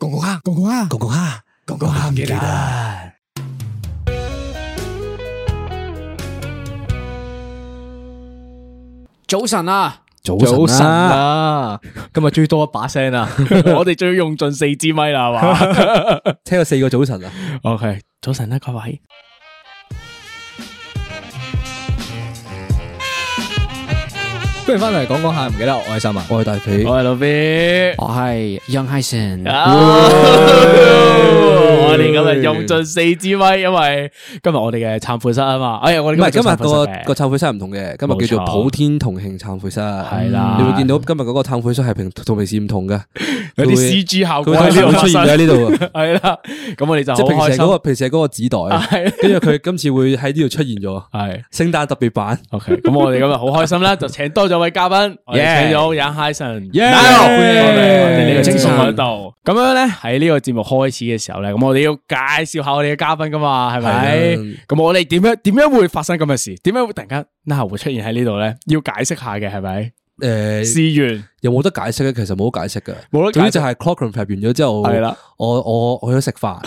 Kongoja, Kongoja, Kongoja, Kongoja, 早晨啊！早早晨晨啊！啊！今日最多一把聲 啊！我哋最用盡四支咪啦，係嘛 聽咗四個早晨啊！ ？OK，早晨啦，啊各位。不如翻嚟講講下，唔記得我係三文，我係大肥。我係老 B。我係 Young Hyson，啊 我哋今日用盡四支咪，因為今日我哋嘅懺悔室啊嘛。哎呀，我唔哋係今今日日個個個懺悔室係唔同嘅，今日叫做冇錯普天同慶懺悔室。係啦你會見到今日嗰個懺悔室係平同平時唔同嘅， 有佢啲會 CG 效佢果會喺同時會呢度出現咗喺呢度啊。 係啦，咁我哋就即係好平開時係心嗰個平時係嗰個紙袋，啊 係跟住佢今次會喺呢度出現咗。係。聖誕特別 版， OK，咁我哋今日好開心啦，就請多咗位 嘉賓，我哋 Yeah 請咗 Young Hyson， Yeah 歡迎我哋我哋呢個精節神目喺度。咁樣咧喺呢個節目開始嘅時候咧，咁我哋要介紹下我哋嘅嘉賓噶嘛，係咪係啊？咁我哋點樣點樣會發生咁嘅事？點樣會突然間 now 會出現喺呢度咧？要解釋下嘅係咪？誒，事源有冇得解釋咧？其實冇得解釋嘅，呃冇得解釋總之就係 Clockroom 入完咗之後，係啦，我我我去咗食 飯，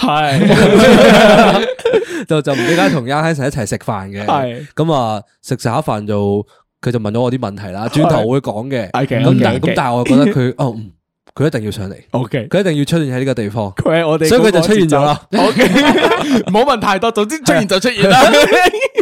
係就就唔記得同 Young 一齊食飯嘅，係咁啊食食下飯就佢就問咗我啲問題啦，轉頭我會講嘅， OK，咁 OK，但 OK 咁但係我覺得 佢哦，嗯佢一定要上嚟， OK。佢一定要出現喺呢個地 方，佢係我哋，所以佢就出現咗啦。 OK，冇問太多，總之出現就出現啦。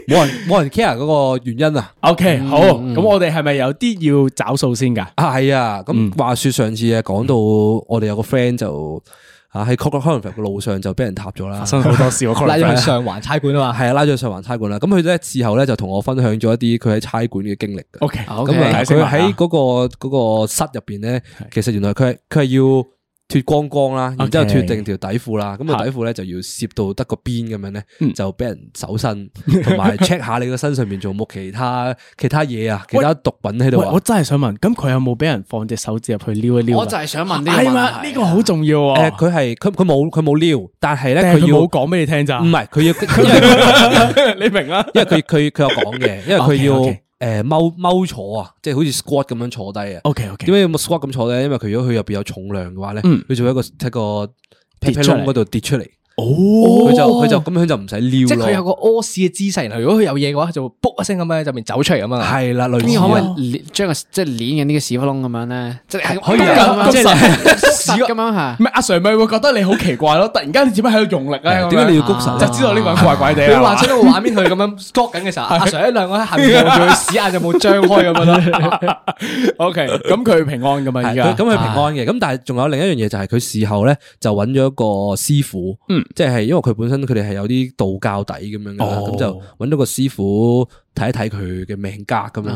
冇人冇人 care 嗰個原因啊， OK，好，咁我哋係咪有啲要找數先㗎？啊係啊，嗯咁話說上次啊講到我哋有個 friend 就啊喺 Clockroom 嘅路上就俾人踏咗啦，真係好多事喎，拉 Colin 咗去上環差館啊嘛。係啊，拉咗去上環差館啦。咁佢咧事後咧就同我分享咗一啲佢喺差館嘅經歷嘅。哦 OK， OK，咁啊，解釋佢埋啊喺嗰個嗰個室入邊咧，其實原來佢係佢係要脱光光啦，然之後 OK 脱定條底褲啦，咁啊嚇個底褲咧就要攝到得個邊咁樣咧，嗯就俾人搜身，同 埋 check 下你個身上面仲有冇其他其他嘢啊，其他毒品喺度喂，啊我。真係想問，咁佢有冇俾人放隻手指入去撩一撩啊？我就係想問呢個係嘛，問題啊呢個啊好重要誒，喎。佢係佢佢冇佢冇撩，但係咧但係佢佢要嗯冇唔講俾你聽咋，係佢要，因為啊你明啦。因為佢佢佢有講嘅，因為佢要 OK，OK 誒踎踎坐啊，即係好似 squat 咁樣坐低啊。 OK 哦 OK，點解要冇 squat 咁坐咧？因為佢如果佢入邊有重量嘅話咧，佢就會一個喺個屁屁跌出窿嚟嗰度跌出嚟，哦佢就佢就咁樣就唔使撩即係佢有咯。個屙屎嘅姿勢，然後如果佢有嘢嘅話，就會卜一聲咁樣就面走出嚟咁啊。係啦，類咁可唔可以似捏將個即係捏緊呢個屎窟窿咁樣咧？即係可以篤緊啊咁樣，即即係係屎咁 樣嚇。咩？阿 Sir 咪會覺得你好奇怪咯，突然間你點解喺度用力咧？啊。點解你要谷實就咧？知道呢個人怪怪地啊你啦？幻想到個畫面，佢咁樣 stalk 緊嘅時候，阿 Sir 一兩個喺下面望住佢屎眼就冇張開咁樣咯。 OK，咁佢平安噶嘛？而係啊家佢咁佢平安嘅，咁但係仲有另一樣嘢就係佢事後咧就揾咗一個師傅，嗯即係因為佢本身佢哋係有啲道教底咁樣嘅啦，哦咁就揾到個師傅睇一睇佢嘅命格咁樣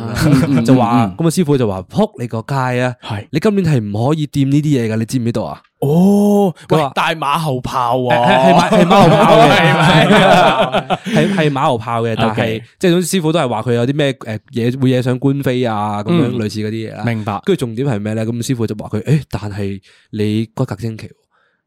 啦， 就話咁個師傅就話撲你個街啊！係你今年係唔可以掂呢啲嘢噶，你知唔知道啊？哦，佢喂話，大馬後炮喎，係 係馬係馬後炮 係咪嘅， 係係馬後炮嘅，但 OK 係即係總之師傅都係話佢有啲咩誒嘢會惹上官非啊咁樣類似嗰啲嘢啦。明白跟住重點係咩咧？咁師傅就話佢誒，但係你骨骼精奇喎，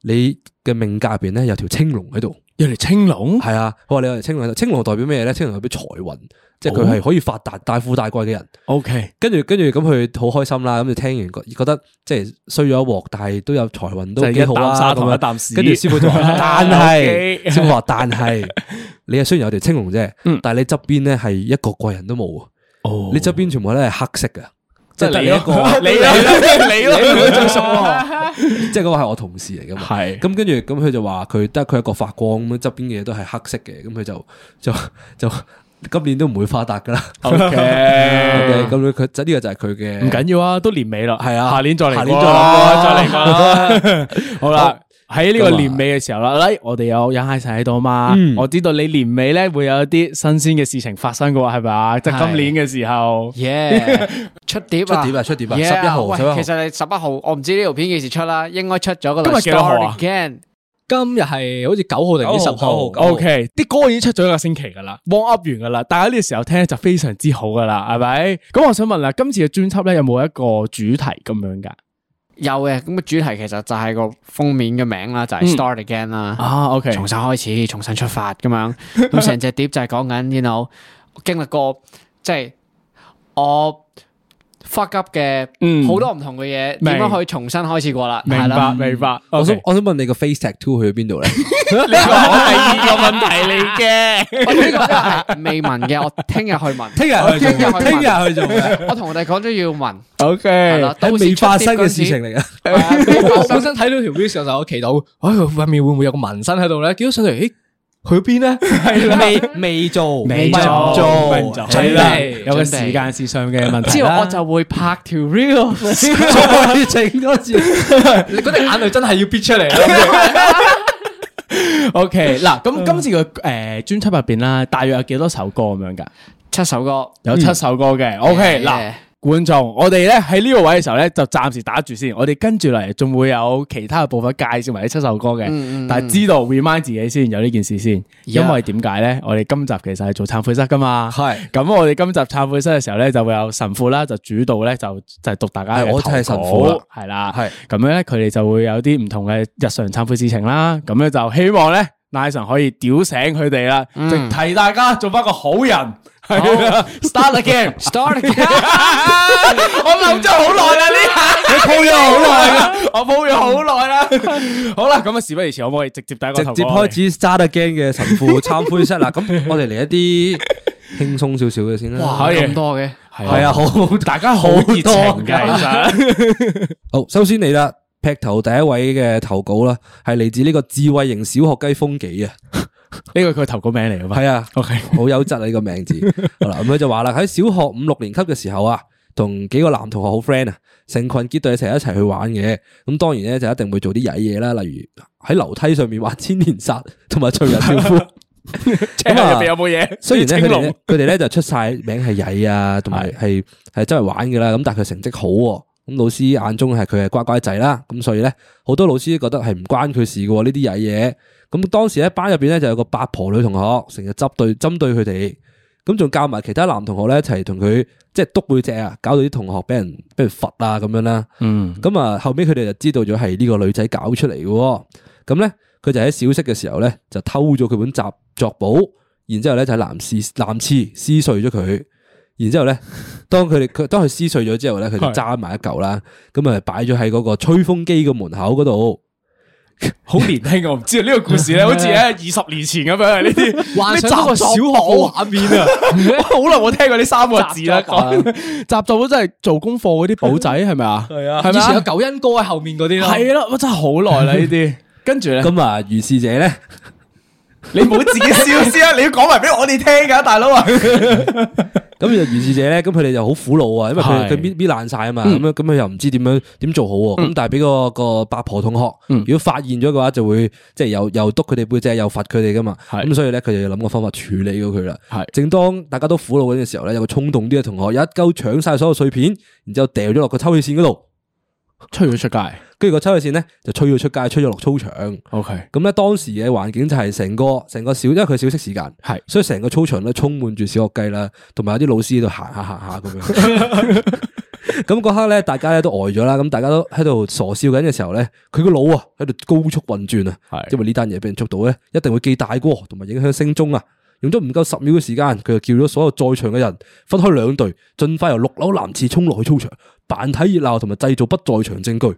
你嘅命格入邊咧有條青龍喺度，有嚟青龍，係啊，佢話你有條青龍喺度，青龍代表咩咧？青龍代表財運，即係佢係可以發達、大富大貴嘅人。 OK，跟住跟住咁佢好開心啦，咁就聽完覺覺得即係衰咗一鑊，但係都有財運都幾好就係一啖啊沙同咁一樣。啖屎跟住師傅就話： 但係 OK 嗯師傅話但係你啊雖然有條青龍啫，但係你側邊咧係一個貴人都冇，哦你側邊全部咧係黑色嘅，即係得你咯一 個， 你咯，你咯，你最 熟即係嗰個係我同事嚟噶嘛。係咁跟住咁佢就話佢得佢一個發光咁樣，側邊嘅嘢都係黑色嘅，咁佢就就就今年都唔會發達噶啦。 OK， OK，咁佢就呢個就係佢嘅唔緊要啊，都年尾啦，係啊下年再嚟過，下年再嚟過 再嚟過啦。好啦，啊喺呢個年尾嘅時候啦，嚟我哋有有 high 喺度嘛，我知道你年尾咧會有一啲新鮮嘅事情發生嘅喎，係咪啊？即係今年嘅時候，耶！出碟啊！出碟啊出碟啊 Yeah， 11號喂11號其實你十一號，我唔知呢條片幾時出啦，應該出咗噶啦。今日幾多號啊 Start again，今日係好似九號定唔知十九號號九號。 O K，啲歌已經出咗一個星期噶啦，warm up 完噶啦，但係呢個時候聽就非常之好噶啦，係咪？咁我想問啦，今次嘅專輯咧有冇一個主題咁樣噶？有嘅。咁個啊主題其實就係個封面嘅名啦，就係 Start again 啦，啊，O K，重新開始，重新出發 咁樣。咁成隻碟就係講緊，you know，經歷過即係我 fuck up 嘅嗯好多唔同嘅嘢，明點樣去重新開始過啦？係明啦白明 白。我想 OK 我想問你個 face tattoo 去咗邊度 咧？呢個係第二個問題嚟嘅。我呢個係未問嘅，我聽日去問。聽日去聽日去做，問聽日去做 嘅，我同我哋講咗要 問， O 係 K，啦，係未發生嘅事情嚟嘅。到時出碟嗰陣時。係啊我本身睇到條 video 嘅時候就有期待，唉，哎入面會唔會有個紋身喺度咧？結果上嚟，咦，去邊咧？係未未做，未做做做，係啦，有個準備時間線上嘅問題之後我啦。就會拍條 real，再整多 次，你嗰滴眼淚真係要逼出啊嚟啦！ O K，嗱，咁今次嘅诶專輯入边啦，大約有幾多首歌咁樣㗎？七首歌。有七首歌嗯嘅。O K，嗱 Yeah，觀眾，我哋咧喺呢個位嘅時候咧，就暫時打住先。我哋跟住嚟仲會有其他嘅部分介紹埋呢七首歌嗯嘅，但係知道 remind 自己先有呢件事先，因為點解咧？我哋今集其實係做懺悔室噶嘛，係咁我哋今集懺悔室嘅時候咧，就會有神父啦，就主導咧就就係讀大家係嘅我投就係神父稿啦係啦，係咁樣咧，佢哋就會有啲唔同嘅日常懺悔事情啦。咁咧就希望咧，奶神可以屌醒佢哋啦，嗯就提大家做翻個好人。係啦，start again。 start again， 我諗咗好耐啦呢下，你鋪咗好耐啦， 我鋪咗好耐啦。好啦，咁啊，事不宜遲，可唔可以直接第一個直投接稿開始揸得驚嘅神父參灰室啦。咁我哋嚟一啲輕鬆少少嘅先啦。可以咁多嘅，係啊，好大家好熱情好多嘅，其實好，首先嚟啦，劈頭第一位嘅投稿啦，係嚟自呢個智慧型小學雞風紀啊。呢個佢投稿名嚟㗎嘛。係啊 OK 好有質啊！呢個名字，好啦，咁佢就話啦，喺小學五六年級嘅時候啊，同幾個男同學好 friend 啊，成群結隊成日一齊去玩嘅。咁當然咧就一定會做啲曳嘢啦，例如喺樓梯上面玩千年殺同埋隨人跳夫。車 入邊有冇嘢？啊雖然咧佢青哋龍咧佢哋咧就出晒名係曳啊，同埋係係周圍玩噶啦，咁但係佢成績好喎。咁老師眼中係佢係乖乖仔啦，咁所以咧好多老師覺得係唔關佢事嘅喎呢啲曳嘢。咁當時咧班入邊咧就有個八婆女同學，成日執對針對佢哋，咁仲教埋其他男同學咧一齊同佢即係督背脊啊，搞到啲同學俾人俾人罰啊咁樣啦。嗯，咁啊，後尾佢哋就知道咗係呢個女仔搞出嚟嘅喎。咁咧，佢就喺小息嘅時候咧，就偷咗佢本習作簿，然之後咧就喺男士男廁撕碎咗佢。然之後咧，當佢哋佢當佢撕碎咗之後咧，佢就係揸埋一嚿啦，咁啊擺咗喺嗰個吹風機嘅門口嗰度。好年輕，我唔知道啊呢個故事咧，好似咧二十年前咁樣呢啲，幻想咩嗰個習小作學嘅畫面啊！簿 好耐冇聽過呢三個字啦。講習習作簿作簿真係做功課嗰啲簿 仔係咪啊？係啊，係以咪前啊？有九恩哥喺後面嗰啲咯，係啦，我真係好耐啦呢啲。跟住咧，咁啊，如是者咧，你唔好自己笑先啊！你要講埋俾我哋聽噶，大佬啊！咁就如是者咧，咁佢哋就好苦惱啊，因為佢係嗯佢搣搣爛晒啊嘛，咁樣咁佢又唔知點樣點做好喎。咁但係俾個個八婆同學，嗯如果發現咗嘅話，就會即係又又督佢哋背脊，又罰佢哋噶嘛。係咁所以咧，佢就要諗個方法處理咗佢啦。係正當大家都苦惱緊嘅時候咧，有個衝動啲嘅同學一鳩搶晒所有碎片，然之後掉咗落個抽氣扇嗰度，吹咗出街跟住個抽氣扇咧就吹咗出街，吹咗落操場。 ，OK，咁咧當時嘅環境就係成個成個小，因為佢小息時間， 係所以成個操場咧充滿住小學雞啦，同埋有啲老師喺度行下行下咁樣。咁嗰刻咧，大家咧都呆咗啦，咁大家都喺度傻笑緊嘅時候咧，佢個腦啊喺度高速運轉啊，係因為呢單嘢俾人捉到咧，一定會記大過，同埋影響升中啊。用咗唔夠十秒嘅時間，佢就叫咗所有在場嘅人分開兩隊，盡快由六樓男廁衝落去操場，扮睇熱鬧同埋製造不在場證據。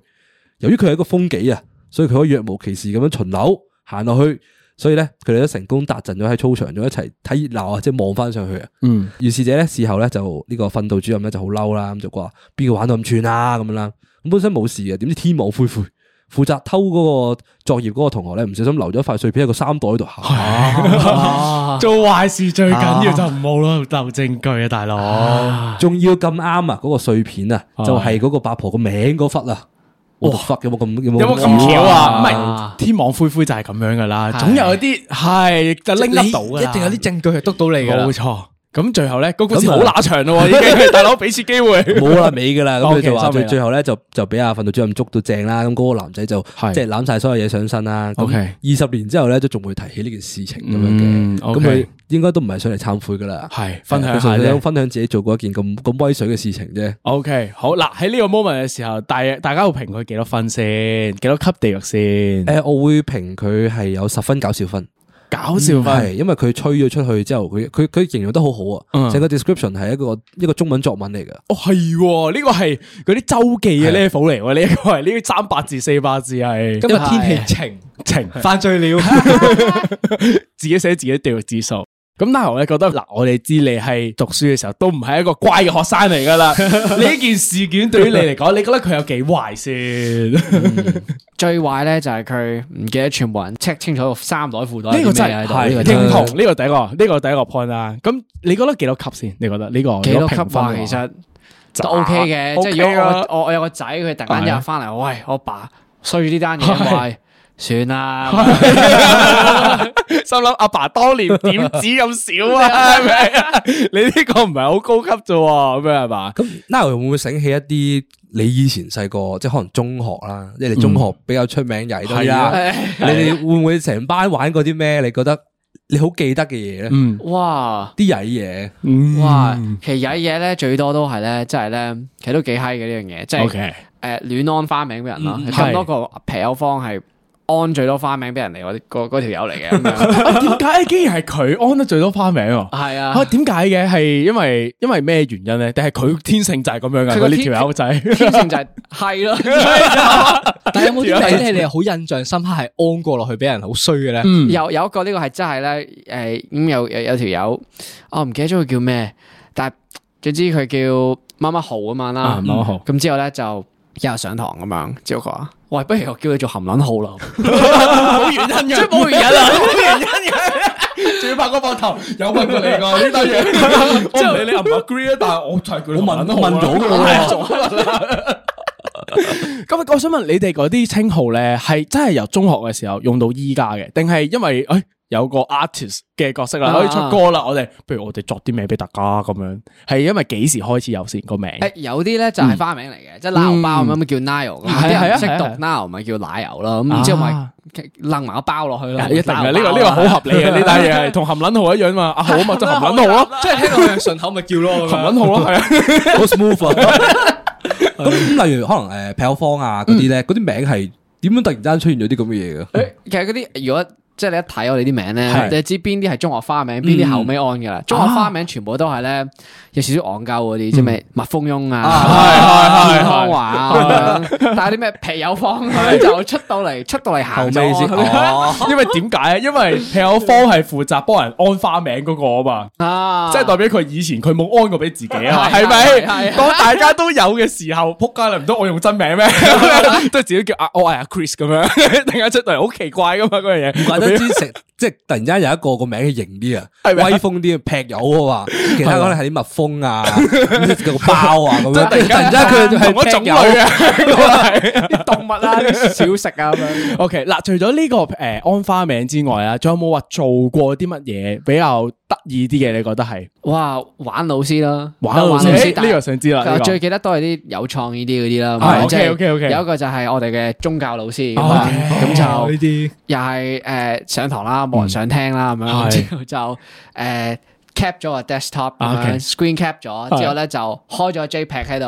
由於佢係一個風紀啊，所以佢可以若無其事咁樣巡樓行落去，所以咧佢哋都成功達陣咗喺操場咗一齊睇熱鬧啊，即係望翻上去啊。嗯，於是者咧事後咧就呢個訓導主任咧就好嬲啦，咁就話邊個玩到咁串啊咁樣啦。咁本身冇事嘅，點知天網恢恢，負責偷嗰個作業嗰個同學咧唔小心留咗塊碎片喺個衫袋 度行。做壞事最緊要就唔好攞鬥證據啊，大佬。仲要咁啱啊！嗰、個碎片啊，就係嗰個八婆個名嗰忽啊，哇，fuck 有冇咁有冇有冇咁巧啊？唔哇系天網恢恢就係咁樣噶啦，總有一啲係就拎得到噶一定有啲證據係督到你㗎啦冇。錯。咁最後咧，嗰故事咁啊好乸長 咯喎，已經大佬俾次機 會。冇啦尾噶啦，咁佢 OK，就話收尾最啊啦最後咧就就俾阿訓導主任捉到正啦，咁嗰個男仔就係即係攬晒所有嘢上身啦。咁 OK 二十年之後咧都仲會提起呢件事情咁樣嗯嘅，咁 OK 佢應該都唔係上嚟懺悔噶啦，係分享佢純粹下啫想分享自己做過一件咁咁威水嘅事情啫。 OK，好嗱，喺呢個 moment 嘅時候，大大家會評佢幾多分先？幾多級地獄先？誒，我會評佢係有十分搞笑分。搞笑係，分因為佢吹咗出去之後，佢佢佢形容得好好嗯啊！成個 description 係一個一個中文作文嚟噶，哦，係喎，呢個係嗰啲周記嘅 level 嚟喎，呢一個係呢三百字四百字係今日天氣晴，情。 犯罪了。 自己寫自己地域指數。咁但係我咧覺得嗱，我哋知你係讀書嘅時候都唔係一個乖嘅學生嚟噶 啦。呢件事件對於你嚟講，你覺得佢有幾壞先？最壞咧就係佢唔記得全部人 check 清楚個衫袋褲袋呢個個真喺係度，啊呢個真係認同，呢個第一個，呢個第一個 point 啦。咁你覺得幾多級先？你覺得呢個幾多級評分話嘅其話實都 OK 嘅，即係 OK 如啊果我我我有個仔，佢突然間有日翻嚟，喂，我爸衰呢單嘢，喂，算啦，心諗阿爸當年點止咁少 啊？係咪啊？你呢個唔係好高級啫喎，咁樣係嘛？咁 now 會唔會醒起一啲你以前細個，即係可能中學啦，即係你中學比較出名曳多啲啦。嗯你哋會唔會成班玩過啲咩？你覺得你好記得嘅嘢咧？嗯哇！啲曳嘢，哇，其實有一嘢咧，最多都係咧，即係咧，其實都幾嗨嘅呢樣嘢，即係，OK，誒亂安花名俾人啦，嗯咁多係個皮友方係安最多花名俾人哋嗰啲嗰嗰條友嚟嘅咁樣， 啊點解竟然係佢安得最多花名喎？係啊啊，。點解嘅？係因為因為咩原因咧？定係佢天性就係咁樣佢噶？個呢天條友仔 天性就係係啊咯， 但有冇啲名咧？你係好印象深刻，係安過落去俾人好衰嘅嗯咧？嗯有有一個呢個係真係咧，誒咁有有有條友，我唔記得咗佢叫咩，但係總之佢叫乜乜豪咁樣啦嗯啊，某號咁之後咧就一日上堂咁樣，之後佢話：喂，不如我叫你做含撚號啦，冇原 因嘅，即係冇原因 啊！冇原因嘅，仲要拍個膊頭，有問過你噶呢單 嘢，我唔理你 agree 啊，但係我係我問問到噶喎。咁我想問你哋嗰啲稱號咧，係真係由中學嘅時候用到依家嘅，定係因為誒有個 artist 嘅角色啦，可以出歌啦，我哋不如我哋作啲名俾大家咁樣，係因為幾時開始有先個名？誒有啲咧就係花名嚟嘅，即係奶油包咁樣叫 Nile，咁係啊啲嗯係啊人唔識係啊讀係啊啊 Nile 咪叫奶油啦，咁然之後咪掕埋個包落去咯，一定啊嘅，呢奶油個呢包個好合 理嘅，呢單嘢係同含撚號一樣嘛，阿號啊嘛，就含撚號 咯，即係聽落去順口咪叫咯，含撚號咯，係啊，好 smooth 啊！咁咁例如可能誒劈友方啊嗰啲咧，嗰啲名係點樣突然間出現咗啲咁嘅嘢嘅？誒其實嗰啲如果即係你一睇我哋啲名咧，係你就知邊啲係中學花名，邊啲後尾安噶啦。中學花名全部都係咧有少少戇鳩嗰啲，即係咩蜜蜂翁啊、係係係健康華啊，但係啲咩皮友方啊就出到嚟出到嚟行咗後尾先安因為點解咧？因為平友方係負責幫人安花名嗰個啊嘛，啊，即係代表佢以前佢冇安過俾自己啊嘛，係係係咪？係當大家都有嘅時候，仆街啦，唔通我用真名咩？即係自己叫阿我係阿 Chris 咁樣， 突然間出到嚟好奇怪噶嘛嗰樣嘢。唔怪得之 食，即係突然間有一個個名係型啲啊，係咪威風啲劈友啊嘛，其他可能係啲蜜蜂 啊，咁個包啊咁即係樣，突然突間然間佢唔同一係種劈友，類嘅，啲動物啊、啲小食啊咁樣。 O K，嗱，除咗呢、個诶、安花名之外啦，仲有冇話做過啲乜嘢比較得意啲嘅？你覺得係 哇，玩老師啦，誒但係呢個想知啦，呢個哦最記得都係啲有創意啲嗰啲啦，啊咁即係 OK，OK，OK 哦有一個就係我哋嘅宗教老師咁啊咁就呢啲又係誒上堂啦，冇人想聽啦咁樣，嗯係之後就誒 cap 咗個 desktop 咁啊，OK 樣 screen cap 咗，之後咧就開咗個 JPEG 喺 度，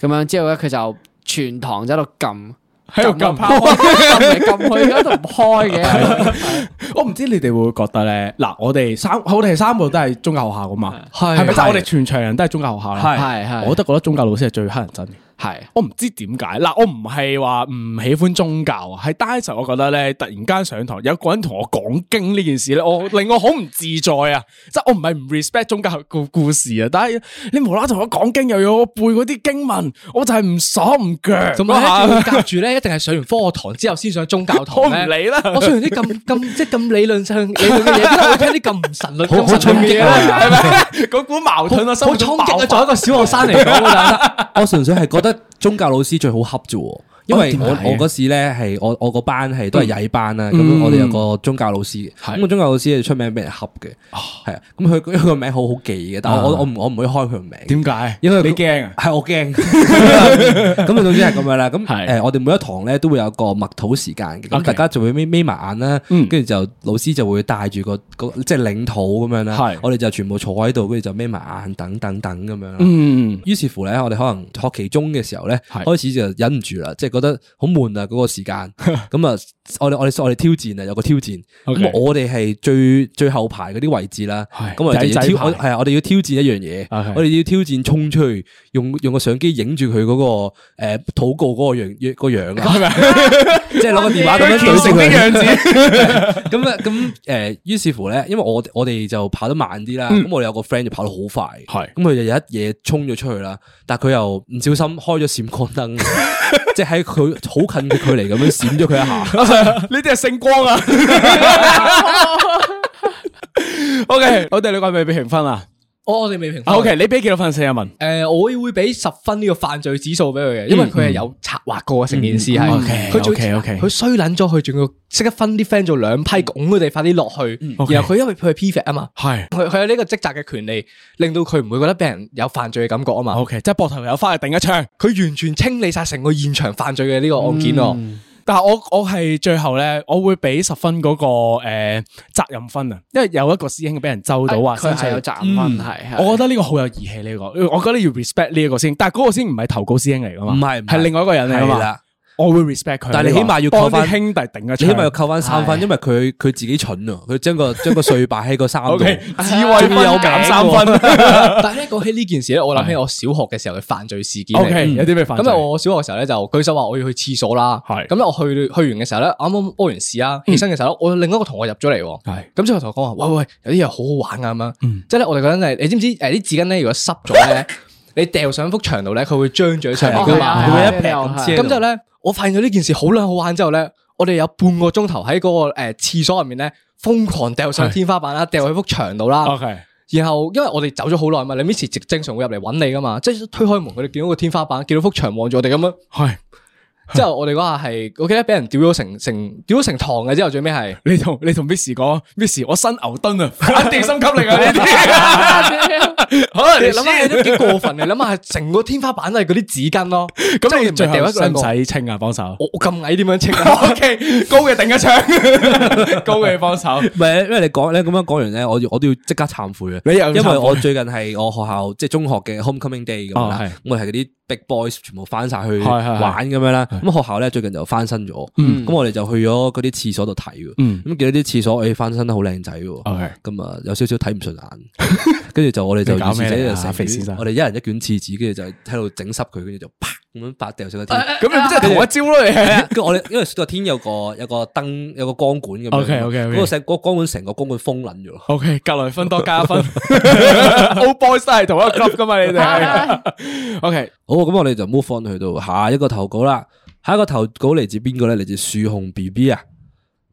咁樣之後咧佢就全堂就喺度撳，喺度撳撳嚟撳去喺度唔開嘅，我唔知你哋會唔會覺得咧？嗱，我哋三，我哋三個都係宗教學校噶嘛，係係咪？即係係我哋全場人都係宗教學校啦。係係係我都覺得宗教老師係最乞人憎嘅。係我唔知點解嗱，我唔係話唔喜歡宗教啊，係單純我覺得咧，突然間上堂有個人同我講經呢件事咧，我令我好唔自在啊！即係我唔係唔 respect 宗教故故事啊，但係你無啦啦同我講經，又要我背嗰啲經文，我就係唔爽唔腳同嗰下埋咧，要夾住咧，一定係上啊完科學堂之後先上宗教我唔堂咧。理啦。我上完啲咁咁即係咁理論上理論嘅嘢，點解我聽啲咁唔神論、好咁好神衝論嘅嘢擊咧？啊！係咪嗰股矛盾啊？好衝擊啊！作為一個小學生嚟講，我覺得我純粹係覺得宗教老師最好恰啫喎，因為哦點我解嘅我嗰時咧係我我個班係都係曳班啦，咁、嗯我哋有個宗教老師嘅，係哦咁個宗教老師係出名俾人恰嘅，係啊，咁佢佢個名好好記嘅，但啊我我我唔我唔會開佢個名， 點解？因為佢你驚啊？係我 驚，咁啊總之係咁樣啦。咁係誒，我哋每一堂咧都會有個默禱時間嘅，咁 OK 大家就會眯眯埋眼啦嗯，跟住就老師就會帶住個個即係領禱咁樣啦係。我哋就全部坐喺度，跟住就眯埋眼等等等咁樣啦。嗯，於是乎咧，我哋可能學期中嘅時候咧，係開始就忍唔住啦，即係覺得好悶啊嗰個時 間。咁啊，我哋我哋我哋挑戰啊，有個挑戰。 OK 咁啊我哋係最最後排嗰啲位置啦。係咁我哋就要仔仔挑排我係啊，我哋要挑戰一樣嘢。 OK 我哋要挑戰衝出去，用用個相機影住佢嗰個诶禱告嗰個樣個樣啊，即係攞個電話咁樣對正佢。樣子， 咁啊，咁誒，於是乎咧，因為我我哋就跑得慢啲啦，咁、我哋有個 friend 就跑得好快，係咁佢就有一嘢衝咗出去啦，但係佢又唔小心開咗閃光燈，即係喺佢好近嘅距離咁樣閃咗佢一下，呢啲係聖光 啊！O K，我哋兩個係咪俾評分啊我我哋未評分？O K，你俾幾多分四啊文？诶、呃我會俾十分呢個犯罪指數俾佢嘅，因為佢係有策劃過嘅成件事嗯係， OK，佢仲 OK，OK 佢衰撚咗，佢仲要識得分啲 friend 做兩批，拱佢哋快啲落去。嗯 OK 然後佢因為佢係 p f a 啊嘛，係佢佢有呢個職責嘅權利，令到佢唔會覺得俾人有犯罪嘅感覺啊嘛。 O K，即係膊頭有花去頂一槍。佢完全清理晒成個現場犯罪嘅呢個案件咯。但系我我系最後咧，我會俾十分嗰、個个诶、責任分啊，因為有一個師兄俾人周到啊，佢身係上有責任分係係嗯我覺得呢個好有義氣呢、個，我覺得要 respect 呢一個師兄，但係嗰個師兄唔係投稿師兄嚟噶嘛，唔係唔係係另外一個人嚟噶係嘛啦，我會 respect 佢呢個。但係你起碼要扣幫返啲兄弟頂一槍，你起碼要扣翻三分，因為佢佢自己蠢啊，佢將 個將個碎擺喺個衫 O 度。 K，智慧分仲要有減減三 分。但係咧講起呢件事咧，我諗起我小學嘅時候嘅犯罪事件 O 嚟嗯 K，有啲咩反？咁啊，我小學嘅時候咧就舉手話我要去廁所啦。係嗯咁咧，啊我去去完嘅時候咧，啱啱屙完屎啊啦，起身嘅時候咧，我另一個同學入咗嚟喎。係咁之後同我講話，喂喂，有啲嘢好好玩啊咁樣。啊嗯即係咧，我哋嗰陣係你知唔知誒啲紙巾咧，如果濕 咗咧，你掉上幅牆度咧，佢會張咗上嚟噶係啊嘛，係啊佢會係啊係啊咁之後咧，我發現咗呢件事好撚好玩之後咧，我哋有半個鐘頭喺嗰個誒廁所入面咧，瘋狂掉上天花板啦，掉去幅牆度啦。 O K，然後因為我哋走咗好耐嘛，你 Miss 直正常會入嚟揾你噶嘛，即係推開門，佢哋見到個天花板，見到幅牆望住我哋咁樣。係 之後我哋嗰下係，我記得俾人屌咗成成屌咗成堂嘅，之後最尾係你同你同 Miss 講，Miss 我新牛 頓啊，反地心吸力啊呢啲。可能你諗下你都幾過分，你諗下係成個天花板都係嗰啲紙巾咯。即係咁我你哋唔係最掉後一個使兩唔個使清啊？幫手？我我咁矮點樣 清 O 啊？ K，高嘅頂 一槍，高嘅幫手。唔係，因為你講咧咁樣講完咧，我要我都要即刻懺悔啊！你又要因懺悔為我最近係我學校即係中學嘅 homecoming day 咁樣哦啦係，我係嗰啲 big boys 全部翻晒去係係係玩咁樣啦。咁學校咧最近就翻新咗，咁我哋就去咗嗰啲廁所度睇喎。嗯哦咁見到啲廁所誒翻新得好靚仔喎， OK 咁啊有少少睇唔順眼， 跟住就我哋就你搞於是咩嚟者啊就成肥先卷生我哋一人一卷廁紙，跟住就喺度整濕佢，跟住就啪咁樣啪掉上個天。咁你即係同一招咯，你係啊跟住我哋，因為個天有個有個燈有個光管咁樣嗰 OK，OK，OK 個成嗰個光管成個光管封撚咗咯。 OK，格雷芬多加 分，O Boys 都係同一個 club 噶嘛，你哋係 OK 好，咁我哋就 move on 去到下一個投稿啦。下一個投稿嚟自邊個咧？嚟自樹熊 B B 啊？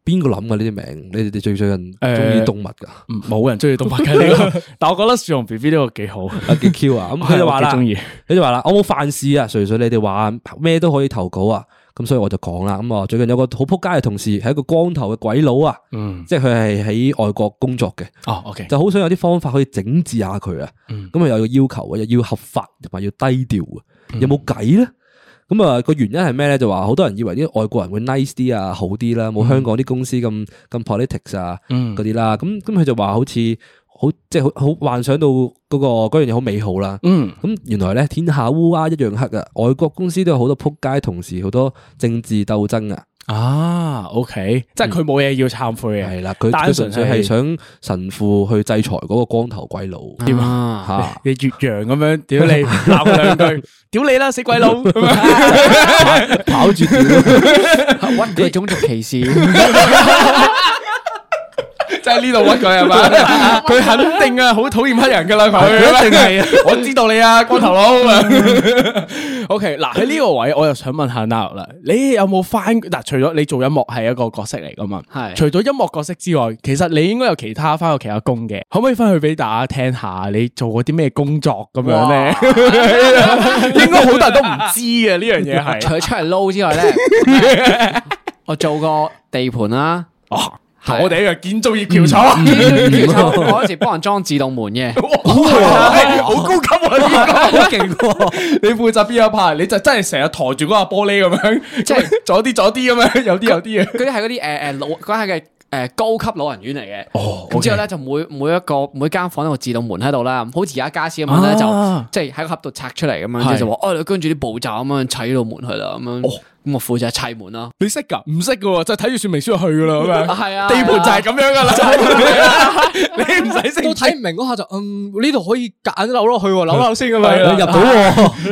邊個諗嘅呢啲名？你哋最最近誒中意動物 噶？冇人中意東北嘅呢 個，但我覺得樹熊 B B 呢個幾好，啊幾 Q 啊！咁佢就話啦，我幾鍾意佢就話啦，我冇犯事啊，純粹你哋話咩都可以投稿啊。咁所以我就講啦，咁啊最近有個好撲街嘅同事係一個光頭嘅鬼佬啊，嗯，即係佢係喺外國工作嘅，哦 OK，就好想有啲方法可以整治下佢啊。咁啊、有個要求啊，又要合法同埋要低調啊，有冇計咧？咁啊個原因係咩咧？就話好多人以為啲外國人會 nice 啲啊，好啲啦，冇香港啲公司咁咁 politics 啊嗯嗰啲啦。咁咁佢就話好似好即係好好幻想到嗰、個嗰樣嘢好美好啦。嗯咁原來咧天下烏鴉一樣黑啊！外國公司都有好多撲街同事，好多政治鬥爭啊！啊 OK，即係佢冇嘢要懺悔嘅，係啦，佢單佢純純粹係想神父去制裁嗰個光頭鬼佬點啊嚇。你越洋咁樣，屌你鬧佢兩 句，屌你啦死鬼 佬咁樣，跑 住屌，屈佢種族歧視，即系呢度屈佢系 嘛？佢肯定啊，好讨厌黑人噶啦，佢佢一定係嗯系，我知道你啊，光头佬。O K，嗱喺呢个位，我又想问下 Now 啦，你有冇翻嗱？除咗你做音乐系一个角色嚟噶嘛？係除咗音乐角色之外，其实你应该有其他翻過其他工嘅，可唔可以翻去俾大家听下你做過啲咩工作咁样咧？ 应该好多人都唔知嘅呢样嘢系 除。咗出嚟撈之外咧， 我做過地盤啦，係我哋一樣建造業橋 廠，嗯然後我嗰時幫人裝自動門嘅，哇好高級啊！呢個好勁喎！你負責邊一 part？你就真係成日抬住嗰個玻璃咁樣，即即係係左啲左啲咁樣，有啲有啲嘅。嗰啲係嗰啲誒誒老嗰係嘅誒高級老人院嚟嘅。哦咁之後咧就每每一個每間房都有自動門喺度啦，好似而家家私咁樣咧啊就即係喺個盒度拆出嚟咁樣，係哦即係就話哦你跟住啲步驟咁樣砌到門去啦咁樣，咁我負責砌門啦。你識㗎？唔識㗎喎，就睇住說明書就去㗎啦咁樣。啊係啊地盤就係咁樣㗎啦，你唔使識都睇唔明嗰下就嗯呢度可以夾硬扭落去喎，扭扭先咁係樣啦你入到喎。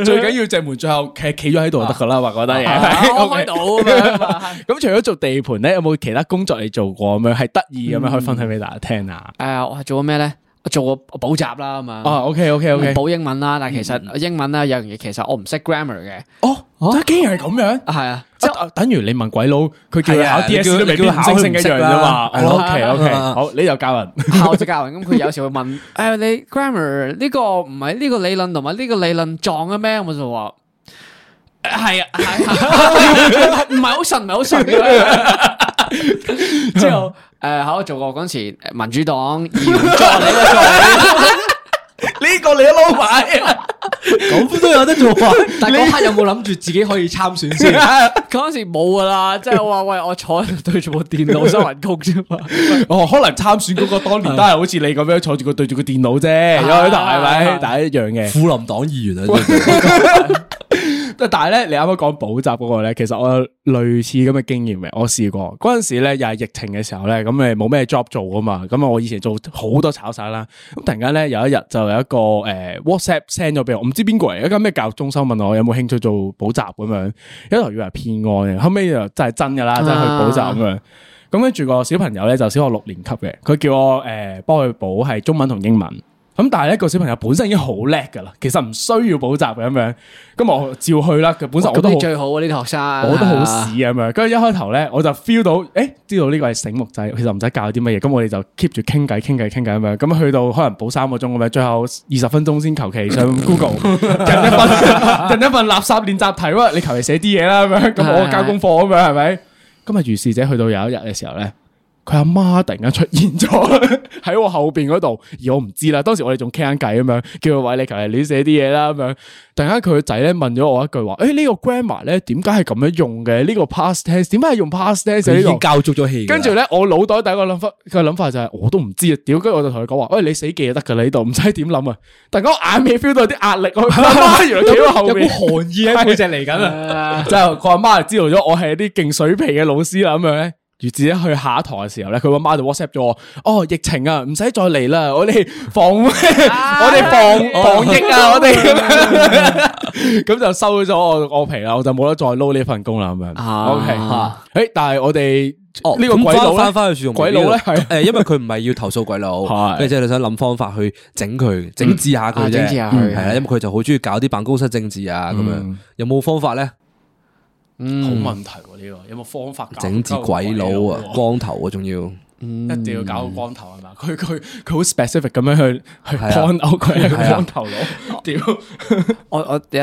最緊要隻門最後企企咗喺度就得㗎啦，話嗰單嘢。 啊我 OK 開到咁樣嘛。係咁除咗做地盤咧，有冇其他工作你做過咁樣係得意咁樣可以分享俾大家聽啊？誒我係做過咩咧？我做過補習啦咁樣。哦，OK OK OK，補英文啦，但係其嗯實英文咧有樣嘢，其實我唔識 grammar 嘅，哦，竟然係咁樣。啊係啊，即等於你問鬼佬，佢叫你係啊考你 DSE 都叫未必你叫唔佢星考星一佢唔識樣啫嘛。啦係咯 À, OK OK，啊好，你就教人。校籍教人，咁佢有時會問： 誒你 grammar 呢個唔係呢個理論同埋呢個理論撞嘅咩？我就話。係啊，係啊 唔係好順，唔係好順嘅。之後誒喺我做過嗰陣時，民主黨議員呢個你都撈埋，咁都有得做啊！但係嗰刻有冇諗住自己可以參選 先？嗰陣時冇噶啦，即係我話喂，我坐喺度對住部電腦收人工啫嘛。哦，可能參選嗰個當年都係好似你咁樣坐住個對住個電腦啫，有喺度係咪？啊大家一樣嘅。富林黨議員啊，真係但係咧，你啱啱講補習嗰個咧，其實我有類似咁嘅經驗嘅，我試過嗰陣時咧，又係疫情嘅時候咧，咁你冇咩 job 做啊嘛，咁啊我以前做好多炒散啦，咁突然間咧有一日就有一個誒、呃 WhatsApp send 咗俾我，唔知邊個嚟，一間咩教育中心問我有冇興趣做補習咁樣，一頭以為係騙案嘅，後尾就真係真㗎啦，真係去補習咁樣。咁跟住個小朋友咧就小學六年級嘅，佢叫我誒幫佢補係中文同英文。咁但係咧個小朋友本身已經好叻㗎啦，其實唔需要補習嘅咁樣。咁我照去啦，佢本身我都好咁你。最好啊，呢啲學生，我都好屎咁樣，跟住一開頭咧，我就 feel 到，誒知道呢個係醒目仔，其實唔使教啲乜嘢，咁我哋就 keep 住傾偈、傾偈、傾偈咁樣，咁去到可能補三個鐘咁樣，最後二十分鐘先求其上 Google 印一份印一份垃圾練習題喎，你求其寫啲嘢啦咁樣，咁我交功課咁樣係咪？今日如是者去到有一日嘅時候咧。佢阿媽突然間出現咗喺我後邊嗰度，而我唔知啦。當時我哋仲傾緊偈咁樣，叫佢喂你求其亂寫啲嘢啦咁樣。突然間佢個仔咧問咗我一句話：，誒、呢、個 grammar 咧點解係咁樣用嘅？呢、個 past tense 點解係用 past tense 喺佢呢已經度？交足咗氣㗎啦。跟住咧，我腦袋第一個諗法，佢諗法就係、我都唔知啊，屌！跟住我就同佢講話：，喂，你死記就得㗎啦，呢度唔使點諗啊！突然間我眼尾 feel 到有啲壓力，我阿媽原來企喺我後有面冇。寒意喺背脊嚟緊啊？ 就佢阿媽就知道咗我係啲勁水皮嘅老師啦，咁樣咧。如自己去下一堂嘅時候咧，佢阿媽就 WhatsApp 咗我，哦，疫情啊，唔使再嚟啦，我哋防，我啊哋防防疫 啊，我哋咁樣， 咁就收咗我我皮啦，我就冇得再撈呢份工啦，咁樣。啊 OK，誒，但係我哋哦，呢個鬼佬翻咧，翻去樹用鬼佬咧係啊 誒，因為佢唔係要投訴鬼佬係，佢即係想諗方法去整佢、整治下佢啊啫。整治下佢嗯係啦，因為佢就好中意搞啲辦公室政治啊咁樣嗯。有冇方法咧？好問題喎呢個，有冇方法搞整治鬼佬啊，光頭啊，仲要一定要搞個光頭係嘛？佢佢佢好 specific 咁樣去去係啊 point out 佢係個係啊光頭佬，屌！我我第一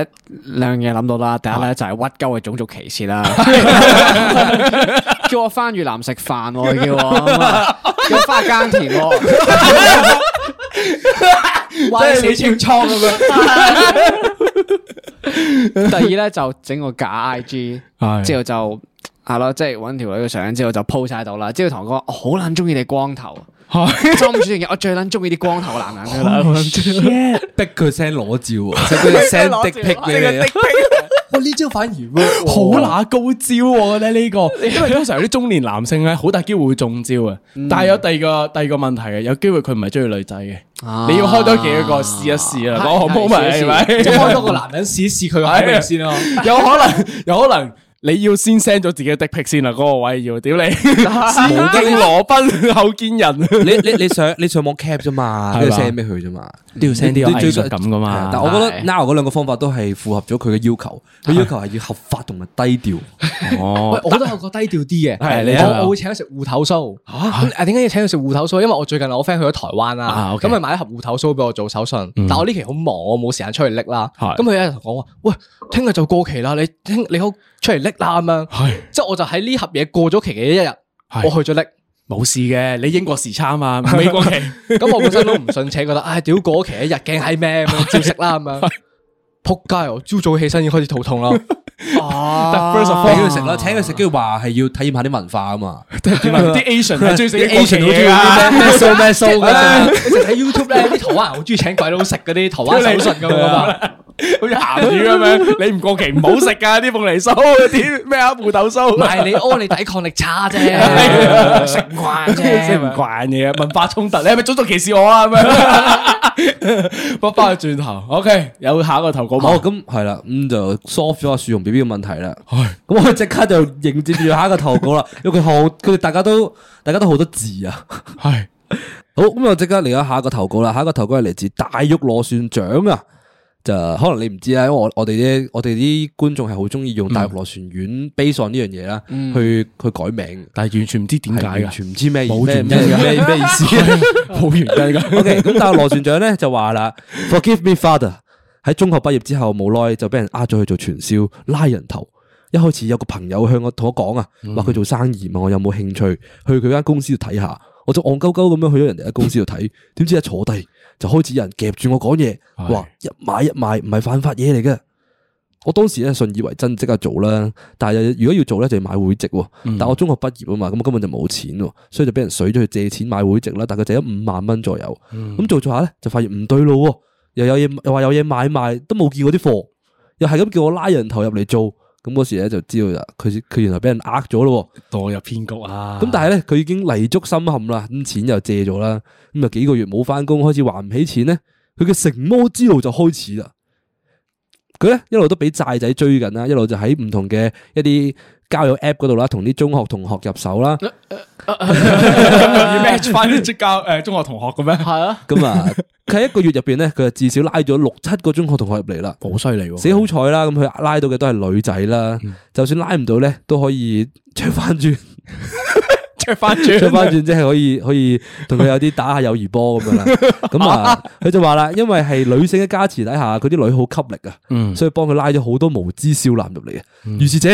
兩樣嘢諗到啦，第一咧就係屈鳩嘅種族歧視啦，叫我翻越南食飯喎，叫我咁啊叫我翻去耕田喎，即係你穿倉咁樣。第二咧就整個假 I G，係 之後就係咯，即係揾條女嘅相之後就 po 晒到啦，之後同我講我好撚中意你光頭，真唔住嘅，我最撚中意啲光頭男人㗎啦，逼佢 send 裸照啊，即係佢 send 滴攞劈俾你啊。 哇！呢招反而 work 好喎乸高招喎，我覺得呢個， 因為通常有啲中年男性咧，好大機會會中招嘅。但係有第二個第二個問題嘅，有機會佢唔係中意女仔嘅，你要開多幾個試一啊試啊，係講好唔好咪係係試一試咪？ 即係開多個男人試一試佢個口味先咯。有可能有可能你要先 send 咗自己嘅 dick pic 先啊啦，嗰個位要 屌你，先敬羅賓後見人。你你你上你上網 cap 啫 嘛，係嘛跟住 send 俾佢啫嘛，都要 send 啲有你最藝術感㗎嘛係啊但我覺得 now 嗰兩個方法都係符合咗佢嘅要求，佢要求係要合法同埋低調。哦 喂，我都有個低調啲係你嘅，啊我我會請佢食芋頭酥。嚇，點解要請佢食芋頭酥？因為我最近我 friend 去咗台灣啊啦， ，OK 咁佢買一盒芋頭酥俾我做手信。但我呢期好忙，我冇時間出去拎啦。係咁佢有一日同我話：，喂，聽日就過期啦，你聽你好出嚟拎啦咁樣。係即係我就喺呢盒嘢過咗期嘅一日，係我去咗拎。冇事嘅，你英國時差嘛，唔係美國期。咁我本身都唔信邪，覺得唉屌過期一日驚係咩咁樣，照食啦咁樣。仆街！我 朝早起身已經開始 肚痛啦。但 first of 請 all，佢食啦，請佢食，跟住話係要體驗下啲文化啊嘛。啲 Asian 係最食啲 Asian 好咩數咩數唉你成日睇 YouTube 咧，啲台灣人好中意請鬼佬食嗰啲台灣手信咁樣啊嘛。好似鹹魚咁樣，你唔過期唔好食噶啲鳳梨酥，啲咩啊芋頭酥，唔係你屙你抵抗力差啫，係食唔慣食唔啫。慣嘅文化衝突，你係咪種族歧視我啊？咁 樣，不翻去轉頭，OK，有下一個投稿好，冇？哦咁係啦，咁就 solve 咗阿樹熊 B B 嘅問題啦。咁我即刻就迎接住下一個投稿啦，因為佢好，佢哋大家都大家都好多字啊。係好，咁我即刻嚟咗下一個投稿啦。下一個投稿係嚟自大玉螺旋槳啊，就可能你唔知啊，因為我我哋啲我哋啲觀眾係好中意用大玉螺旋丸 base on 呢樣嘢啦，去去改名，但係完全唔知點解係嘅完，全唔知咩冇咩原因咩㗎咩咩意思。 冇原因㗎。 O K，咁但係螺旋槳咧就話啦，Forgive me father，喺中學畢業之後冇耐就俾人呃咗去做傳銷，拉人頭。一開始有個朋友向我同我講啊，話佢做生意，問我有冇興趣去佢間公司度睇下。我就戇鳩鳩咁樣去咗人哋嘅公司度睇，點知一坐低就開始有人夾住我講嘢，話一買一賣唔係犯法嘢嚟嘅。我當時咧信以為真，即刻做啦。但係如果要做咧，就要買會籍喎。但我中學畢業啊嘛，咁我根本就冇錢喎，所以就俾人水咗去借錢買會籍啦。大概借咗五萬蚊左右。咁做做下咧，就發現唔對路喎，又有嘢又話有嘢買賣，都冇見過啲貨，又係咁叫我拉人頭入嚟做。咁嗰時咧就知道啦，佢佢原來俾人呃咗咯喎。墮入騙局啊！咁但係咧，佢已經泥足深陷啦，咁錢又借咗啦，咁啊幾個月冇翻工，開始還唔起錢咧，佢嘅成魔之路就開始啦。佢咧一路都俾債仔追緊啦，一路就喺唔同嘅一啲交友 app 嗰度啦，同啲中學同學入手啦，要 match 翻 啲教誒中學同學咁樣，係啊，咁啊，佢喺一個月入邊咧，佢就至少拉咗六七個中學同學入嚟啦。好犀利喎！死好彩啦，咁佢拉到嘅都係女仔啦，就算拉唔到咧，都可以着翻轉，着翻轉，着翻轉即係可以可以同佢有啲打下友誼波咁樣啦。咁啊，佢就話啦，因為係女性嘅加持底下，佢啲女好吸力啊，嗯所以幫佢拉咗好多無知少男入嚟啊。於是者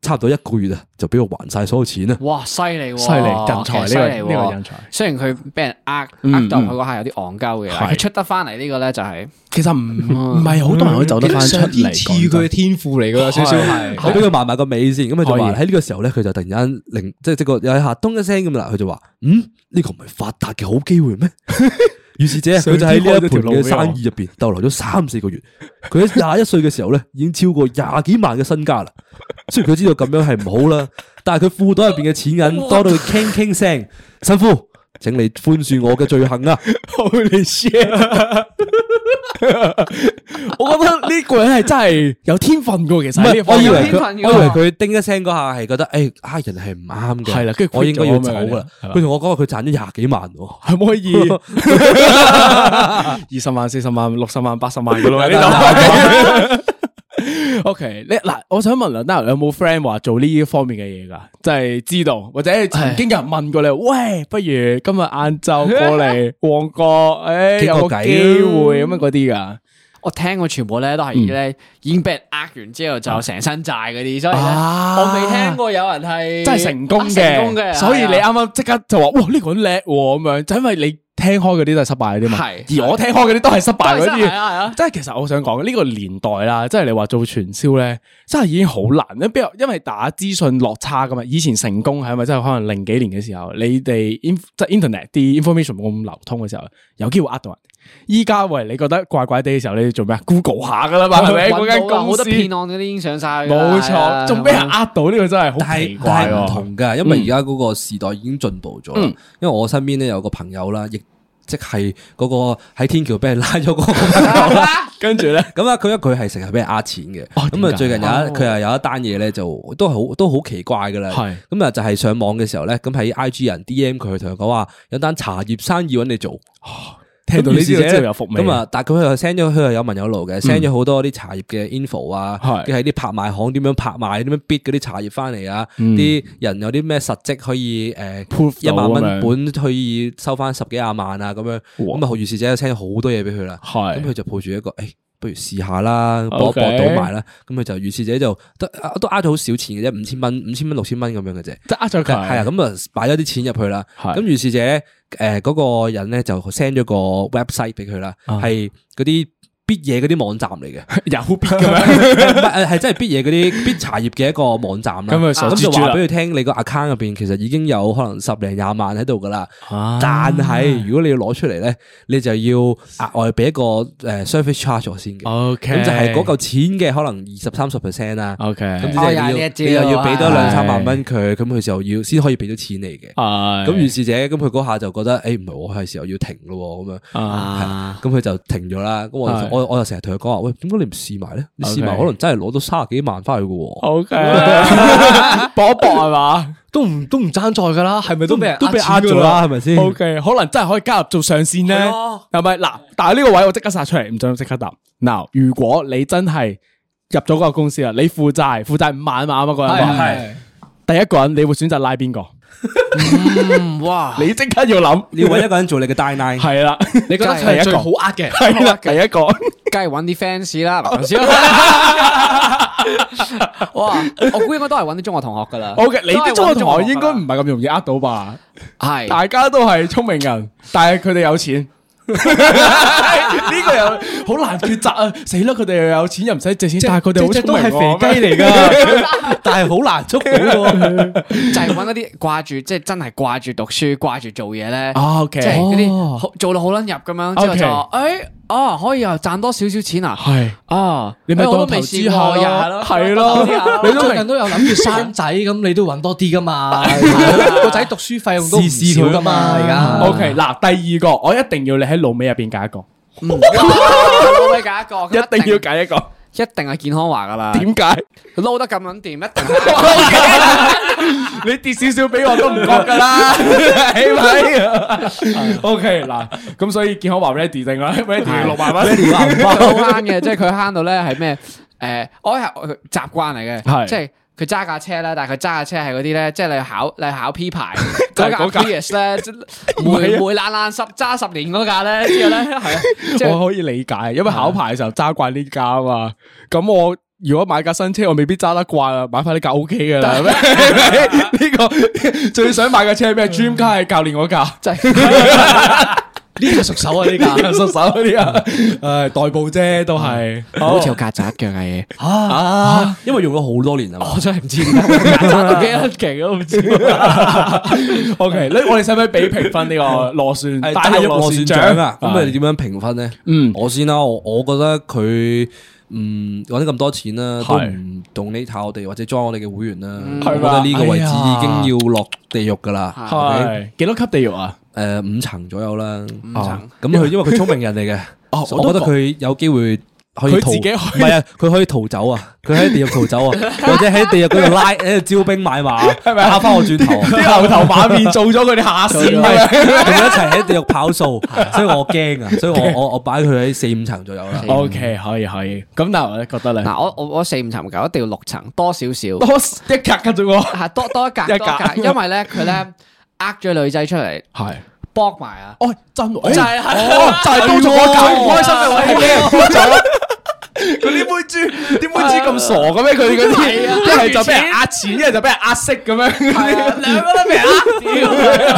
差唔多一個月啊，就俾我還晒所有錢啊。哇，犀利喎，犀利人才呢個其實犀利喎呢個人才雖然佢俾人呃嗯呃到佢嗰下有啲戇鳩嘅，係佢出得翻嚟呢個咧就係其實唔唔係好多人可以走得翻出上天嚟。賜予佢嘅天賦嚟噶，有少少係。我俾佢埋埋個尾先，咁佢就話喺可呢個時候咧，佢就突然間令即係即係個有一下咚一聲咁啦，佢就話：嗯，呢個唔係發達嘅好機會咩？於是者，佢就喺呢一盤嘅生意入邊逗留咗三四個月。佢喺廿一歲嘅時候咧，已經超過廿幾萬嘅身家啦。雖然佢知道咁樣係唔好啦，但係佢褲袋入邊嘅錢銀多到佢傾傾聲，神父，請你寬恕我嘅罪行啊！ Holy shit！我覺得呢個人係真係有天分噶，其唔實呢一係，我方以面為佢，興奮㗎我以為佢叮一聲嗰下係覺得，誒，啊人係唔啱嘅，係啦跟住我應該要 quit 咗走咁樣噶啦。係啦佢同我講話佢賺咗廿幾萬喎，係咪可以 二十萬、四十萬、六十萬、八十萬噶咯？呢 度。O K，你嗱，我想問梁丹，有冇 friend 話做呢一方面嘅嘢噶？即係知道，或者曾經有人問過你，喂，不如今日晏晝過嚟旺角，诶，傾個有偈個啊機會咁樣嗰啲噶？我聽過全部咧都係嗯咧已經俾人呃完之後就成身債嗰啲，所以咧啊我未聽過有人係真係成功啊成功嘅，嘅，所以你係啊啱啱即刻就話哇呢個人叻喎咁樣，就因為你聽開嗰啲都係失敗嗰啲嘛，係而我聽開嗰啲都係失敗嗰都係失敗啊係啊啲，即係其實我想講呢個年代啦，即係你話做傳銷咧，真係已經好難，因為因為打資訊落差噶嘛，以前成功係咪真係可能零幾年嘅時候，你哋 in- 即係 internet 啲 information 冇咁流通嘅時候，有機會呃到人。依家喂，你覺得怪怪地嘅時候，你做咩啊？Google 下噶啦嘛，係咪？搵到嗰間啦好公多司騙案嗰啲已經上晒㗎啦，冇係啊錯，仲俾人呃到呢個真係但好奇係怪但係喎嗯唔同噶，因為而家嗰個時代已經進步咗啦。因為我身邊咧有個朋友啦，亦即係嗰個喺天橋俾人拉咗嗰個朋友啦。跟住咧， 咁啊，佢因為佢係成日俾人呃錢嘅，哦咁啊點解最近有一佢又有一單嘢咧，就都好都好奇怪噶啦。係咁啊，就係上網嘅時候咧，咁喺 I G 人 D M 佢，同佢講話有單茶葉生意揾你做。哦聽到咁呢於是啲者之後有伏味。嗯咁啊，但係佢又 send 咗，佢又有文有路嘅，send 咗好多啲茶葉嘅 info 啊，係跟住喺啲拍賣行點樣拍賣，點樣 bid 嗰啲茶葉翻嚟啊，啲人有啲咩實績可以誒嗯 Proof 一萬到咁蚊樣本可以收翻十幾廿萬啊咁樣，哇咁啊，於是者 send 咗好多嘢俾佢啦，係咁佢就抱住一個誒。不如試下啦，搏一 OK 搏賭埋啦。咁佢就於是者就得啊都呃咗好少錢嘅啫，五千蚊、五千蚊、六千蚊咁樣嘅啫。即係呃咗佢，係啊，咁啊擺咗啲錢入去啦。係咁於是者咧，誒嗰個人咧就 send 咗個 website 俾佢啦，啊係嗰啲必嘢嗰啲網站嚟 嘅，啊有必咁樣，唔係係真係必嘢嗰啲必茶葉嘅一個網站啦。咁啊傻咁就豬豬啦話俾佢聽，你個 account 入邊其實已經有可能十零廿萬喺度噶啦。啊但係如果你要攞出嚟咧，你就要額外俾一個誒 service charge 我先嘅。哦 OK，咁就係嗰嚿錢嘅可能二十三十 percent 啦。 OK，咁咁即係哦又係呢一要招你又要俾多兩係哦三萬蚊佢，咁佢就要先可以俾到錢你嘅。咁於是者，咁佢嗰下就覺得，誒唔係我係時候要停咯喎，咁樣， 啊係咁佢就停咗啦。咁我係我我就成日同佢講話，喂，點解你唔試埋咧？你 OK 哦試埋可能真係攞到卅幾萬翻去嘅喎。 OK，搏一搏係嘛都唔都唔爭在噶啦，係咪都俾人都俾錢㗎呃咗啦，係咪先？ ？OK，可能真係可以加入做上線咧，係咯係咪？嗱，但係呢個位我即刻殺出嚟，唔准即刻答。嗱，如果你真係入咗嗰個公司啦，你負債負債五萬啊嘛，啱啱嗰係人話係第一個人，你會選擇拉邊個？嗯哇， 你即刻要諗，你要揾一個人做你嘅 die nine，係啦，你覺得佢係最好呃嘅？係啦，第一個梗係揾啲 fans 啦，頭先。哇，我估應該都係揾啲中學同學噶啦。 ，OK，你啲中學同學應該唔係係咁容易呃到吧？係大家都係聰明人，但係佢哋有錢。呢個又好難抉擇啊！死啦，佢哋又有錢又唔使借錢，但係佢哋好隻聰隻都明係喎肥雞嚟 噶，但係好難捉到喎。就係揾一啲掛住，即係真係掛住讀書、掛住做嘢咧。啊，OK 即係嗰啲好做到好撚入咁樣，之後就話誒，哦，可以又賺多少少錢啊？係啊，你咪誒我當都投未資試下過 咯，係咯，你你都哦最近明都有諗住生仔，咁你都揾多啲 噶嘛？啊個仔讀書費用都唔少噶嘛，而 家。OK 嗱，第二個我一定要你喺老尾入邊揀一個，我咪嗯揀一個，咁一定要揀一個，一定係健康華噶啦，點解？撈得咁撚掂，一定 你跌少少俾我都唔覺噶啦，係 咪？OK 嗱，咁所以健康話 ready 定啦，ready 六萬 蚊，好慳嘅，即係佢慳到咧係咩？誒，我係我習慣係嚟嘅，即係。佢揸架車啦，但係佢揸架車係嗰啲咧，即係你考你 考 P 牌就係嗰嗰架架 Prius 咧， 即係霉霉爛爛十揸十年嗰架咧， 之後咧係啊，即係我可以理解，因為考牌嘅時候揸慣呢架啊嘛。咁我如果買架新車，我未必揸得慣啊，買翻呢架 O K 嘅 啦。係咪 呢個最想買嘅車係 咩？Dream Car 係教練嗰架，即係。 呢個熟手啊，呢架熟手嗰啲 啊，誒代步啫，都係嗯好似有曱甴腳嘅嘢，啊，因為用咗好多年啊嘛。我真係唔 知點解曱甴幾多勁都唔知。 O K。你我哋使唔使俾評分呢個螺旋誒大大肉肉螺螺旋旋獎獎啊，咁係你點樣評分咧？嗯我先啦，我我覺得佢嗯揾咗咁多錢啦，都唔動呢套我哋或者 join 我哋嘅會員啦，我係覺嘛得呢個位置已嗯哎呀經要落地獄噶啦，係幾多級地獄啊？誒五層左右啦。五啊層咁佢因為佢聰明人嚟嘅，哦所以我覺得佢有機會。可以佢逃，自己去唔係啊！佢可以逃走啊！佢喺地獄逃走啊，或者喺地獄嗰度拉喺度招兵買馬， 係咪啊打翻我轉頭啊？啲牛頭馬面做咗佢哋下 唔係線 啊！同佢一齊喺地獄跑數， 所以我驚啊！所以我我我擺佢喺四五層左右啦。 O K，可以可以。咁但係我覺得咧，嗱，我我我四五層唔夠，一定要六層，多少少，多一格跟咗我，係多多一格一格多一格，因為咧佢咧呃咗女仔出嚟，係。搏埋啊！哦，真喎，就係係哦，就係都仲我搞唔開心啊 嘅位佢呢杯豬，點杯豬咁傻嘅咩？佢哋嗰啲一係就俾人呃錢，一係就俾人呃色咁 樣。兩個都未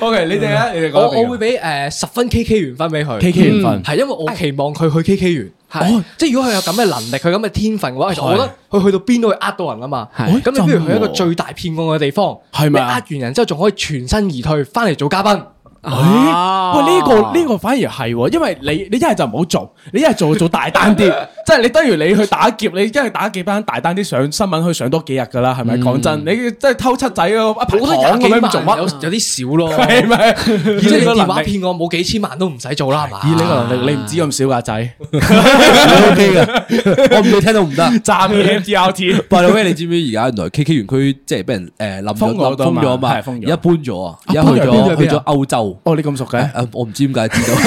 O K，你哋咧，你哋我講我會俾誒十分 K K 元分俾佢嗯 K K 緣分係因為我期望佢去 K K 元。係哦，即係如果佢有咁嘅能力，佢咁嘅天分嘅話，其實係哎我覺得佢去到邊都會呃到人啊嘛。係咁你不真如去一喎個最大騙案嘅地方，係咪啊你呃完人之後仲可以全身而退，翻嚟做嘉啊賓。哎喂，呢個呢個反而係喎，因為你你一係就唔好做，你一係做做大單啲， 即係你等於你去打劫，你一係打劫班大單啲上新聞，去上多幾日㗎啦，係咪？講真，你即係偷七仔嗰一排我覺糖嗯得咁廿幾樣做萬有乜？有啲少咯。係咪？即以你係你個電話能力，騙我冇幾千萬都唔使做啦，係嘛？以你個能力，你唔止咁少㗎 仔， O K 嘅，我唔理聽到唔得。暫嘅 MDRT。啊 By the way，你知唔知而家原來 KK 園區即係俾人誒冧封咗咗封咗啊嘛嘛，係封咗而家搬咗啊，而家啊去搬咗咗邊度去邊咗啊歐洲。哦，你咁熟嘅？誒我唔知點解 知道，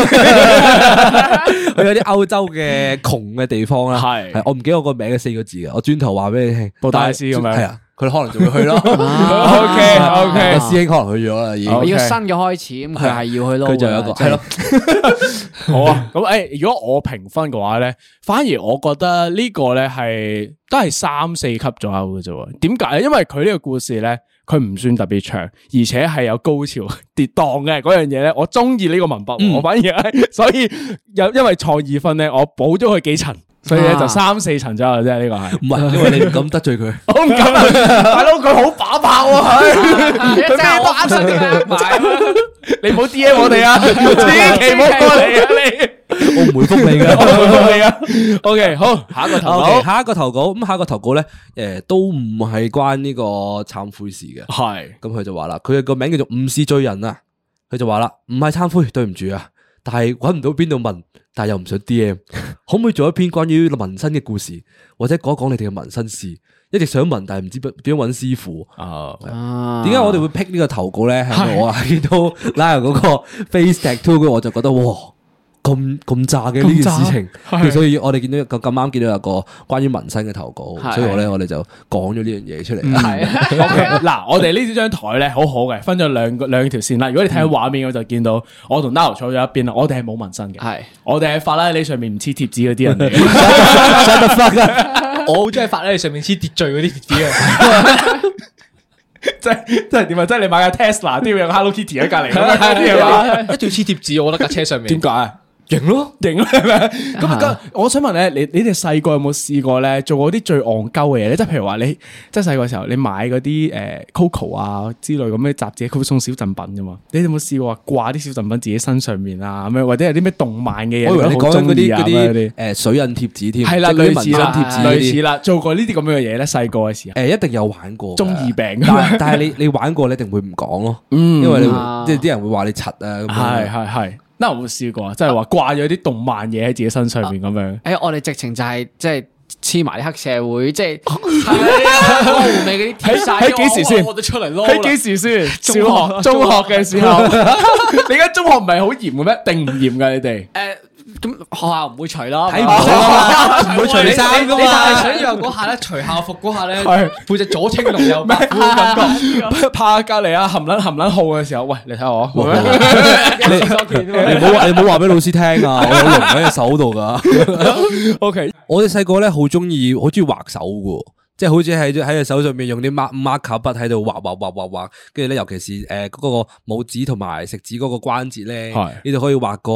佢有啲歐洲嘅窮嘅地方啦，係我唔記得我個名嘅四個字嘅，我轉頭話俾你聽，布達拉斯咁樣啊係啊，佢可能就會去 咯。 OK，OK 個師兄可能去咗啦，已經好呢個新嘅開始，咁佢係要去咯。佢就有一個係咯，好啊，咁诶、誒如果我評分嘅話咧，反而我覺得呢個咧係都係三四級左右嘅啫喎。點解咧？因為佢呢個故事咧，佢唔算特別長，而且係有高潮跌宕嘅嗰樣嘢咧。我中意呢個文筆喎，我反而係所以有因為錯二分咧，我補咗佢幾層，所以咧啊就三四層左右啫。呢個係唔係因為你唔敢得罪佢，我唔敢啊，大佬佢好把炮啊！ 佢咩都啱身 嘅，你唔好 D M 我哋啊，千祈唔好過嚟啊你。我唔回覆你 我嘅。冇理啊 OK，好，下一個 O K，下一個投稿，咁下一個投稿咧，誒都唔係關呢個懺悔事嘅。係。咁佢就話啦，佢嘅個名叫做唔是罪人啊。佢就話啦，唔係忏悔，對唔住啊，但係揾唔到邊度問，但係又唔想 D M，可唔可以做一篇關於紋身嘅故事，或者講一講你哋嘅紋身事？一直想問，但係唔知點樣揾師傅。哦，點解我哋會 pick 呢個投稿咧？係因為我係見到拉嗰個 face tattoo，嘅我就覺得哇！咁咁炸嘅呢件事情，咁所以我哋見到咁咁啱見到有個關於紋身嘅投稿，係所以我咧我哋就講咗呢樣嘢出嚟啦。嗯係啊 OK，嗱，我哋呢張台咧好好嘅，分咗兩個兩條線啦。如果你睇喺畫面，我就見到我同 Naro 坐咗一邊啦。我哋係冇紋身嘅，係我哋係法拉利上面唔黐貼紙嗰啲人嚟 嘅。我好中意法拉利上面黐秩序嗰啲貼紙啊！即係即係點啊？即係你買架 Tesla 都要有個 Hello Kitty 喺隔離咁樣嗰啲係嘛？一定要黐貼紙，我覺得架車上面點解啊？型咯？型啦，係啊咪？咁咁，我想問咧，你你哋細個有冇試過咧做過啲最戇鳩嘅嘢咧？即係譬如話你即係細個時候，你買嗰啲誒 Coco 啊之類咁嘅雜誌，佢會送小贈品噶嘛？你有冇試過話掛啲小贈品自己身上面啊？咁樣或者有啲咩動漫嘅 嘢？我以為你覺得好講緊嗰中意啲啊嗰咁樣啲誒水印貼紙添，係啦，即係嗰啲類似啦紋身貼紙，嗰類似啲啦，做過呢啲咁樣嘅嘢咧，細個嘅時候，誒一定有玩過嘅，中二病嗯但係但係你你玩過，你一定會唔講咯，因為你會即係啲人會話你柒啊咁係樣。係係。嗱，我有冇試過啊？即係話掛咗啲動漫嘢喺自己身上面咁樣。誒，我哋直情就係即係黐埋啲黑社會， 即係係啊，歐美嗰啲貼曬，喺幾時先我都出嚟撈喺啦幾時先？小學學、中學嘅時候， 你而家中學唔係好嚴嘅咩？定唔嚴㗎？你 哋？誒，咁學校唔會除咯，睇唔到啊 嘛，唔會除衫噶你但係嘛。想要嗰下咧，除校服嗰下咧係，背脊左青龍右白 虎嘅感覺。咩？怕隔離啊啊，含撚含撚號嘅時候，喂，你睇下我，哇你你唔好話你唔好話俾老師聽啊！我有龍喺隻手度噶。 O K，我哋細個咧好中意，好中意畫手噶，即係好似喺喺隻手上面用啲 mark marker 筆喺度畫畫畫畫畫，跟住咧尤其是誒嗰個拇指同埋食指嗰個關節咧係，呢度可以畫個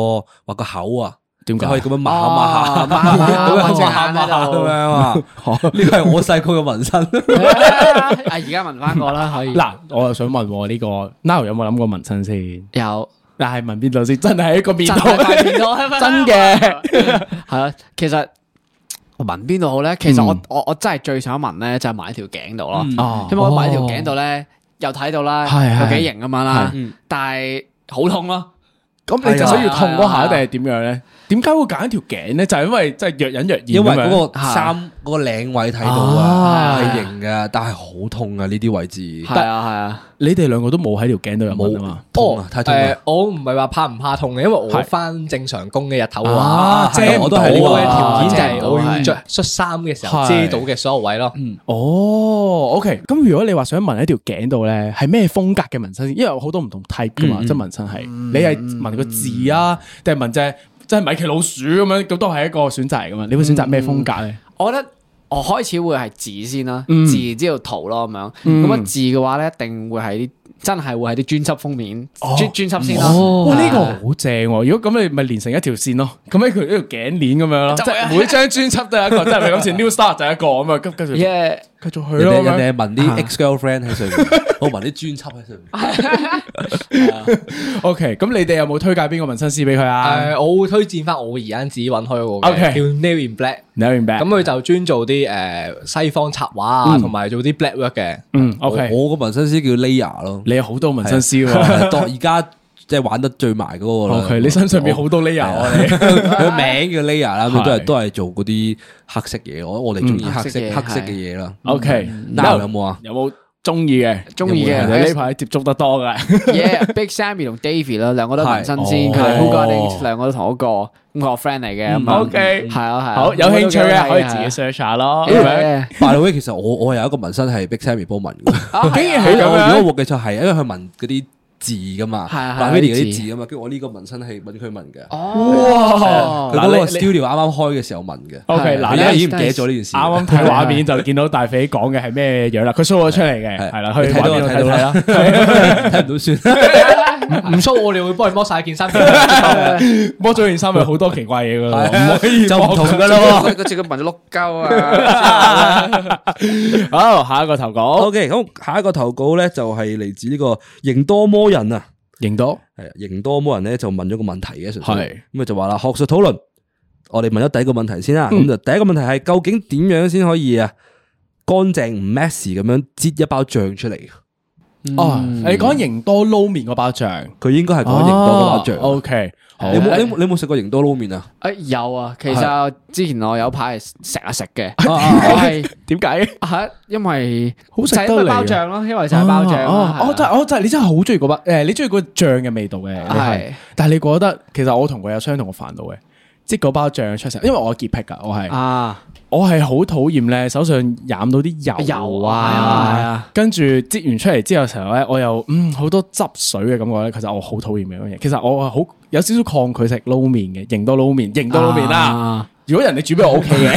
畫個口啊，點解可以咁樣抹下抹下啊，抹麻麻咁樣麻抹下抹下咁樣啊？呢個係我細個嘅紋身，啊，而家問翻我啦，可以嗱，我又想問喎呢個 Now 有冇諗過紋身先？有。但係紋邊度先？真係喺個面真度。係大變咗， 真 嘅係啊。其實我紋邊度好咧？其實嗯我我我真係最想紋咧，就係埋條頸度咯。哦因為我埋條頸度咧，又睇到啦，係係有幾型咁樣啦係，但係好痛咯。咁你就想要痛嗰係下啊定係點樣咧？哎點解會揀條頸咧？就係因為即係若隱若現因為咁樣嗰個衫嗰個領位睇到啊，係型噶，但係好痛啊呢啲位嗯置，係啊係啊，你哋兩個都冇喺條頸度有紋啊冇嘛。痛啊，太痛啦哦誒。我唔係話怕唔怕痛嘅，因為我翻正常工嘅日頭啊啊，遮唔到我都係呢個啊條件就係遮唔到我要係着恤衫嘅時候係遮到嘅所有位咯。哦，OK，咁如果你話想紋喺條頸度咧，係咩風格嘅紋身先？因為有好多唔同 type 噶嘛，即係紋身係，你係紋個字啊，定係紋隻即係米奇老鼠咁樣，咁都係一個選擇嚟噶嘛。你會選擇咩風格咧？我覺得。我開始會係字先啦，嗯字之後圖咯咁樣。咁啊字嘅話咧，一定會係啲真係會係啲專輯封面、哦專專輯先啦。哇，呢個好正喎！如果咁你咪連成一條線咯，咁咧佢一條頸鏈咁樣咯，即係每張專輯都有一個，即係譬如好似 New Star 就一個咁啊，跟跟住耶！继续去人咯。哋人哋係紋啲 ex girlfriend 喺上面，我紋啲專輯喺上面。 O K，咁你哋有冇推介边个纹身师俾佢啊诶，我會推薦翻我而家自己揾開嗰個 OK 嘅，叫 New in Black。你明白？咁佢就專做啲诶西方插畫啊，同埋做啲 black work 嘅。嗯，O K，我我個紋身師叫 Layer 咯，你有好多纹身师喎。係當啊而家即係玩得最埋嗰個啦。 O K，你身上边好多 layer 係啊啊你。 佢名叫 Layer 啦，佢都係係都係做嗰啲黑色嘢，我我哋中意嗯黑色黑色嘢黑色嘅嘢啦。 O K， Now 有冇啊？有冇中意嘅？中意嘅人哋呢排接觸得多嘅。 Yeah，Big Sammy 同 Davy 啦，兩個都紋身先，係佢哋哦 Who Got It 兩個都同一個咁我 friend 嚟嘅。咁啊 OK 係啊係啊。好，有興趣嘅可以自己己 search 下咯。咁樣 Yeah， By the way，其實我我有一個紋身係 Big Sammy 幫我紋嘅。啊竟然我係咁樣如果我冇記錯係，因為佢紋嗰啲字噶嘛，係係嗱 Lady 嗰啲嗰啲字字噶嘛，跟住我呢個紋身係揾佢紋嘅。哦佢嗱嗰你個你 studio 啱啱開嘅時候問嘅。 OK，係嗱而你家係已經唔記得咗呢件事。啱啱睇畫面就見到大肥講嘅係咩樣啦，佢 show 咗出嚟嘅，係係啦，你去睇畫到面就睇度睇啊到睇啦啦。， 睇唔到算。唔 show 我哋會幫佢剝晒件衫。啊摸咗件衫有好多奇怪嘢噶，哦唔可 以就唔同㗎啦哦，喎。佢自己紋咗碌鳩啊！ 好，下一個投稿， OK，咁下一個投稿咧就係嚟自呢個型多魔人啊。認到系啊，型多魔人咧就問咗個問題嘅，純粹係咁啊就話啦，學術討論，我哋問咗第一個問題先嗯啦。咁就、第一個問題係究竟點樣先可以啊乾淨唔 messy 咁樣擠一包醬出嚟？哦，你講型多撈面嗰包醬，佢應該係講型多嗰包醬。 O K，好哦你有冇你有冇你有冇食過型多撈麵啊？ 誒有啊，其實之前我有排係成日食嘅，啊我係點解？嚇，因為好食得嚟啊就係因為包醬咯，因為就係包醬哦咯，哦，係我啊真係我真係你真係好中意嗰包誒，你中意嗰醬嘅味道嘅，你係係。但係你覺得其實我同佢有相同嘅煩惱嘅，即係嗰包醬出成，因為我潔癖㗎，我係。啊，我係好討厭咧，手上染到啲油油啊係啊跟住擠完出嚟之後成日咧，我又嗯好多汁水嘅感覺咧。其實我好討厭嘅樣嘢。其實我係好有少少抗拒食撈麵嘅，型多撈麵，型多撈麵啦。啊，如果人哋煮俾我 OK 嘅，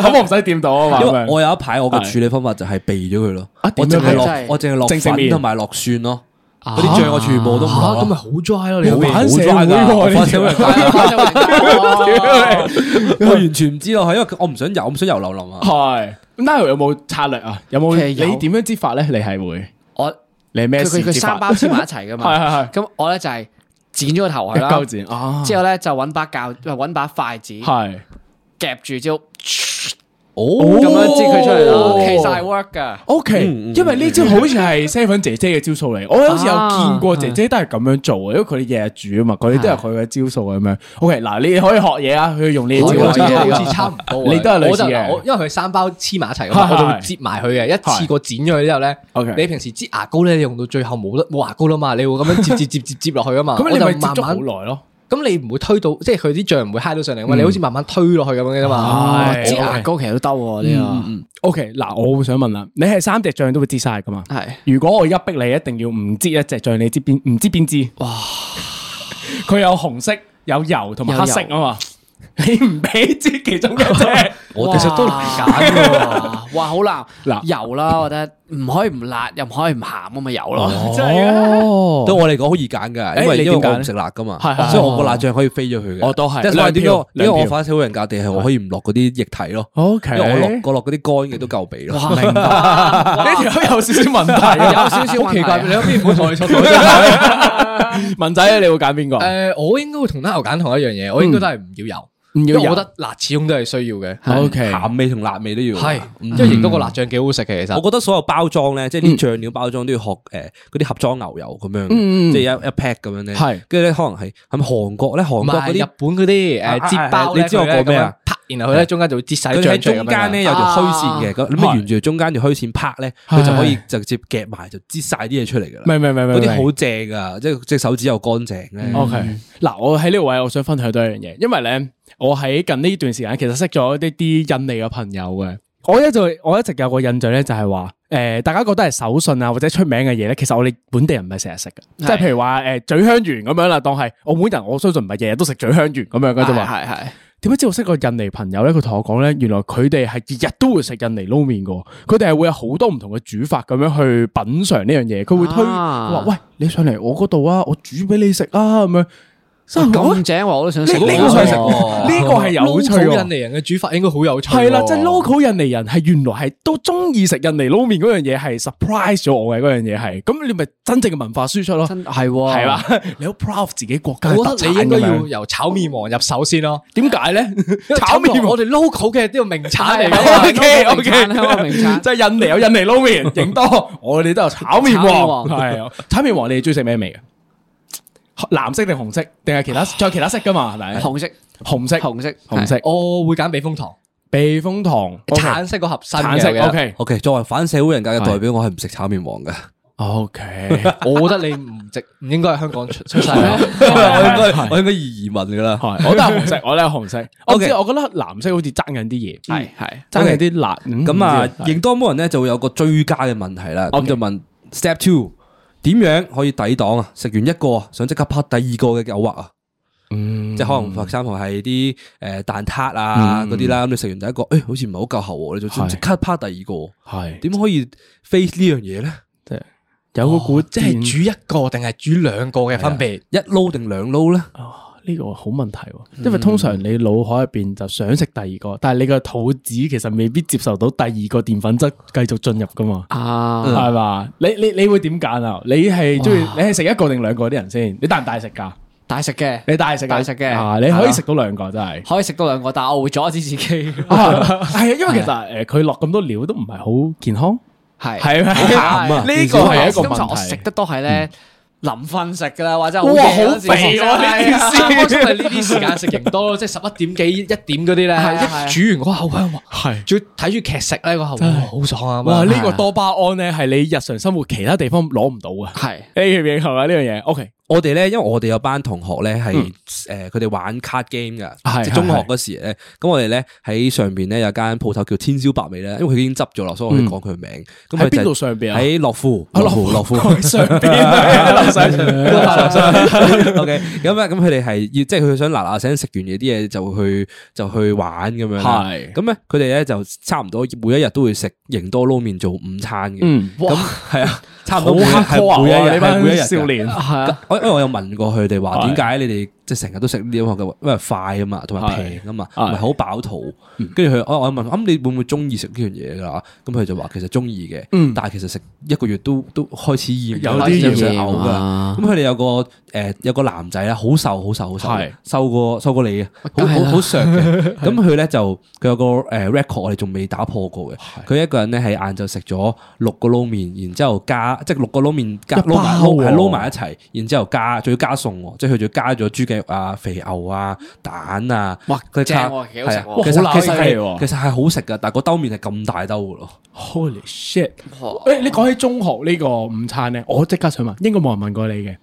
咁我唔使掂到啊嘛。因咁為樣我有一排我嘅處理方法就係避咗佢咯，啊我點淨樣係避落真係我淨係落正正面粉啊同埋落蒜咯，嗰啲醬我全部都唔吓落咁咪咯。好 dry 咯，你冇反好啊社 dry 會㗎喎我呢反社會條㗎係啊啊我完全唔知咯，係因為我唔想油，我唔想油淋淋啊。係。咁 Nile 有冇策略啊？有冇其實有你點樣擠法咧？你係會我你係咩佢事佢佢擠三法？包黐埋一齊 噶係嘛，係咁我咧就係剪咗個頭係去啦鳩，剪啊，之後咧就揾把教揾把筷子係夾住之後哦，咁樣擠佢出嚟哦咯，其實係 work 噶。 O K，嗯嗯因為呢招好似係 seven 姐姐嘅招數嚟，我有時有見過啊姐姐都係咁樣做嘅，因為佢哋日日煮啊嘛，佢哋都有佢嘅招數咁樣。O K，嗱，你可以學嘢啊，佢用呢我招好啊似好似差唔多啊，你都係類似嘅我就嗱我因為佢三包黐埋一齊㗎嘛，係我就會係摺埋佢嘅，一次過剪咗佢之後咧 OK，你平時擠牙膏咧，你用到最後冇得冇牙膏啦嘛，你會咁樣 摺摺摺摺摺落去啊嘛，咁我你就咪接慢觸好慢，耐嗯咯。咁你唔會推到，即係佢啲醬唔會揩到上嚟啊嘛，你好似慢慢推落去咁樣嘅啫嘛，係支牙膏其實都得喎呢 O K，嗱，我會想問啦，你係三隻醬都會擠晒噶嘛？個，係如果我而家逼你一定要唔擠一隻醬，你擠邊唔擠邊支？哇！佢有紅色、有油同埋黑色啊嘛，你唔俾擠其中一 隻。我其實都難揀喎， 哇好難嗱油啦，我覺得唔可以唔辣，又唔可以唔鹹咁咪油咯， 真係啊！對我嚟講好易揀噶，因誒你為因為點揀我唔食辣噶嘛係係，所以我個辣醬可以飛咗佢嘅。我都係即係兩點解票我因為兩我票反社會人格地係我可以唔落嗰啲液體咯。 OK 因為我落我落嗰啲乾嘅都夠鼻咯。明白，呢條都有少少問題啊，有少少問好奇怪，題你。可唔可以唔好同佢出文仔，你會揀邊個？ 誒，我應該會同 n i 揀同一樣嘢，嗯我應該都係唔要油，唔因要為我覺油。得辣始終都係需要嘅， O K，鹹味同辣味都要。係，嗯因為型多個辣醬幾好食嘅其實我。覺得所有包裝咧，即嗯係啲醬料包裝都要學誒嗰啲盒裝牛油咁樣，嗯即係一一 pack 咁樣咧。係跟住咧可能係咁韓國咧，唔韓國嗰係啲日本嗰啲誒啊摺包啊咧，你知我佢咧講咩啊咁樣啪，然後咧中間就會擠晒佢喺啲醬出嚟中咁樣啊間咧有條虛線嘅，咁咁係你沿住中間條虛線拍咧，佢就可以直接夾埋就擠晒啲嘢出嚟㗎啦。明明明明嗰啲好正噶，即係隻手指又乾淨咧。哦 O K。嗱，嗯我喺呢個位，我想分享多一樣嘢，因為咧，我喺近呢段時間其實識咗一啲印尼嘅朋友嘅。我一直我一直有個印象咧，就係話，誒，大家覺得係手信啊或者出名嘅嘢咧，其實我哋本地人唔係成日食嘅，即係譬如話誒咀香園咁樣啦，當係澳門人，我相信唔係日日都食咀香園咁樣嘅啫嘛。係係點解知我識個印尼朋友咧？佢同我講咧，原來佢哋係日日都會食印尼撈麵嘅喎，佢哋係會有好多唔同嘅煮法咁樣去品嚐呢樣嘢。佢會推佢啊哦話：喂，你上嚟我嗰度啊，我煮俾你食啊咁樣。生牛啊咁正話我都想食。呢呢個個係係食食，呢個係有趣 Local 印喎。尼人嘅煮法應該好有趣喎。係啦，即係 local 印尼人係原來係都中意食印尼撈麵嗰樣嘢，係 surprise 咗我嘅嗰樣嘢係。咁你咪真正嘅文化輸出咯，真係喎係啦，你好 proud of 自己國家嘅哦我特覺得你產應該咁要樣。由炒麵王入手先咯。點解咧？炒因為麵我哋 local 嘅呢個名產係嚟㗎嘛。啊 OK 香港名 OK，產香港名產即係印尼有印尼撈麵，認多。我哋都有炒麵王，炒麵王係啊炒麵王。你哋中意食咩味嘅？藍色定紅色，定係其他？仲有其他色噶嘛？係紅色紅色，紅色紅色。我會揀避風塘，避風塘，橙色嗰盒新橙嘅色。我記得 OK O K，作為反社會人格嘅代表，我係唔食炒麵王嘅。 OK， 我覺得你唔值，唔應該喺香港 出出世咯。 我應該我應該移民噶啦。係，我都係紅色，我都係紅色。我 OK 知，我覺得藍色好似爭緊啲嘢，係係爭緊啲辣。嗯咁啊，亦亦多冇人咧就會有個追加嘅問題啦。咁 OK 就問 Step Two 點樣可以抵擋啊？食完一個想即刻拍第二個嘅誘惑啊！嗯即係可能佛三號係啲誒蛋撻啊嗰啲啦，咁你食完第一個，誒好似唔係好夠喉喎，你就想係即刻拍第二個，係點可以 face 呢樣嘢咧？即係有個古，即係煮一個定係煮兩個嘅分別。一撈定兩撈咧？啊呢個好問題喎，嗯因為通常你腦海入邊就想食第二個，但係你個肚子其實未必接受到第二個澱粉質繼續進入噶嘛，啊，係嘛？你你你會點揀啊？你係中意你係食一個定兩個啲人先？你大唔大食㗎？大食嘅，你大食㗎大食嘅啊你可係以啊食到兩個真 係。可以食到兩個，但係我會阻止自己。係啊係啊，因為其實诶，佢落咁多料都唔係好健康，係咪好鹹啊呢個呢係一個啊通常我問題嗯食。得多係咧。臨瞓食噶啦，或者好哇夜嗰好陣時肥喎呢件事係啊因為呢啲時間食型多咯，即係十一點幾、一點嗰啲咧，係啊一煮完嗰口香喎，係仲要睇住劇食咧個口，哇好爽啊！哇！呢係個啊多巴胺咧係你日常生活其他地方攞唔到啊。係你認唔認同啊？呢樣嘢，OK，我哋咧，因為我哋有班同學咧係誒，佢哋玩 card game 噶，嗯係即係中學嗰時咧，咁我哋咧喺上邊咧有間鋪頭叫天椒百味咧，因為佢已經執咗啦，所以我哋講佢名。咁佢嗯喺就邊度上邊啊喺樂富，啊樂富，樂樂 富。 上邊啊，樓上樓上 O K，咁啊，咁佢哋係要，即係佢想嗱嗱聲食完嘢啲嘢就去就去玩咁樣啦。係咁咧，佢哋咧就差唔多每一日都會食型多撈麵做午餐嘅。嗯，咁係啊，差唔多好每一黑科係啊！每一日你係每一班日㗎少。年，係啊，我因為我有問過佢哋話點係解你哋即係成日都食呢啲咁嘅，因為快啊嘛，同埋平啊嘛，係唔係好飽肚。跟住佢我我問咁你會唔會中意食呢樣嘢㗎？咁佢就話其實中意嘅，嗯但係其實食一個月都都開始厭，有啲有想厭嘔㗎。啊咁佢哋有個誒有個男仔咧，好瘦好瘦好瘦係，瘦過瘦過你嘅，好梗係好啦好削嘅。咁佢咧就佢有個誒 record，我哋仲未打破過嘅。佢一個人咧喺晏晝食咗六個撈麵，然之後加即係六個撈麵加一包撈埋啊撈喎係撈埋一齊，然之後加仲要加餸喎，即係佢仲要加咗豬頸肉啊、肥牛啊、蛋啊。哇佢正加喎幾好食係啊喎其實其實好乸犀利喎係其實係好食㗎，但係個兜麵係咁大兜㗎咯。 Holy shit！誒，你講起中學呢個午餐咧，我即刻想問，應該冇人問過你嘅。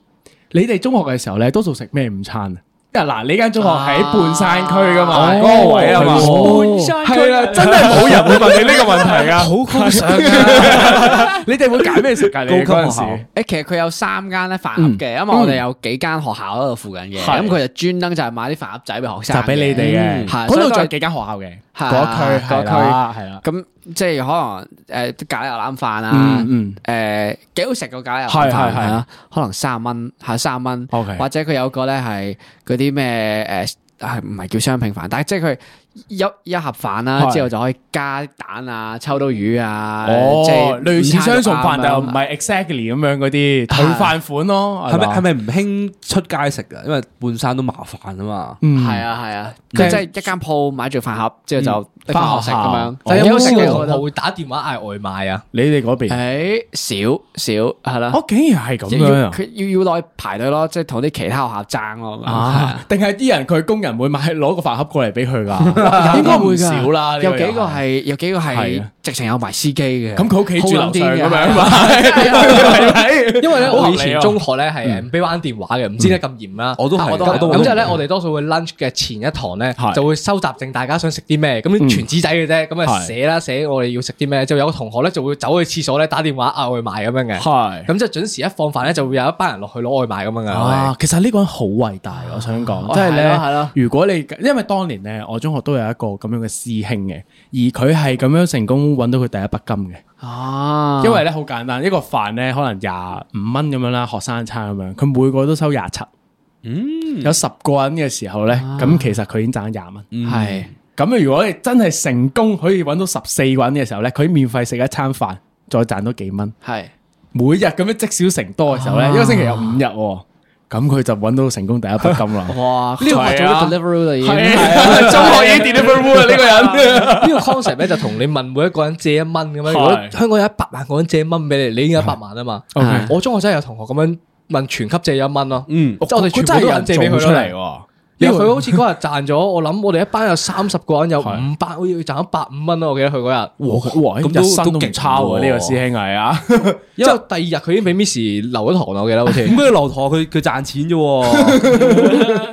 你哋中學嘅時候咧，多數食咩午餐啊？因為嗱，你間中學喺半山區噶嘛，嗰個位啊嘛，哦係 啦，真係冇人會問你呢個問題噶，好高啊尚 啊！你哋會揀咩食㗎？你哋高嗰級學校陣時誒，其實佢有三間咧飯盒嘅，因為我哋有幾間學校喺度附近嘅，嗯係咁佢就專登就係買啲飯盒仔俾學生就嘅，嗯俾你哋嘅，係嗯嗰所度以仲有佢幾間學校嘅，係嗰區嗰係區啦，係啦，咁即係可能誒啲咖喱牛腩飯啊嗯，嗯誒幾好食個係咖喱牛係腩飯係係啊，可能三蚊係三蚊 OK 或者佢有個咧係嗰啲咩誒係唔係叫雙拼飯？但係即係佢一一盒飯啦，係之後就可以加蛋啊、秋刀魚啊，即哦係，類似雙重飯，但就啊又唔係 exactly 咁樣嗰啲退飯款咯，係咪嘛係咪唔興出街食㗎？因為半山都麻煩啊嘛。嗯係啊係啊，即係佢即係一間鋪買住飯盒之後就拎返返學學食咁樣校，但係有冇試過哦同學會打電話嗌外賣啊？你哋嗰邊，誒少少係啦，我竟然係咁要樣啊佢要要落去排隊咯，即係同啲其他學校爭咯，係 啊！定係啲人佢工人會買攞個飯盒過嚟俾佢啊 㗎，應該唔少啦。呢有幾人個係有幾個係係啊直情有埋司機嘅，咁佢屋企住樓上咁樣嘛，係因為咧，好合我理以前啊中學咧係誒唔俾玩電話嘅，唔知得咁嚴啦。啊我都係但我我都咁我都咁之後咧，係我哋多數會 lunch 嘅前一堂咧係，就會收集定大家想食啲咩，咁樣傳紙仔嘅啫，咁啊係寫啦寫我哋要食啲咩，就有個同學咧就會走去廁所咧打電話嗌外賣咁樣嘅，係咁即係準時一放飯咧就會有一班人落去攞外賣咁樣嘅。啊，其實呢個人好偉大，啊我想講，即係係咧咯係咯，如果你因為當年咧，我中學都有一個咁樣嘅師兄嘅，而佢係咁樣成功揾到佢第一筆金嘅。啊，因為咧好簡單，一個飯咧可能廿五蚊咁樣啦，學生餐咁樣，佢每個都收廿七，有十個人嘅時候咧，咁其實佢已經賺廿蚊。係咁如果你真係成功可以揾到十四個人嘅時候咧，佢免費食一餐飯，再賺多幾蚊。係每日咁樣積少成多嘅時候咧，一個星期有五日喎，咁佢就揾到成功第一筆金啦。哇！呢個係啊做 delivery 啦已 經係啊，中學已經 deliver rule 啦呢個人。呢個 concept 咧就同你問每一個人借一蚊咁樣。如果啊係香港有一百萬個人借一蚊俾你，你已經一百萬啊嘛。 OK 我中學真係有同學咁樣問全級借一蚊咯。嗯，即係我哋全哦佢部都有人借俾佢做出嚟咯。喎。因為佢好似嗰日賺咗，我諗我哋一班有三十個人有五百，好似賺咗百五蚊咯。我記得佢嗰日。哇！咁咁都日薪都都唔勁差喎，喎呢個師兄係啊，之後第二日佢已經俾 Miss 留咗堂啦，我記得好咁似，佢留堂佢佢賺錢啫喎，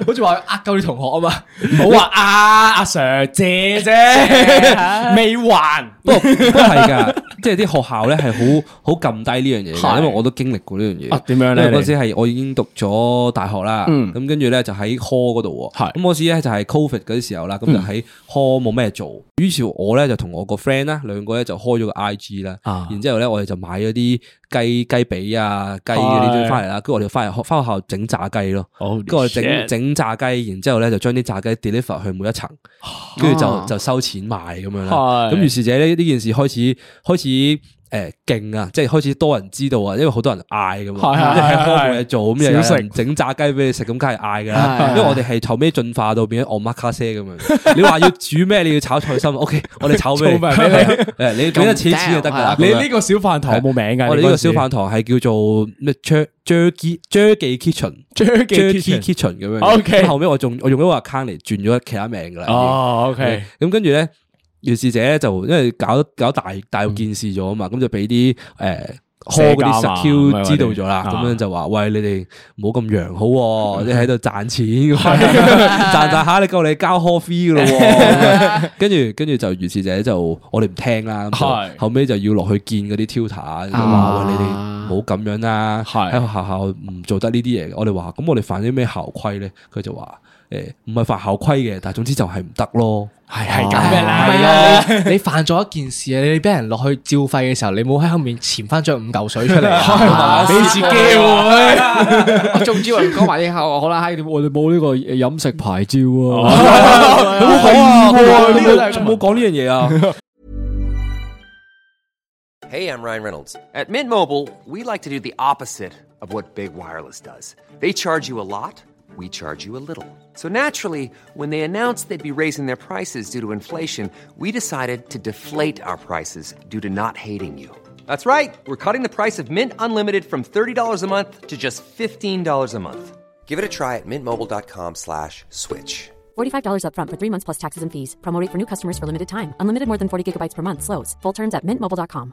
好似話佢呃鳩啲同學啊嘛。唔好話啊阿 Sir 借 啫，未還。不過不過係㗎， 即係啲學校咧係好好撳低呢樣嘢係嘅，因為我都經歷過呢樣啊嘢。點樣咧因為你嗰時係我已經讀咗大學啦，嗯咁跟住咧就喺 call 嗰度喎。係咁嗯嗰時咧就係 covid 嗰啲時候啦，咁就喺 call 冇咩做，於是乎我咧就同我個 friend 啦，兩個咧就開咗個 IG 啦，啊然之後咧我哋就買咗啲雞雞髀啊、雞嗰啲係嘢翻嚟啦，跟住我哋翻嚟翻學校整炸雞咯。哦跟住我哋整整炸雞，然之後咧就將啲炸雞 deliver 去每一層，跟住啊就就收錢賣咁樣啦。係咁於是者呢呢件事開始開始誒勁啊，即係開始多人知道啊，因為好多人嗌噶係係嘛，即係係開冇嘢啊做咁又小食有人整炸雞俾你食，咁梗係嗌噶啦。係因為我哋係後尾進化到變咗 o m a k a s 咁樣， 你話要煮咩？你要炒菜心，OK，我哋炒俾你， 做埋俾誒你俾得錢錢就得噶啦。啊你咁樣呢個小飯堂有冇名㗎？我哋呢個小飯飯堂係叫做咩 j j j j kitchen。Jerky Kitchen 咁樣。 OK 咁後尾我仲我用咗個 account 嚟轉咗其他名噶啦。已經哦，OK，咁跟住咧，遇事者咧就因為搞搞大大件事咗啊嘛，咁就俾啲誒。科嗰啲嗯社交啊咁樣 secure 知道咗啦，嗰啲咁啊嗯樣就話：喂，你哋唔好咁揚好喎，你喺度賺錢咁 樣，賺賺下你夠你交 call fee 噶咯 喎。跟住跟住就如是者就我哋唔聽啦，咁係就後尾就要落去見嗰啲 tutor，就啊話：喂，你哋唔好咁樣啦，喺係學校唔做得呢啲嘢。我哋話：咁我哋犯咗咩校規咧？佢就話：誒，唔係犯校規嘅，但係總之就係唔得咯。係係咁嘅唔係啦。啊，你你犯咗一件事啊，你俾人落去照肺嘅時候，你冇喺後面潛翻張五嚿水出嚟啊，你自己喎，我仲以為講埋啲後，好啦，閪我哋冇呢個飲食牌照喎。好啊，呢個真係冇講呢樣嘢啊。 Hey, I'm Ryan Reynolds. At Mint Mobile, we like to do the opposite of what Big Wireless does. They charge you a lot, we charge you a little. So naturally, when they announced they'd be raising their prices due to inflation, we decided to deflate our prices due to not hating you. That's right. We're cutting the price of Mint Unlimited from $30 a month to just $15 a month. Give it a try at mintmobile.com slash switch. $45 upfront for three months plus taxes and fees. Promo rate for new customers for limited time. Unlimited more than 40 gigabytes per month. Slows. Full terms at mintmobile.com.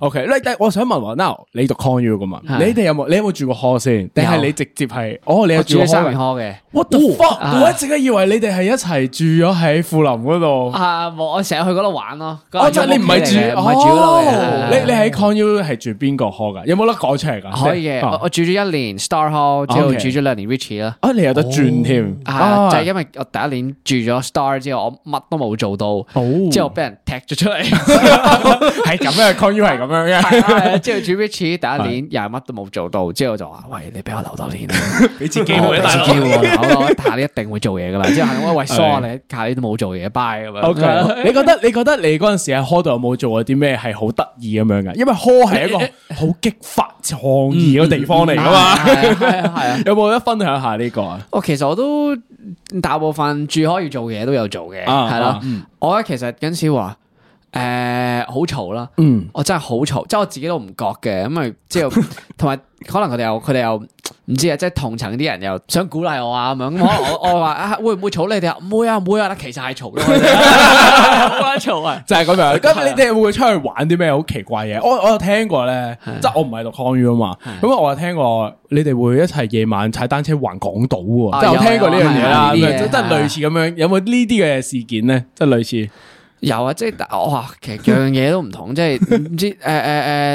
O K，嗱，但係我想問喎，now 你讀 con U 噶嘛？係你哋有冇你有冇住過 hall 先？定係有你直接係？哦，你有我住住過喺三元 hall 嘅。殼嘅。 What the fuck！啊我一直都以為你哋係一齊住咗喺富林嗰度。啊！冇我成日去嗰度玩咯。哦，即係你唔係嗰住，個屋企嚟嘅唔係住哦嗰度嘅。你你喺 con U 係住邊個 hall 噶？有冇得講出嚟噶？可以嘅。哦我我住咗一年 Star Hall，之後 OK 住咗兩年 Richie 啦。啊，你有得轉添，啊！就係因為為我第一年住咗 Star 之後，我乜都冇做到，之後俾人踢咗出嚟。哦 係啊咁嘅，Con U 係咁樣嘅，係啊之後住 Richie 第一年又係乜都冇做到，之後就話：喂，你俾我留多年啦，俾次機我會俾大次機佬。會我，我下年一定會做嘢噶啦。之後係我喂 sorry，你下年都冇做嘢，bye 咁樣。 O K，你覺得你覺得你嗰陣時喺 hall 度有冇做過啲咩係好得意咁樣嘅？因為 hall 係一個好激發創意嘅地方嚟噶嘛。係啊係啊係啊。有冇得分享下呢個啊？我哦其實我都大部分住可以做嘅嘢都有做嘅，啊係啊啦。我咧其實嗰陣時話，誒好嘈啦。嗯我真係好嘈，即係我自己都唔覺嘅，咁啊 之後同埋可能佢哋又佢哋又唔知啊，即係同層啲人又想鼓勵我啊咁樣，咁可能我我話啊會唔會嘈你哋啊？唔會啊唔會啊，其實係嘈咯， 好鬼嘈啊！就係咁樣。咁你哋會唔會出去玩啲咩好奇怪嘢？我我有聽過咧，即係我唔係讀康院啊嘛。咁我有聽過你哋會一齊夜晚踩單車環港島喎。啊即係我有聽過呢樣嘢啦，有咁有樣有即係類似咁樣。有冇呢啲嘅事件咧？即係類似有啊，即係但哇，其實樣樣嘢都唔同，即係唔知誒誒誒，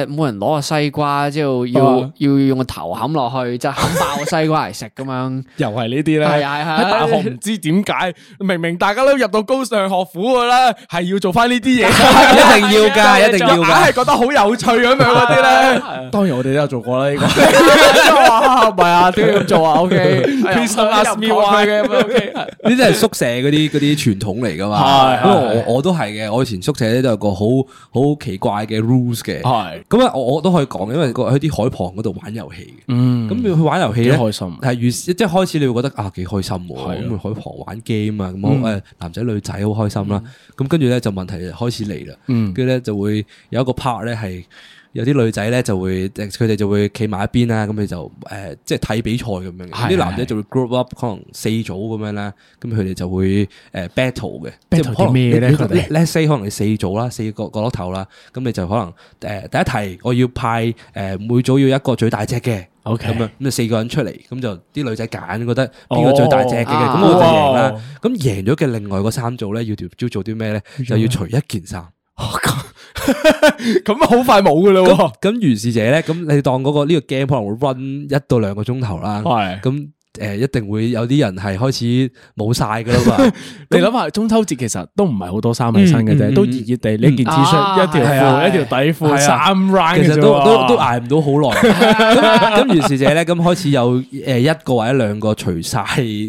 每人攞個西瓜之 後要啊要用個頭冚落去，即係冚爆個西瓜嚟食 咁樣。又係啊呢啲咧。係係係喺大學唔知點解，明明大家都入到高尚學府噶啦，係要做翻呢啲 嘢。 啊一定要噶， 一定硬要噶係。覺得好有趣咁樣嗰啲 咧，當然我哋都有做過啦呢個，即係話唔係啊，都要咁做啊，OK。Please 哎 don't ask me why 嘅，OK。 呢啲係宿舍嗰啲嗰啲傳統嚟噶嘛係，因為我我都係嘅，我以前宿舍咧都有個好好奇怪嘅 rules 嘅， 係咁啊，我我都可以講，因為個喺啲海旁嗰度玩遊戲嘅，嗯咁你去玩遊戲咧，幾開心啊係越即係開始你會覺得啊幾開心喎，係啊咁嗯去海旁玩 game 啊，咁誒男仔女仔好開心啦，咁跟住咧就問題就開始嚟啦，嗯跟住咧就會有一個 part 咧係。有啲女仔咧就會，佢哋就會企埋一邊啊啦，咁佢就誒、即係睇比賽咁樣嘅。係啲男係仔就會 group up，可能四組咁樣啦，咁佢哋就會誒 battle 嘅。即 battle 係可能啲咩咧你佢哋你 let's say 可能你四組啦，四個角落頭啦，咁你就可能誒、呃第一題我要派誒、每組要一個最大隻嘅。 OK 咁樣咁就四個人出嚟，咁就啲女仔揀，覺得邊個最大隻嘅，哦咁我就贏啦哇。咁贏咗嘅另外嗰三組咧，要條朝做啲咩咧？就要除一件衫。 咁啊好快冇噶啦咁咁如是者咧，咁你當嗰個呢個 game 可能會 run 一到兩個鐘頭啦。喎。係，咁誒一定會有啲人係開始冇晒噶啦嘛。你諗下中秋節其實都唔係好多衫喺身嘅啫，都熱熱地，你一件 T 恤、啊一條係啊褲、一條底係褲、啊三 round 其嘅實啫都喎都都捱唔到好 耐。咁咁如是者咧，咁開始有誒一個或者兩個除晒，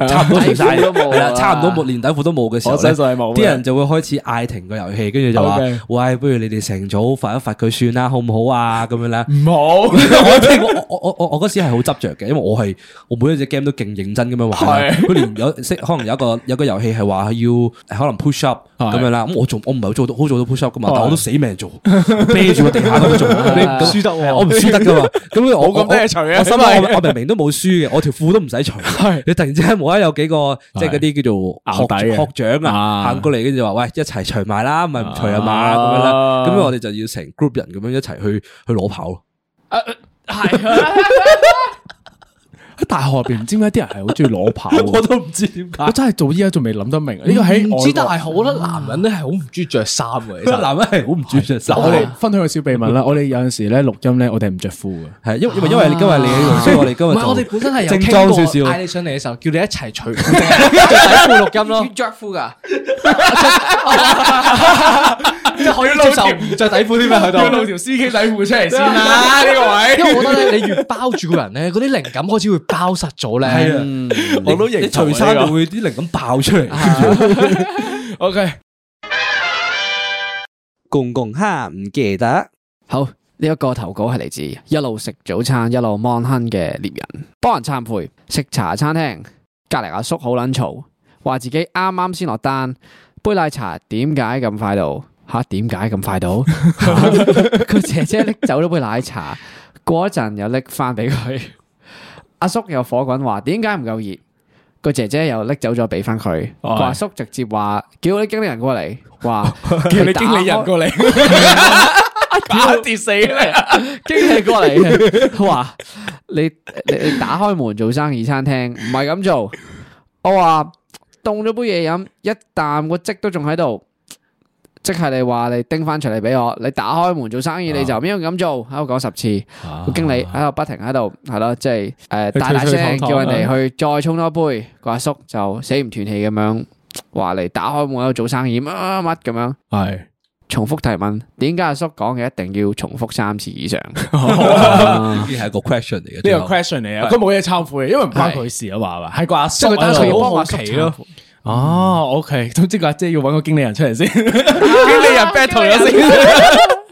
差唔多 除晒，底褲都冇啊係啦，差唔多冇連底褲都冇嘅時候我相咧信係冇嘅啲人就會開始嗌停個遊戲，跟住就話 OK：喂，不如你哋成組罰一罰佢算啦，好唔好啊？咁樣啦。唔 好。我聽我我我我我嗰時係好執着嘅，因為我係我每一隻 game 都勁認真咁樣玩啦。啊係佢連有識可能有一個有一個遊戲係話要可能 push up 係咁樣啦。咁我做我唔係好做到好做到 push up 噶嘛，係但我都死命做，啤住個地下咁做。啊你咁唔 輸得喎我唔輸得噶嘛。咁我冇咁多嘢除啊我心真諗係我我明明都冇輸嘅，我條褲都唔使除。你突然之間無啦啦有幾 個即係嗰啲叫拗做底學嘅學長啊啊行過嚟，跟住話喂一齊除埋啦，咪唔除啊嘛咁樣啦。啊咁我哋就要成 group 人咁樣一齊去去攞跑咯。係喺大學入邊，唔知點解啲人係好中意攞跑 喎。我都唔知點解我。真係做依家仲未諗得明啊！呢個喺唔外國知，但係我覺得男人咧係好唔中意着 衫嘅，其實男人係好唔中意着衫，我哋分享個小秘密啦。我哋有陣時咧錄音咧，我哋唔着褲嘅。係因為因為因為你今日你喺度，所以我哋今唔日係就我哋本身係有正傾裝過少少，嗌你上嚟嘅時候，叫你一齊除除底褲錄 音咯要，着褲噶，即係可以接受唔着底褲添啊，去到。條 C K 底褲出嚟先啦呢個位因為我覺得咧，你越包住個人咧，嗰啲靈感開始會包實咗咧。係啊嗯我都認除衫就會啲靈感爆出嚟。 O K，公公哈唔記得，好呢一個投稿係嚟自一路食早餐一路 mon 亨嘅獵人，幫人懺悔食茶餐廳，隔離阿叔好撚嘈，話自己啱啱先落單，杯奶茶點解咁快到？吓點解咁快到？ 個姐姐拎走咗杯奶茶，過一陣又拎翻俾佢。阿叔又火滾話點解唔夠熱？個姐姐又拎走咗俾翻佢。個阿叔直接話叫你經理人過嚟，話 叫你經理人過嚟，打跌死你！經理過嚟， 話你你你打開門做生意餐廳唔係咁做。我話凍咗杯嘢飲，一啖個積都仲喺度，即係你話你叮翻出嚟俾我。你打開門做生意你就唔應該咁做，喺度講十次。個經理喺度不停喺度係咯，即係誒去大大推推搪聲搪叫人哋去再沖多杯。個阿叔就死唔斷氣咁樣話你打開門喺度做生意乜乜乜咁樣。係重複提問，點解阿叔講嘅一定要重複三次以上？啊呢係一個 question 嚟嘅。呢最個後 question 嚟啊！佢冇嘢懺悔，因為唔關佢事啊嘛，係嘛？係個阿叔即係佢單純要幫阿叔奇咯。哦，O K，總之個阿姐要揾個經理人出嚟先， 經理人 battle 咗先。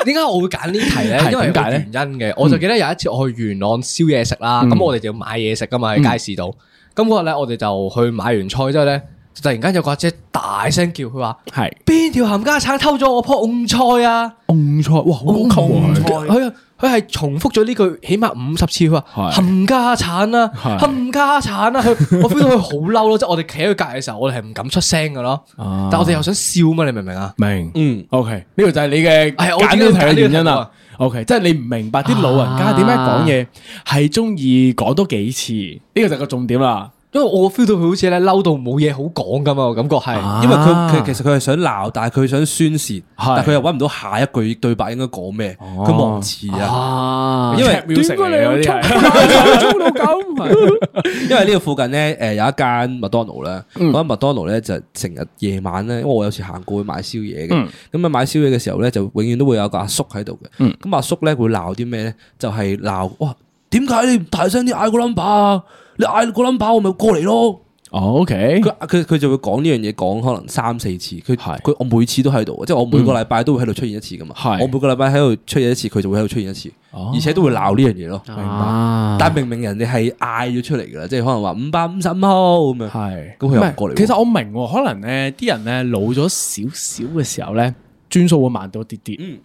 點解我會揀呢題咧？係因為點有解嗯個咧原因嘅。我就記得有一次我去元朗宵夜嗯食啦，咁我哋就要買嘢食噶嘛喺街市度。咁嗰日咧，我哋就去買完菜之後咧，就突然間有個阿姐大聲叫佢話：係邊條冚家鏟偷咗我棵蕹菜啊！蕹菜，哇，好蕹窮啊菜佢佢係重複咗呢句起碼五十次，佢話係冚家鏟啦，係冚家鏟啦， 佢我 feel 到佢好嬲咯，即係我哋企喺佢隔離嘅時候，我哋係唔敢出聲嘅咯，啊但我哋又想笑嘛，你明唔明啊？明，嗯，OK，呢個就係你嘅係我揀呢題嘅原點解因要揀呢個題目啊啦。OK，即係你唔明白啲老人家點解講嘢係中意講多幾次，呢個就係個重點啦。因為我 feel 到佢好似咧嬲到冇嘢好講咁啊，我感覺係。因為佢佢其實佢係想鬧，但係佢想宣泄，但係佢又揾唔到下一句對白應該講咩，佢忘詞啊。啊，因為 Cat music 嚟嘅嗰啲係 冲到咁， 因為呢度附近咧，誒有一間麥當勞咧，嗰間麥當勞咧就成日夜晚咧，因為我有時行過去買宵夜嘅，咁啊買宵夜嘅時候咧，就永遠都會有個阿叔喺度嘅。咁阿叔咧會鬧啲咩咧？就係鬧哇，點解你唔大聲啲嗌個 number 啊？你嗌個 number 我咪過嚟咯。哦，OK，佢佢佢就會講呢樣嘢講可能三四次，佢係佢我每次都喺度，即係我每嗯個禮拜都會喺度出現一次噶嘛。係我每個禮拜喺度出現一次，佢就會喺度出現一次，哦而且都會鬧呢樣嘢咯。啊但明明人哋係嗌咗出嚟噶啦，即係可能話五百五十五號咁樣。係咁佢又唔唔係過嚟喎其實我明喎，可能咧啲人咧老咗少少嘅時候咧，轉數會慢到啲啲。嗯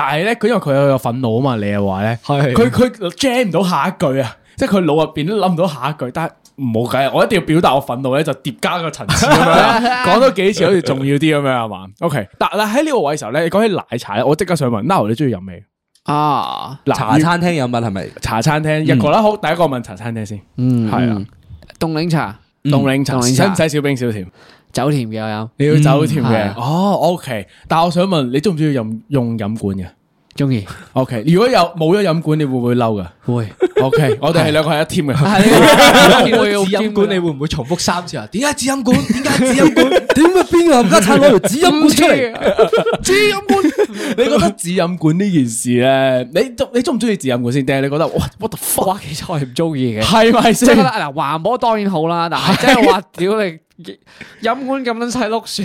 但係咧，佢因為佢有有憤怒啊嘛，你又話咧，係佢佢 jam 唔到下一句啊，即係佢腦入邊都諗唔到下一句，但係冇計，啊我一定要表達我憤怒咧，就疊加個層次咁 樣，講多幾次好似重要啲咁樣係嘛？OK，但但喺呢個位嘅時候咧，你講起奶茶咧，我即刻想問 n o w 你中意飲咩？啊，嗱茶餐廳飲物係咪？茶餐廳一個啦，好，第一個問茶餐廳先，嗯，係啊，凍檸茶凍檸茶，嗯凍使檸茶唔使少冰少甜？酒甜嘅我有，你要走甜係嘅，哦，OK。但我想問，你中唔中意用用飲管嘅中意？OK，如果有冇咗飲管，你會唔會嬲噶會。 ？OK，我哋係兩個係一 team 嘅。 係呢個見到會指音管，你會唔會重複三次啊？點解指音管？點解指音 管？點解邊個冚家鏟攞條指音管出嚟？指飲管，你覺得 指飲管呢件事咧，你中你中唔中意指飲管先？定係你覺得哇，what the fuck？哇，其實我係唔中意嘅，係咪即係先覺得？啊嗱，環保當然好啦，但係即係話屌你飲管咁撚細碌樹，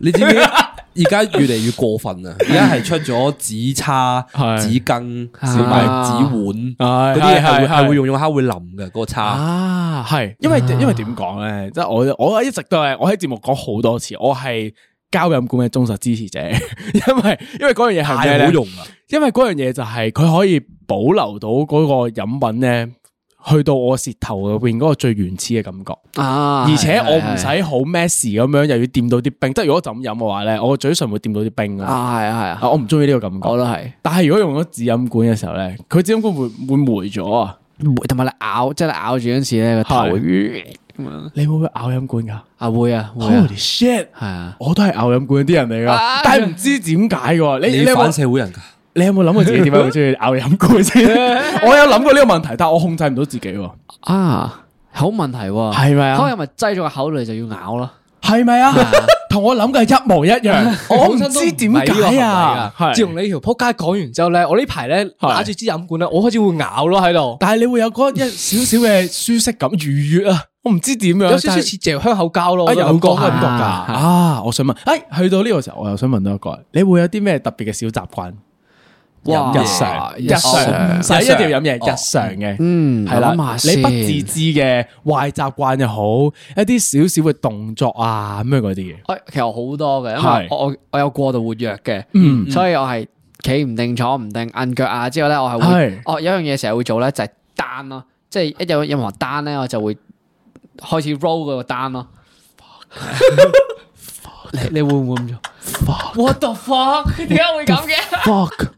你知唔知？ 而家越嚟越過分啊！而家係出咗紙叉、係紙羹、啊同埋紙碗係嗰啲嘢係會係係係會用用下會淋嘅嗰個叉。啊，係，因為因為點講咧，即係我我一直都係我喺節目講好多次，我係交飲管嘅忠實支持者， 因為因為嗰樣嘢係咩太咧好？用啦！因為嗰樣嘢就係佢可以保留到嗰個飲品咧，去到我舌頭入邊嗰個最原始嘅感覺， 啊而且我唔使好 messy 咁樣，又要掂到啲冰。即係如果就咁飲嘅話咧，我個嘴唇會掂到啲冰㗎嘛啊，係啊係啊，啊，我唔中意呢個感我覺。都係，但係如果用咗紙飲管嘅時候咧，佢紙飲管會會霉咗啊！同埋你咬，即係你咬住嗰陣時咧個頭係會咁樣，你會唔會咬飲管㗎啊會啊會啊？Holy，shit！係啊，我都係咬飲管啲人嚟啊㗎，但係唔知點解㗎。你你有冇反社會人㗎。你有冇諗過自己點解會中意咬飲管 先？我有諗過呢個問題，但我控制唔到自己喎。啊好問題喎，係咪啊可能咪擠咗個口裏就要咬咯，系咪啊？同我諗嘅係一模一樣， 我唔知點解啊。係自從你條仆街講完之後咧，我呢排咧拿住支飲管咧，我開始會咬咯喺度，但係你會有嗰一少少嘅舒適感、愉悅啊。我唔知點樣，有少少但係似嚼香口膠咯，啊我有感覺嗰個感覺㗎啊係啊！我想問，诶，去到呢個時候，我又想問多一個，你會有啲咩特別嘅小習慣？哇日常，日日常常唔使一定要飲嘢，哦日常嘅。嗯係啦我諗下，先你不自知嘅壞習慣又好，一啲少少嘅動作啊咁樣嗰啲嘢，我哎其實好多嘅，因為係我我我有過度活躍嘅，嗯所以我係企唔定、坐唔定、摁腳啊之後咧，我係會係，我有一樣嘢成日會做咧就係單咯，即係一有任何單咧，我就會開始 roll 嗰個單咯。你 你會唔會咁做？What the fuck？點解會咁嘅？ fuck。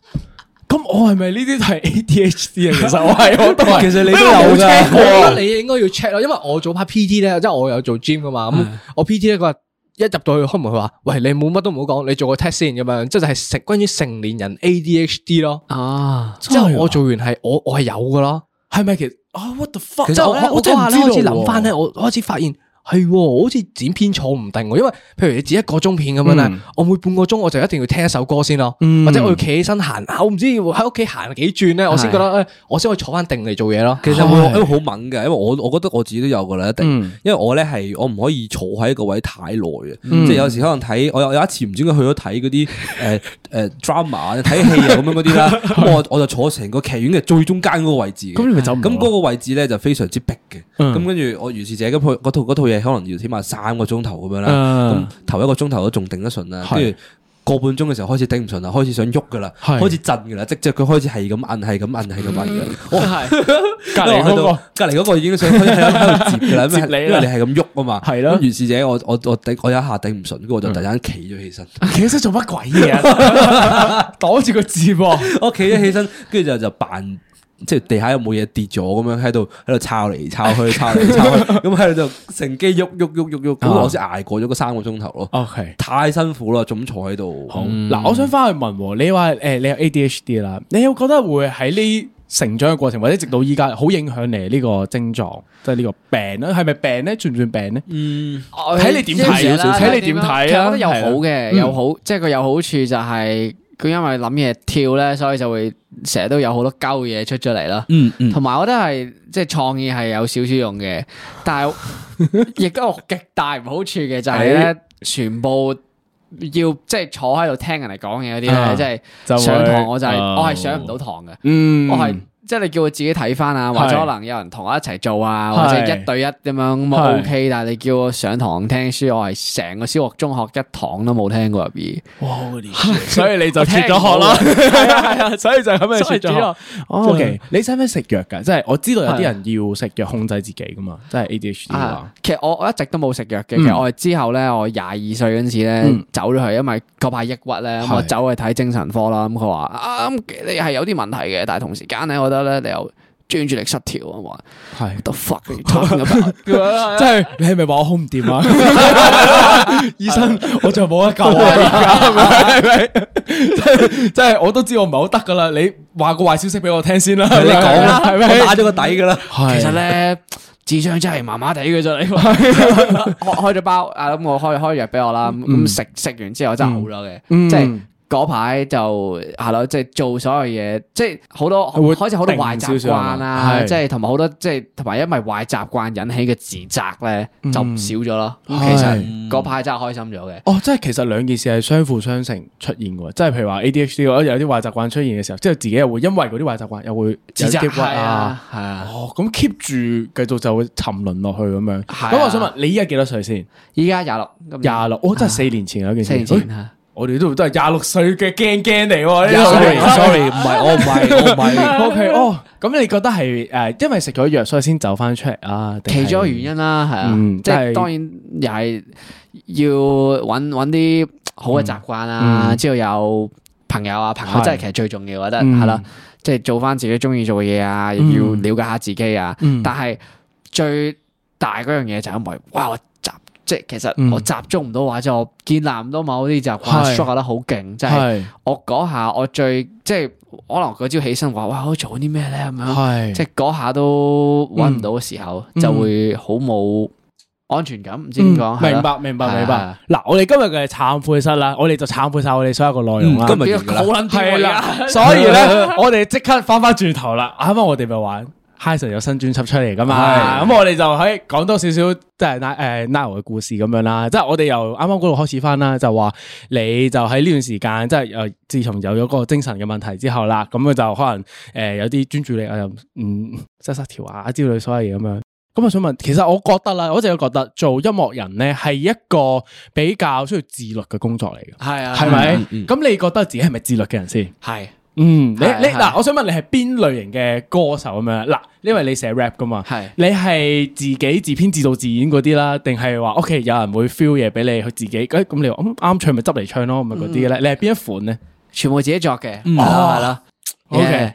咁我係咪呢啲係 ADHD 啊？其實我係我都係，其實你都因為我有冇㗎 check 我過覺得你應該要 check 咯，因為我早排 PT 咧，即係我有做 gym 噶嘛，咁我 PT 咧佢話一入到去開門，佢話：喂，你冇乜都唔好講，你做個 test 先咁樣，即係就係成關於成年人 ADHD 咯。 啊，之後我做完係我我係有噶咯，係咪其實啊？What the fuck！其實我真係我嗰下咧真係唔開知始道諗翻咧，喎我開始發現係喎，我好似剪片坐唔定喎，因為譬如你剪一個鐘片咁樣咧嗯，我每半個鐘我就一定要聽一首歌先咯，嗯或者我要企起身行，我唔知要喺屋企行幾轉咧，我先覺得誒，我先可以坐翻定嚟做嘢咯。其實我因為好猛嘅，因為我我覺得我自己都有噶啦，一定，嗯因為我咧係我唔可以坐喺個位太耐嘅，嗯即係有時可能睇我有有一次唔知點解去咗睇嗰啲 誒誒 drama 睇戲啊咁樣嗰啲 啦，咁我我就坐成個劇院嘅最中間嗰個位置嘅，咁你咪走唔到咁嗰個位置咧就非常之逼嘅，嗯咁跟住我如是者咁佢嗰套嗰套嘢嘢可能要起碼三個鐘頭咁樣啦。嗯咁頭一個鐘頭都仲頂得順啦，係跟住。個半鐘嘅時候開始頂唔順啦，開始想喐噶啦，係開始震噶啦，即即佢開始係咁摁，係咁摁，係咁 摁噶。哇隔離嗰個隔離嗰個已經想喺度喺度接㗎啦，因為接你啦因為你係咁喐啊嘛。係咯咁如是者，我我我頂我有一下頂唔順，跟住我就突然間企咗起身， 其實做乜鬼嘢啊？ 擋住個字噃，我企咗起身，跟住就就扮。即係地下有冇嘢跌咗咁樣喺度喺度抄嚟抄去抄嚟抄去，咁喺度就乘機喐喐喐喐喐，咁我先捱過咗嗰三個鐘頭咯。 OK 太辛苦啦，仲坐喺度。好嗱，我想翻去問喎，你話誒你有 ADHD 啦，你有覺得會喺呢成長嘅過程或者直到依家好影響你呢個症狀，即係呢個病咧，係咪病咧？算唔算病咧？睇你點睇啦睇你點睇啊呃其實我覺得有好係啊嘅，嗯有好，即係佢有好處就係佢因為諗嘢跳咧，所以就會成日都有好多鳩嘢出咗嚟啦。嗯嗯，同埋我覺得係即係創意係有少少用嘅，但係 亦都有極大唔好處嘅就係咧，全部。要即係坐喺度聽人哋講嘢嗰啲啊咧，即就係會上堂我就係哦我係上唔到堂嘅，嗯我係即係你叫我自己睇翻啊，或者可能有人同我一齊做啊，或者係一對一咁樣咁係啊 OK，但係你叫我上堂聽書，我係成個小學、中學一堂都冇聽過入耳。 所以你就脱咗殼啦，係啊係啊， 所以就咁樣脱咗殼。O K，你使唔使食藥噶？即係我知道有啲人要食藥控制自己噶嘛，即係 A D H D 啊啊。，其實我我一直都冇食藥嘅，嗯其實我係之後咧，我廿二歲嗰陣時咧嗯走咗去，因為嗰排抑鬱咧，咁我係走去睇精神科啦。咁佢話啊，咁你係有啲問題嘅，但係同時間咧，我覺得咧你有專注力失調啊，我話係 the fuck are you talking about？ 即係你係咪話我 home 唔掂 啊？醫生，我就冇得救 啊！而家係咪？即係即係我都知我唔係好得噶啦，你話個壞消息俾我聽先啦。你講啦，係啊我咪？打咗個底噶啦。係其實咧。智商真係麻麻地嘅啫，你 開開咗包啊！咁我開開藥俾我啦，咁咁食食完之後真係好咗嘅，嗯即係嗰排就係咯，即係做所有嘢，即係好多會開始好多壞定習少少係慣嘛啦，係即係同埋好多即係同埋因為壞習慣引起嘅自責咧就唔少咗咯。咁其嗯係實嗰排真係開心咗嘅。哦，即係其實兩件事係相輔相成出現嘅喎，即係譬如話 ADHD 我有啲壞習慣出現嘅時候，即係自己又會因為嗰啲壞習慣又會自責有啲抑鬱係啊啊。，係啊。哦，咁 keep 住繼續就會沉淪落去咁樣。係啊咁我想問你依家幾多歲先？依家廿六，今年廿六，哦，真係四年前嗰件事。四年前哎啊我哋都都係廿六歲嘅驚驚嚟喎。呢個 Sorry sorry，唔 係我唔係我唔 係。 O K，哦，咁你覺得係誒，因為食咗藥所以先走翻出嚟啊？定係其中一個原因啦，係啊嗯，即但係係當然又係要揾揾啲好嘅習慣啊，之後有朋友啊，朋友真嗯係係其實最重要，我覺得嗯係啦，即係做翻自己中意做嘅嘢啊，嗯要了解下自己啊嗯，但係最大嗰樣嘢就係因為哇，我集即係其嗯實我集中唔到或者我建立唔到某啲習慣係 s t r u g g 得好勁，即係係我嗰下我最即係可能嗰朝起身話哇，我做啲咩咧咁樣。係即係嗰下都揾唔到嘅時候，嗯就會好冇安全感，唔知點嗯講。係明啦白明白明係白啊。嗱，我哋今日嘅懺悔室啦，我哋就懺悔晒我哋所有嘅內容啦。今日呢完個㗎好啦。撚係癲啦，啦，所以咧，我哋即刻翻翻轉頭啦。啱啱我哋咪話 h i s o n 有新專輯出嚟噶嘛，係咁我哋就喺講多少少即係誒 Now 嘅故事咁樣啦。即係我哋由啱啱嗰度開始翻啦，就話你就喺呢段時間，即係誒，自從有咗嗰個精神嘅問題之後啦，咁佢就可能誒、有啲專注力啊，又唔失失調啊之類所有嘢咁樣。咁我想問，其實我覺得啦，我一直都覺得做音樂人咧係一個比較需要自律嘅工作嚟嘅，係啊，係 咪？咁你覺得自己係咪自律嘅人先？係嗯，你係你係嗱，我想問你係邊類型嘅歌手咁樣？嗱，因為你寫 rap 噶嘛，係你係自己自編自導自演嗰啲啦，定係話 OK 有人會 feel 嘢俾你，佢自己誒咁你話嗯啱唱咪執嚟唱咯，咪啊嗰啲咧？嗯你係邊一款咧全部自己作嘅，係啦係啦。嗯哦？OK， Yeah，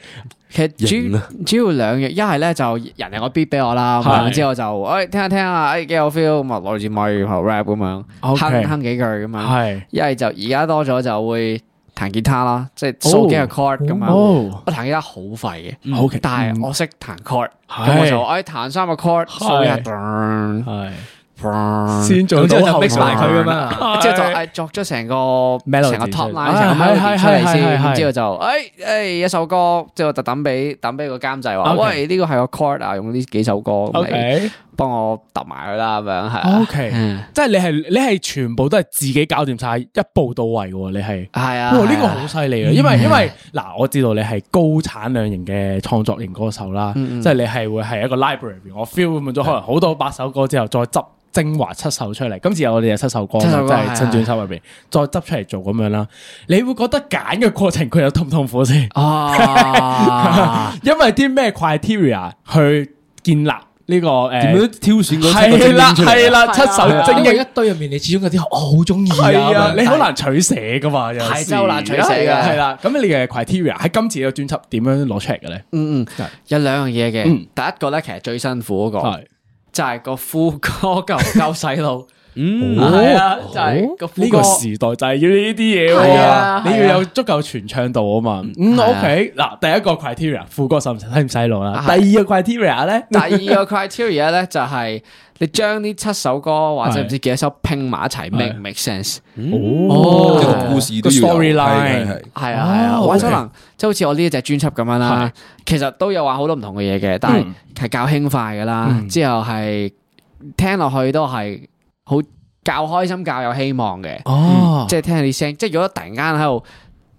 其型實啊主主要兩樣，一係咧就人哋我 beat 俾我啦，咁係樣之後就誒聽下聽下，誒幾有 feel 咁啊，攞住咪然後 rap 咁樣， OK 哼哼幾句咁樣。係一係就而家多咗就會彈吉他啦，即係數幾個 chord 咁啊樣。哦我彈吉他好廢嘅。 ，OK，但係嗯我識彈 chord，係咁我就哎彈三個 chord，數一下，噔係噔先做咁之到後後就 mix 埋佢㗎咁樣，之後就哎作咗成個 Melody 成個出嚟啊 top line 成個係係 melody 出嚟係係先，係咁之後就哎哎一首歌，之後就抌俾抌俾個監製話， OK 喂呢個係個 chord 啊，用呢幾首歌咁嚟，OK，幫我揼埋佢啦，咁樣係啊 O K，即係你係你係全部都係自己搞掂晒，一步到位嘅喎，你係。係啊，哇！呢個好犀利嗯啊，因為因為嗱，我知道你係高產量型嘅創作型歌手啦，嗯即係你係會係一個 library，我 feel 滿咗可能好多八首歌之後，再執精華七首出嚟。今次有我哋有七首歌嘛，七首即歌係新專輯入邊，再執出嚟做咁樣啦。你會覺得揀嘅過程佢有痛唔痛苦先？啊，因為啲咩 criteria 去建立呢個誒？點樣挑選嗰七個精係啦英出嚟啊係啦，七首精因英為一堆入面，你始終有啲我好中意系啊啊，，你好難取捨噶嘛，有係真係好難取捨㗎系啦，咁你嘅 criteria 喺今次嘅專輯點樣攞出嚟嘅咧？ 嗯嗯，有兩樣嘢嘅，嗯第一個咧其實最辛苦嗰個係就係個副歌夠唔夠洗腦， 嗯，係啊，就係個副哦呢歌個時代就係要呢啲嘢係喎啊，你係啊要有足夠傳唱度啊嘛。嗯係啊，OK，嗱，第一個 criteria 副歌使唔使使唔使路啦？係第二個 criteria 咧，第二個 criteria 咧就係你將呢七首歌或者唔知幾多首拼埋一齊，make 唔 make sense？一哦個故事都要有係係係係啊係啊，哦或 OK 者可能即係好似我呢一隻專輯咁樣啦，其實都有話好多唔同嘅嘢嘅，但嗯係係較輕快噶啦，之後係聽落去都係好較開心、較有希望嘅。嗯哦即係聽下啲聲，即係如果突然間喺度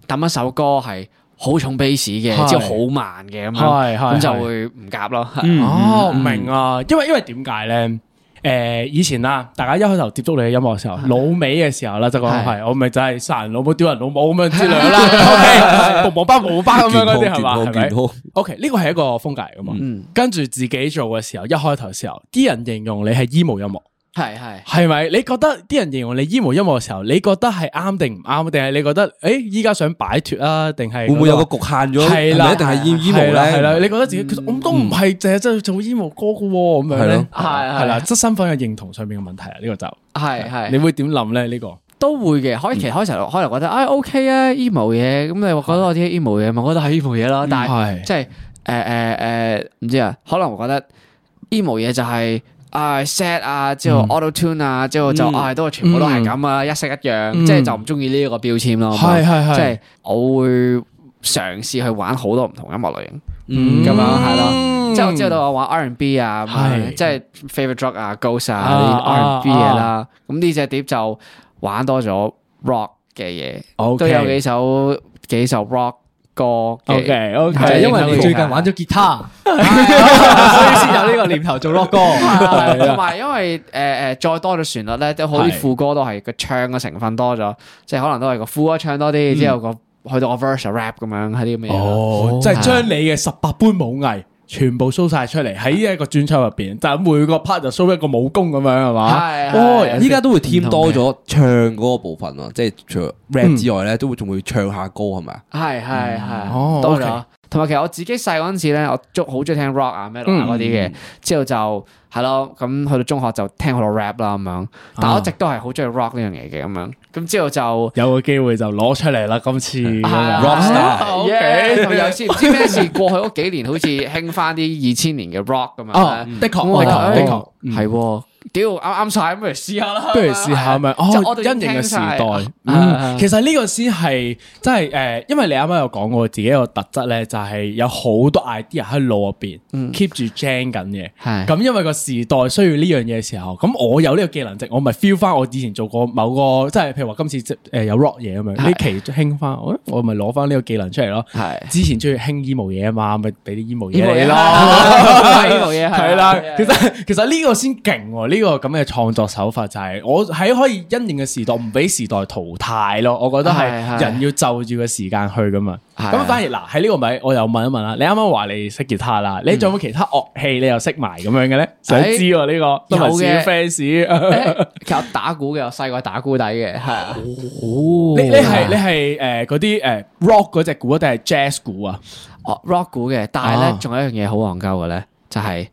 抌一首歌係好重 bass 嘅係，之後好慢嘅咁係樣，係咁就係會唔夾咯。哦，明啊，因為因為點解咧？誒呃以前啦，大家一開頭接觸你嘅音樂嘅時候，老尾嘅時候啦，就講係係我咪就係殺人老母、屌人老母咁樣之類 啦，OK，步步巴步步巴咁樣嗰啲係健嘛？康健康係咪健康？OK，呢個係一個風格嚟噶嘛。跟住自己做嘅時候，一開頭嘅時候，啲人形容你係 emo 音樂，係係係咪？你覺得啲人形容你 emo 音樂嘅時候，你覺得係啱定唔啱？定係你覺得誒依家想擺脱啊？定係會唔會有覺得個局限咗？係係啦咪一定係 E 系啦 emo 咧？係啦，你覺得自己其嗯實我都唔係淨係真係做 emo 歌嘅喎，咁樣係咧咯，啊係係係啦，即係身份嘅認同上面嘅問題啊，呢個就係你係，會點諗咧？呢個都會嘅。嗯可以其實開頭可能覺得啊 OK 啊 emo 嘢，咁你話覺得我嗯啲 emo 嘢，咪覺得係 emo 嘢咯。但係係即係誒誒誒，唔知啊，可能我覺得 emo 嘢就係。啊 set 啊，之嗯後 auto tune 啊，之後就啊都全部都係咁啊，一式一樣，即係就唔中意呢一個標籤咯。嗯係係係即係我會嘗試去玩好多唔同音樂類型。嗯咁樣係咯，即係我知道我玩 R&B 啊，咁係樣即係 favorite drug 啊、Ghost 啊啊啊呢啲 R&B 嘢啦。咁呢只碟就玩多咗 rock 嘅嘢， OK 都有幾首幾首 rock 歌嘅。 OK OK，係因為你最近玩咗吉他，所以先有呢個念頭做 rock 歌。啊係同埋因為誒誒再多咗旋律咧，都好啲係副歌都係個唱嘅成分多咗，即係可能都係個副歌唱多嗯啲，之後個去到個 verse 就 rap 咁樣係啊啲咩？哦，即係將你嘅十八般武藝全部 show 晒出嚟喺呢一個專輯入邊，就每個 part 就 show 一個武功咁樣係嘛？係哦係依家都會添多咗唱嗰個部分咯，即係除咗 rap 嗯之外咧，都會仲會唱下歌係咪 啊？係係係，哦多 OK 咗。同埋其實我自己細嗰陣時咧，我中好中意聽 rock 啊、metal 啊嗯嗰啲嘅，之後就係咯，咁去到中學就聽好多 rap 啦咁樣，但啊我一直都係好中意 rock 呢樣嘢嘅咁樣，咁之後就啊有個機會就攞出嚟啦，今次咁樣 哦 Rockstar yeah，同埋有時唔知咩事，過去嗰幾年好似興翻啲二千年嘅 rock 咁 樣哦呢，的確，咁我的覺確，的得確。嗯誒係喎，屌啱啱晒，咁不如試下啦，不如試下咪即係哦我，因哋應嘅時代，嗯，其實呢個先係真係誒，因為你啱啱有講過自己一個特質咧，就係有好多 idea 喺腦入邊 keep 住 jam 緊嘅。係咁因為個時代需要呢樣嘢嘅時候，咁我有呢個技能值，我咪 feel 翻我以前做過某個，即係譬如話今次即誒有 rock 嘢咁樣，呢期興翻，我我咪攞翻呢個技能出嚟咯。係之前中意興 emo 嘢啊嘛，咪俾啲 emo 嘢 emo 你嘢咯。 係 emo 嘢係係啊啦係。其實其實呢個先勁喎，呢個咁嘅創作手法就係我喺可以因應嘅時代，唔俾時代淘汰咯。我覺得係啊係係人要就住個時間去噶嘛。係咁反而嗱喺呢個咪，我又問一問啦。你啱啱話你識吉他啦，你仲有冇其他樂器你又識埋咁樣嘅咧？想知喎呢個，都有係嘅小 fans。誒 其實我打鼓嘅，我細個打鼓底嘅，係啊。 你你係你係誒嗰啲誒 rock 嗰只鼓啊，定係 jazz 鼓啊？哦 rock 鼓嘅，但係啊咧仲有一樣嘢好戇鳩嘅咧，就係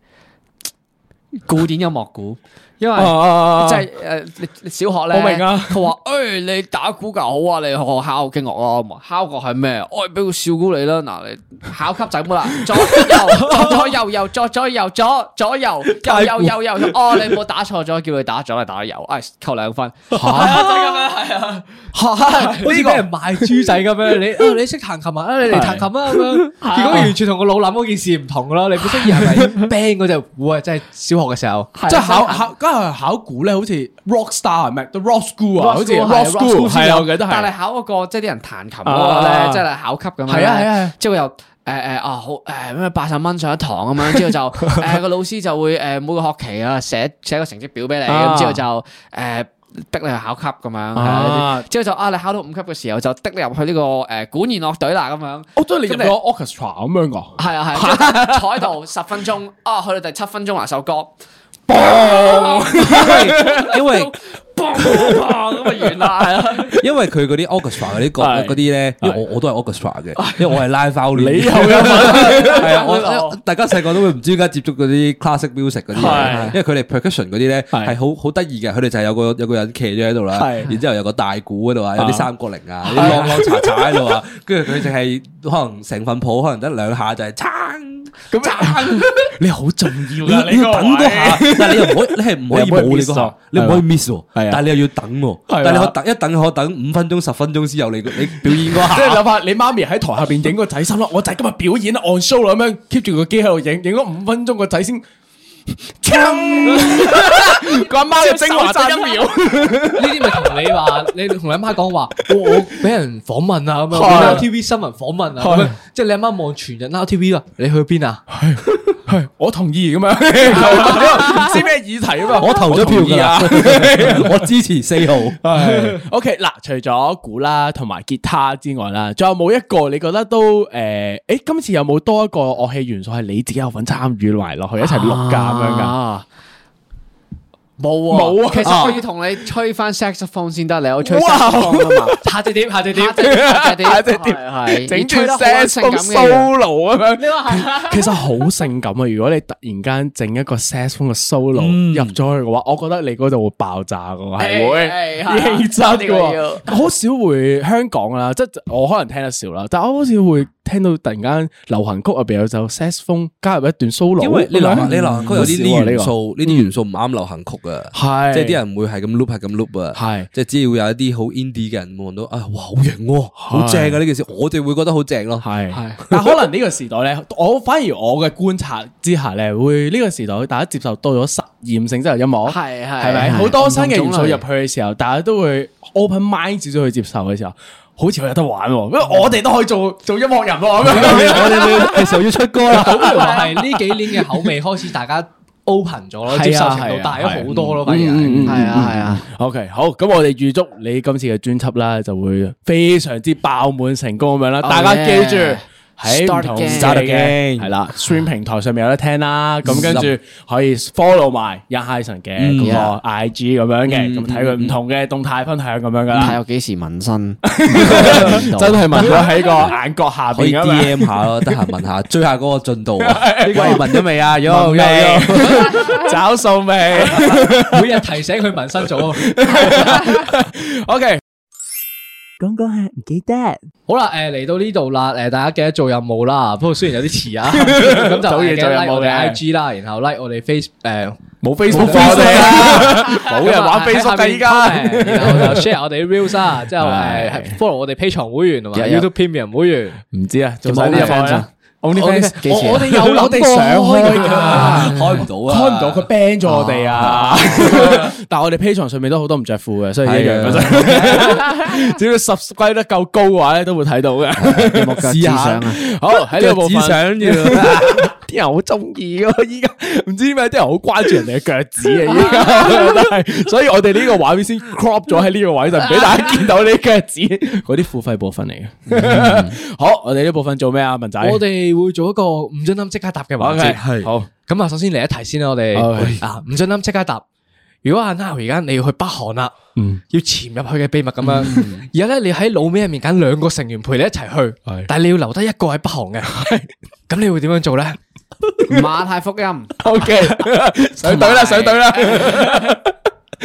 古典音樂鼓。因為啊即係诶，你你小學咧，我明啊佢話诶，你打鼓教好啊，你學敲擊樂啊，咁啊敲樂係咩？我俾個笑鼓你啦，嗱， 你考級就咁啦，左右左左右右左左右左左右右右右右，哦，你冇打錯咗，叫你打左係打右，唉，扣兩分，係啊，就係咁樣，係啊，好似俾人賣豬仔咁樣， 你啊你識彈琴啊，你嚟彈琴啊咁樣，結果完全同個腦諗嗰件事唔同咯。你本身以為 係 band 嗰只鼓啊，即係啊小學嘅時候，即係考考，梗係考古咧，好似 rock star 係咪？The rock school 啊，好似 rock school 係啊，我記得但係。係考嗰個即係啲人彈琴啊嗰個咧，即係考級咁樣。係啊係啊係啊之後又。誒誒啊好誒咩八十蚊上一堂咁樣，之 後就誒個老師就會誒每個學期啊寫寫個成績表俾你，啊咁之後就誒逼你去考級咁樣，係啊之後就啊你考到五級嘅時候就逼你入去呢個誒管弦樂隊啦咁樣，我都係你入咗 orchestra 咁樣噶。係啊係啊，之後坐喺度十分鐘，啊去到第七分鐘嗱首歌，因為砰砰砰咁啊完啦，係啊。因為佢嗰啲 orchestra 嗰啲歌係嗰啲咧，因為我我都係 orchestra 嘅，因為我係 live violin。你又有系啊， 我大家細個都會唔知點解接觸嗰啲 classic music 嗰啲嘢係，因為佢哋 percussion 嗰啲咧係係好好得意嘅，佢哋就係有個有個人企咗喺度啦，係然之後有個大鼓喺度啊，有啲啊三角鈴啊，有啲啷啷查查喺度啊，跟住佢淨係可能成份譜可能得兩下就係撐。咁樣你好重 要㗎你呢要個等嗰下位，但係你又唔可以，你係唔可以你冇又唔可以你 miss 嗰下喎，你唔可以 miss 喎，係啊但係你又要等喎，係啊但係你可等一等可等五分鐘十分鐘先有你你表演嗰 即係下。諗下，你媽咪喺台下邊影個仔心啦，我仔今日表演啦，on show 啦，咁樣 keep 住個機喺度影，影咗五分鐘個仔先， 個阿媽嘅精華得一秒，呢啲咪同你話，你同你阿媽講 話，我我俾人訪問啊咁係樣，TV 新聞訪問啊咁樣，即係你阿媽望全日 now TV 啊，你去邊啊？係我同意咁樣， 唔知咩議題啊嘛， 我投咗票同意㗎啦啊。， 我支持四號。係 OK 嗱，除咗鼓啦同埋吉他之外啦，仲有冇一個你覺得都诶？诶、今次有冇多一個樂器元素係你自己有份參與埋落去一齊錄噶啊咁樣噶？噶。冇啊！冇啊啊其實我要同你吹翻 saxophone 先得，你有吹 saxophone 啊嘛。下隻碟，下隻碟下。隻碟下隻碟下隻碟係係整住而吹得好有 sax 性感嘅 solo 咁樣，其實好性感啊！如果你突然間整一個 sax 風嘅 solo 入咗去嘅話，我覺得你嗰度會爆炸噶，係會嗯誒誒係啊認真呢個要噶。好少會香港啦，即係我可能聽得少啦，但我好少會聽到突然間流行曲入邊有首 sax 風加入一段 solo 咁樣。因為你流行你流行曲有呢好少啊啲呢元個素，呢啲元素唔啱流行曲啊，係嗯即係啲人會係咁 loop 係咁 loop 啊，係即係只要有一啲好 indie 嘅人望到啊，哇好型喎，好正啊呢件事，我哋會覺得好正咯，係係，但可能呢個時代咧，我反而我嘅觀察之下咧，會呢個時代大家接受多咗實驗性質嘅音樂，係係係咪係好多新嘅元素唔同種類入去嘅時候，大家都會 open mind 少少去接受嘅時候，好似有得玩喎，因為我哋都可以做做音樂人喎咁樣。我哋 要係時候要出歌啦，咁原來係呢幾年嘅口味開始大家 open 咗咯，係啊接受程係度啊大咗好多咯，反而嗯係。嗯嗯係啊係啊， OK，好，咁我哋預祝你今次嘅專輯啦，就會非常之爆滿成功咁樣啦。 Oh 大家記住 yeah 喺唔同 Start 嘅 again 係啦，stream 平台上面有得聽啦。咁跟住可以 follow 埋 y a h i s o n 嘅嗰個 IG 咁樣嘅，咁睇佢唔同嘅動態分享咁樣噶睇啦。我幾時 紋身？啊真係問咗喺個眼角下可以邊咁樣。 DM 下咯，得閒問 下，追下啊嗰個進度啊，喂問咗未啊？有有未？ 找數未嗯每日提醒佢紋身咗。 ？OK，讲讲下唔記得。好啦，誒嚟到呢度啦，誒大家記得做任務啦。不過雖然有啲 遲啊，咁就早嘢記得做任 like 我務哋嘅 IG 啦，然後 like 我哋 Face 誒。冇 Facebook 冇我哋啦，咁 啊冇人玩 Facebook 㗎依家。喺下面 comment，然後就 share 我哋啲 reels 啊，之後係誒 follow 我哋 Patreon 會員同埋有有 YouTube Premium 會員。唔知啊，做晒啲 OnlyFans 嘢啦啊。 OnlyFans 幾時啊我哋有諗過開開唔到啊，㗎。開唔到，佢 ban 咗我哋啊！ 但係我哋 P 床上面都好多唔着褲嘅，所以一樣嘅啫。只要 subscribe 得夠高嘅話咧，都會睇到嘅。木腳之上啊！好 喺呢個部腳趾分，想要 啲人好中意嘅喎，依家 唔知點解啲人好關注人哋嘅腳趾啊！依 家真係，所以我哋呢個畫面先 crop 咗喺呢個位，就唔俾大家見到你腳趾嗰啲付費部分嚟嘅。 好，我哋呢部分做咩啊？文仔，我哋會做一個唔准諗即刻答嘅環節。係好咁啊，首先嚟一題先啦，我哋 OK 啊唔准諗即刻答。如果阿 Now 而家你要去北韓啦，嗯要潛入去嘅秘密咁樣，而家咧你喺老美入面揀兩個成員陪你一齊去係，但係你要留低一個喺北韓嘅，咁你會點樣做咧？马太福音 O K，上 隊啦，上隊啦，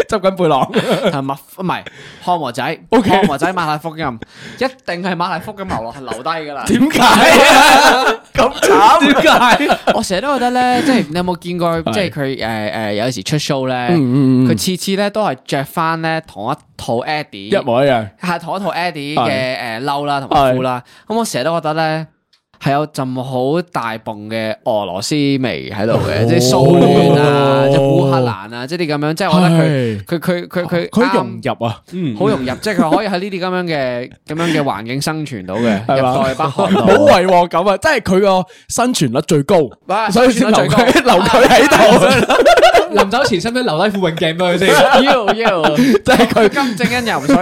執緊背囊。系麦唔係漢和仔 OK 漢和仔馬太福音一定係馬太福音留落留低㗎啦。點解啊？咁慘？點解？我成日都覺得 咧，即係你有冇見過，即係佢诶诶有時出 show 嗯咧，佢次次咧都係着翻咧同一套 Eddie 一模一樣。系同一套係 Eddie 嘅诶褛啦，同埋褲啦。咁我成日都覺得咧。係有陣好大泵嘅俄羅斯味喺度哦嘅，即係蘇聯啊，即係烏克蘭啊，即係啲咁樣，即係我覺得佢佢佢佢佢哦佢啱融入啊，好融入，即係佢可以喺呢啲咁樣嘅咁樣嘅環境生存到嘅，係入嘛到去北韓冇度。遺禍感啊！即係佢個生存率最高，哇所以先留生存率佢最高留佢 喺度，臨走前使唔使留低副泳鏡俾佢 先？要要，即係佢金正恩游水，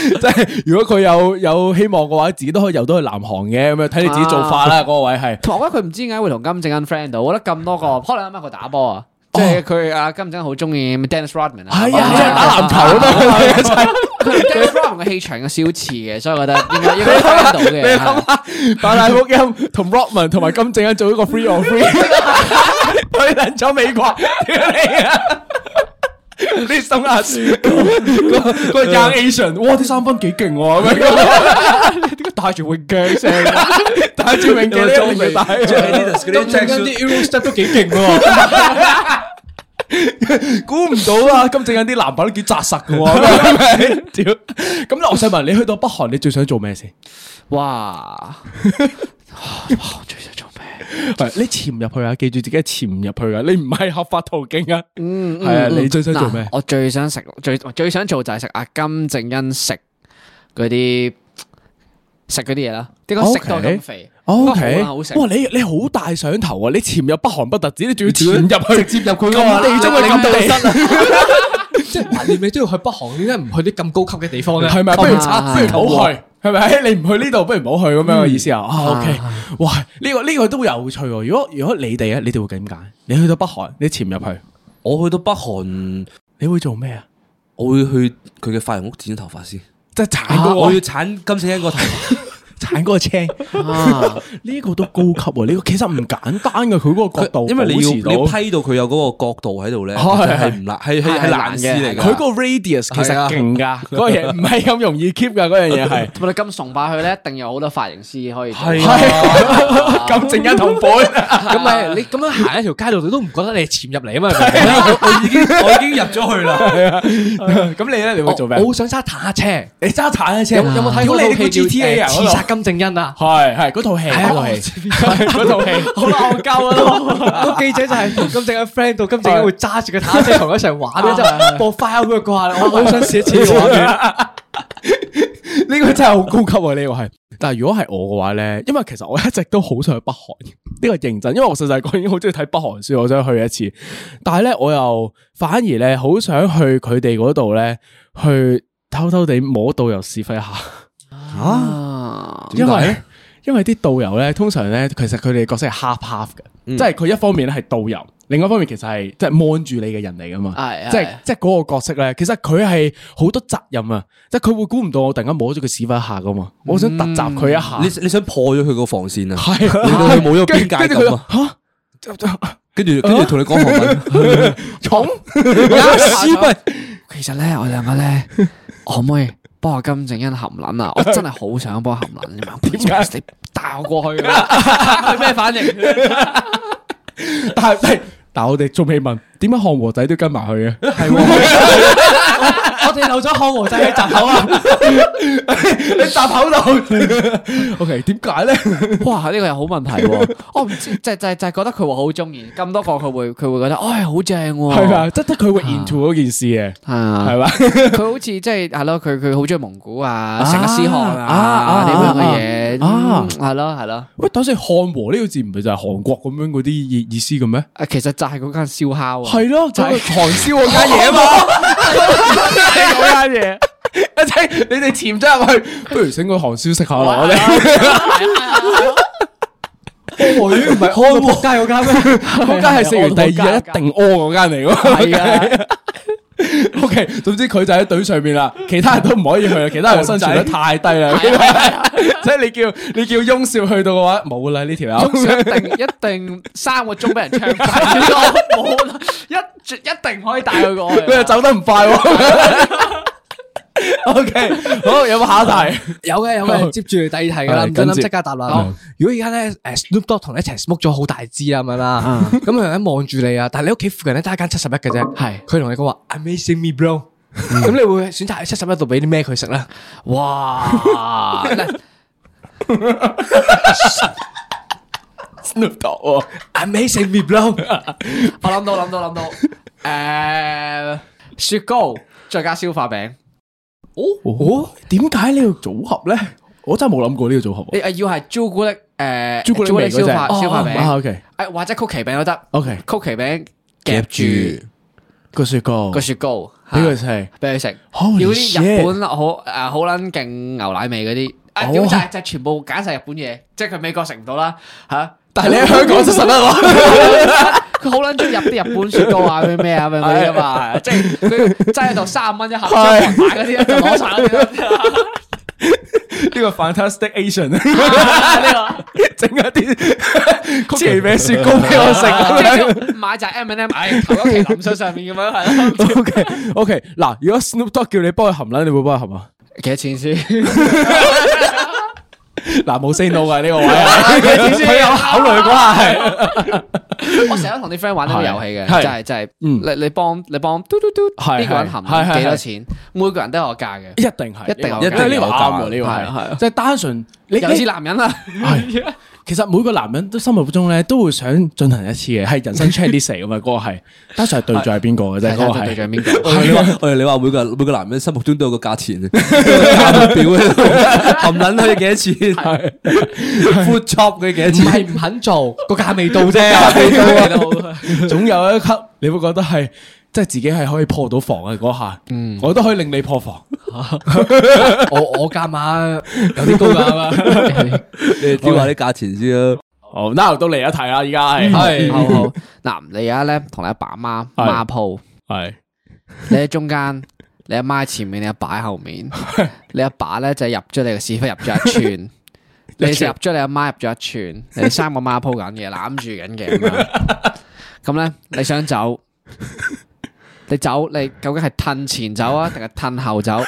即係如果佢有有希望嘅話，自己都可以游到去南韓嘅，咁樣睇你自己做法啦。嗰個位係同埋我覺得佢唔知點解會同金正恩 friend 到，我覺得咁多 個，可能啱啱佢打波啊，即係佢啊金正恩好中意 Dennis Rodman 啊，哦係 啊，即係啊打籃球咁樣。佢 同 Dennis Rodman 嘅氣場有少少似嘅，所以我覺得應該應該 friend 到你嘅。係諗 下，馬大福音同 Rockman 同埋金正恩做一個 free on free，推撚咗美國，屌你啊！你心下輸，個個 young Asian，哇！啲三分幾勁喎，咁樣 點解戴住泳鏡聲？戴住泳鏡你一定要戴。啊咁陣間啲 Euro step 都幾勁喎。估唔到 啊！金正恩啲男朋友都幾扎實嘅喎， 屌！咁我想問你去到北韓，你最想做咩先？ 哇！我最想做咩？係你潛入去啊！記住自己係潛入去啊！你唔係合法途徑啊！嗯，係啊！你最想做咩嗱？我最想食最最想做就係食阿金正恩食嗰啲食嗰啲嘢啦。點解食到 OK 咁肥 O 不過好 K，撚好食。哦哇！你你好大上頭啊！你潛入北韓不特止，你仲要潛入去，直接入佢咁地中嘅咁地， 即係懷念你都要去北韓，點解唔去啲咁高級嘅地方哦咧？係咪？不如拆，啊不如唔好去，係咪？ 你唔去呢度，不如唔好去咁樣嘅意思啊？啊，O K，哇！呢個呢個都有趣喎。如果如果你哋啊，你哋會點解？你去到北韓，你潛入去，我去到北韓，你會做咩啊？我會去佢嘅髮型屋剪頭髮先。啊即係鏟嗰我要個鏟金正恩個頭髮，鏟嗰個青，啊？ 呢個都高級喎。呢個其實唔簡單嘅，佢嗰個角度佢因為你保要持你到要批到佢有嗰個角度喺度咧，其係實係唔難，係係係難事嚟佢㗎。個 radius 其實係啊勁 㗎，嗰樣嘢唔係咁容易 keep 㗎，嗰樣嘢 係。我哋咁崇拜佢咧，一定有好多髮型師可以做。係啊係咁正一同款，咁咪你咁樣行一條街度，你都唔覺得你係潛入嚟啊嘛？我我已經我已經入咗 去啦。咁你咧，你會做咩我？好想揸坦克車。 你揸坦克車，有有冇睇過屌你套你個戲叫 GTA 誒啊？刺殺金正恩啊？係係嗰套戲，係啊嗰套戲，嗰 套戲。好戇鳩啊！個記者就係同金正恩 friend 到金正恩會揸住個坦克車同佢一齊玩咧，就播 firework 嗰下，我好想試一次呢 個畫面。呢個真係好高級喎！呢個係，但係如果係我嘅話咧，因為其實我一直都好想去北韓，呢個認真，因為我細細個已經好中意睇北韓書，我想去一次。但係咧，我又反而咧好想去佢哋嗰度咧，去偷偷地摸導遊試揮下。啊！因為咧，因為啲導遊咧，通常咧，其實佢哋角色係 half half 嘅，即係佢一方面咧係導遊，另外一方面其實係即係 mon 住你嘅人嚟噶嘛，係即係係即係嗰個角色咧，其實佢係好多責任啊，即係佢會估唔到我突然間摸咗佢屎忽一下噶嘛，我想突襲佢一下，你你想破咗佢個防線 啊？係令到佢冇咗邊界跟住佢感啊！話跟住跟住同你講韓文，吓重有屎其實咧，我哋兩個 咧，可唔可以幫我金正恩含撚 啊？我真係好想幫佢含撚咁樣。 點解你帶我過去啊？ 佢咩反應？但係但係我哋仲未問點解漢和仔都跟埋去嘅。我哋漏咗漢和仔喺閘口啊！你搭口度 ，OK？點解咧？ 哇！呢個又好問題 喎，哦我唔知，就就就係覺得佢會好中意咁多個，佢會佢會覺得，唉，好正哦喎，係啊，即係佢會 into 嗰件事嘅，係啊，係嘛？佢好似即係係咯，佢佢好中意蒙古啊，成日斯汗啊啊啊，呢樣嘅嘢，啊嗯係咯係咯， 喂，等陣先漢和呢個字唔係就係韓國咁樣嗰啲意意思嘅咩？啊其實就係嗰間燒烤啊，係咯，就係韓 燒嗰間嘢啊嘛，嗰間嘢。一陣你哋潛咗入去，不如整個韓燒食下啦，我哋我唔係漢和街嗰間咩？ 嗰間係食完第二日一定屙嗰間嚟喎。係啊， O K，总之佢就喺隊上面啦，其他人都唔可以去啦，其他人生存得太低啦。 即啊係你叫你叫翁少去到嘅話，冇啦呢條友。 通常一定一定三個鐘俾人槍斃，冇啦，一絕一定可以帶佢過去。佢又走得唔快喎。O K，好，有冇下一題？ 有嘅有嘅，接住第二題噶啦，係唔准跟住嗯谂即刻答啦。好如果而家咧，诶，Snoop Dogg 同你一齊 smoke 咗好大支啦咁樣啦，嗯咁佢喺望住你啊，但係你屋企附近咧得一間七十一嘅啫，係佢同你講話 Amazing me bro，咁嗯你會選擇喺七十一度俾啲咩佢食咧？哇！ 嗱 Snoop Dogg 喎 Amazing me bro，我諗到諗到諗到，誒雪糕再加消化餅， 哦，點解呢個組合咧？我真係冇諗過呢個組合喎。你誒要係朱古力誒朱古力味嗰消隻化消化啊餅， ，OK 誒或者曲奇餅都得， OK，曲奇餅夾住個雪糕，個雪糕，俾佢 嚇食。俾佢食， Holy 要啲 shit 日本好诶好撚勁牛奶味嗰啲，啊哦屌就係就係全部揀晒日本嘢，即係佢美國食唔到啦吓，但係你喺香港就實得喎。 佢好撚中意入啲日本雪糕啊咩咩啊咩咩啊嘛，即係佢擠喺度三蚊一盒，係即係買嗰啲就攞晒嗰啲啦， 呢個 Fantastic Asian 呢整一啲 曲奇餅雪糕俾我食啊個咁即樣。係買就係 M and M，唉哎頭嗰期淋水上面咁樣係 咯， O K O K，嗱，如果 Snoop Dogg 叫你幫佢含啦，你會幫佢含啊？幾多錢先？嗱，冇 say no 嘅呢個位啊，佢有考慮過啊，係。我成日都同啲 friend 玩呢個遊戲嘅，係就係就係嗯你你幫你幫嘟嘟嘟係呢個人係係含幾多錢，每個人都有個價嘅一。定係，一定有呢個一定呢有個啱價喎，係呢個係係，即係單純你尤其你是男人啦，係其實每個男人都心目中咧都會想進行一次嘅，係人生 check list 嚟噶嘛，啊嗰個係，單純係對象係邊個嘅啫，睇嗰下個對係象。邊個？我哋你話，我哋你話每個每個男人心目中都有個價錢， 價目表喺度 含撚可以幾多錢，food chop 佢幾多唔錢？係唔肯做，個價未到啫。總有一刻你會覺得係，即係自己係可以破到防嘅嗰下，我都可以令你破防。我我價碼有啲高 價啦。你屌下啲價錢先啊啦。好，now 到嚟一題啦，而家係系係好好嗱，你而家咧同你阿爸阿媽係孖鋪，係你喺中間，你阿媽喺前面，你阿爸喺後面，你阿爸咧就入咗你個屎忽入咗一寸，你就入咗你阿媽入咗一寸，你哋三個孖鋪緊嘅，攬住緊嘅咁樣，咁咧你想走，你走你究竟係褪前走啊，定係褪後走？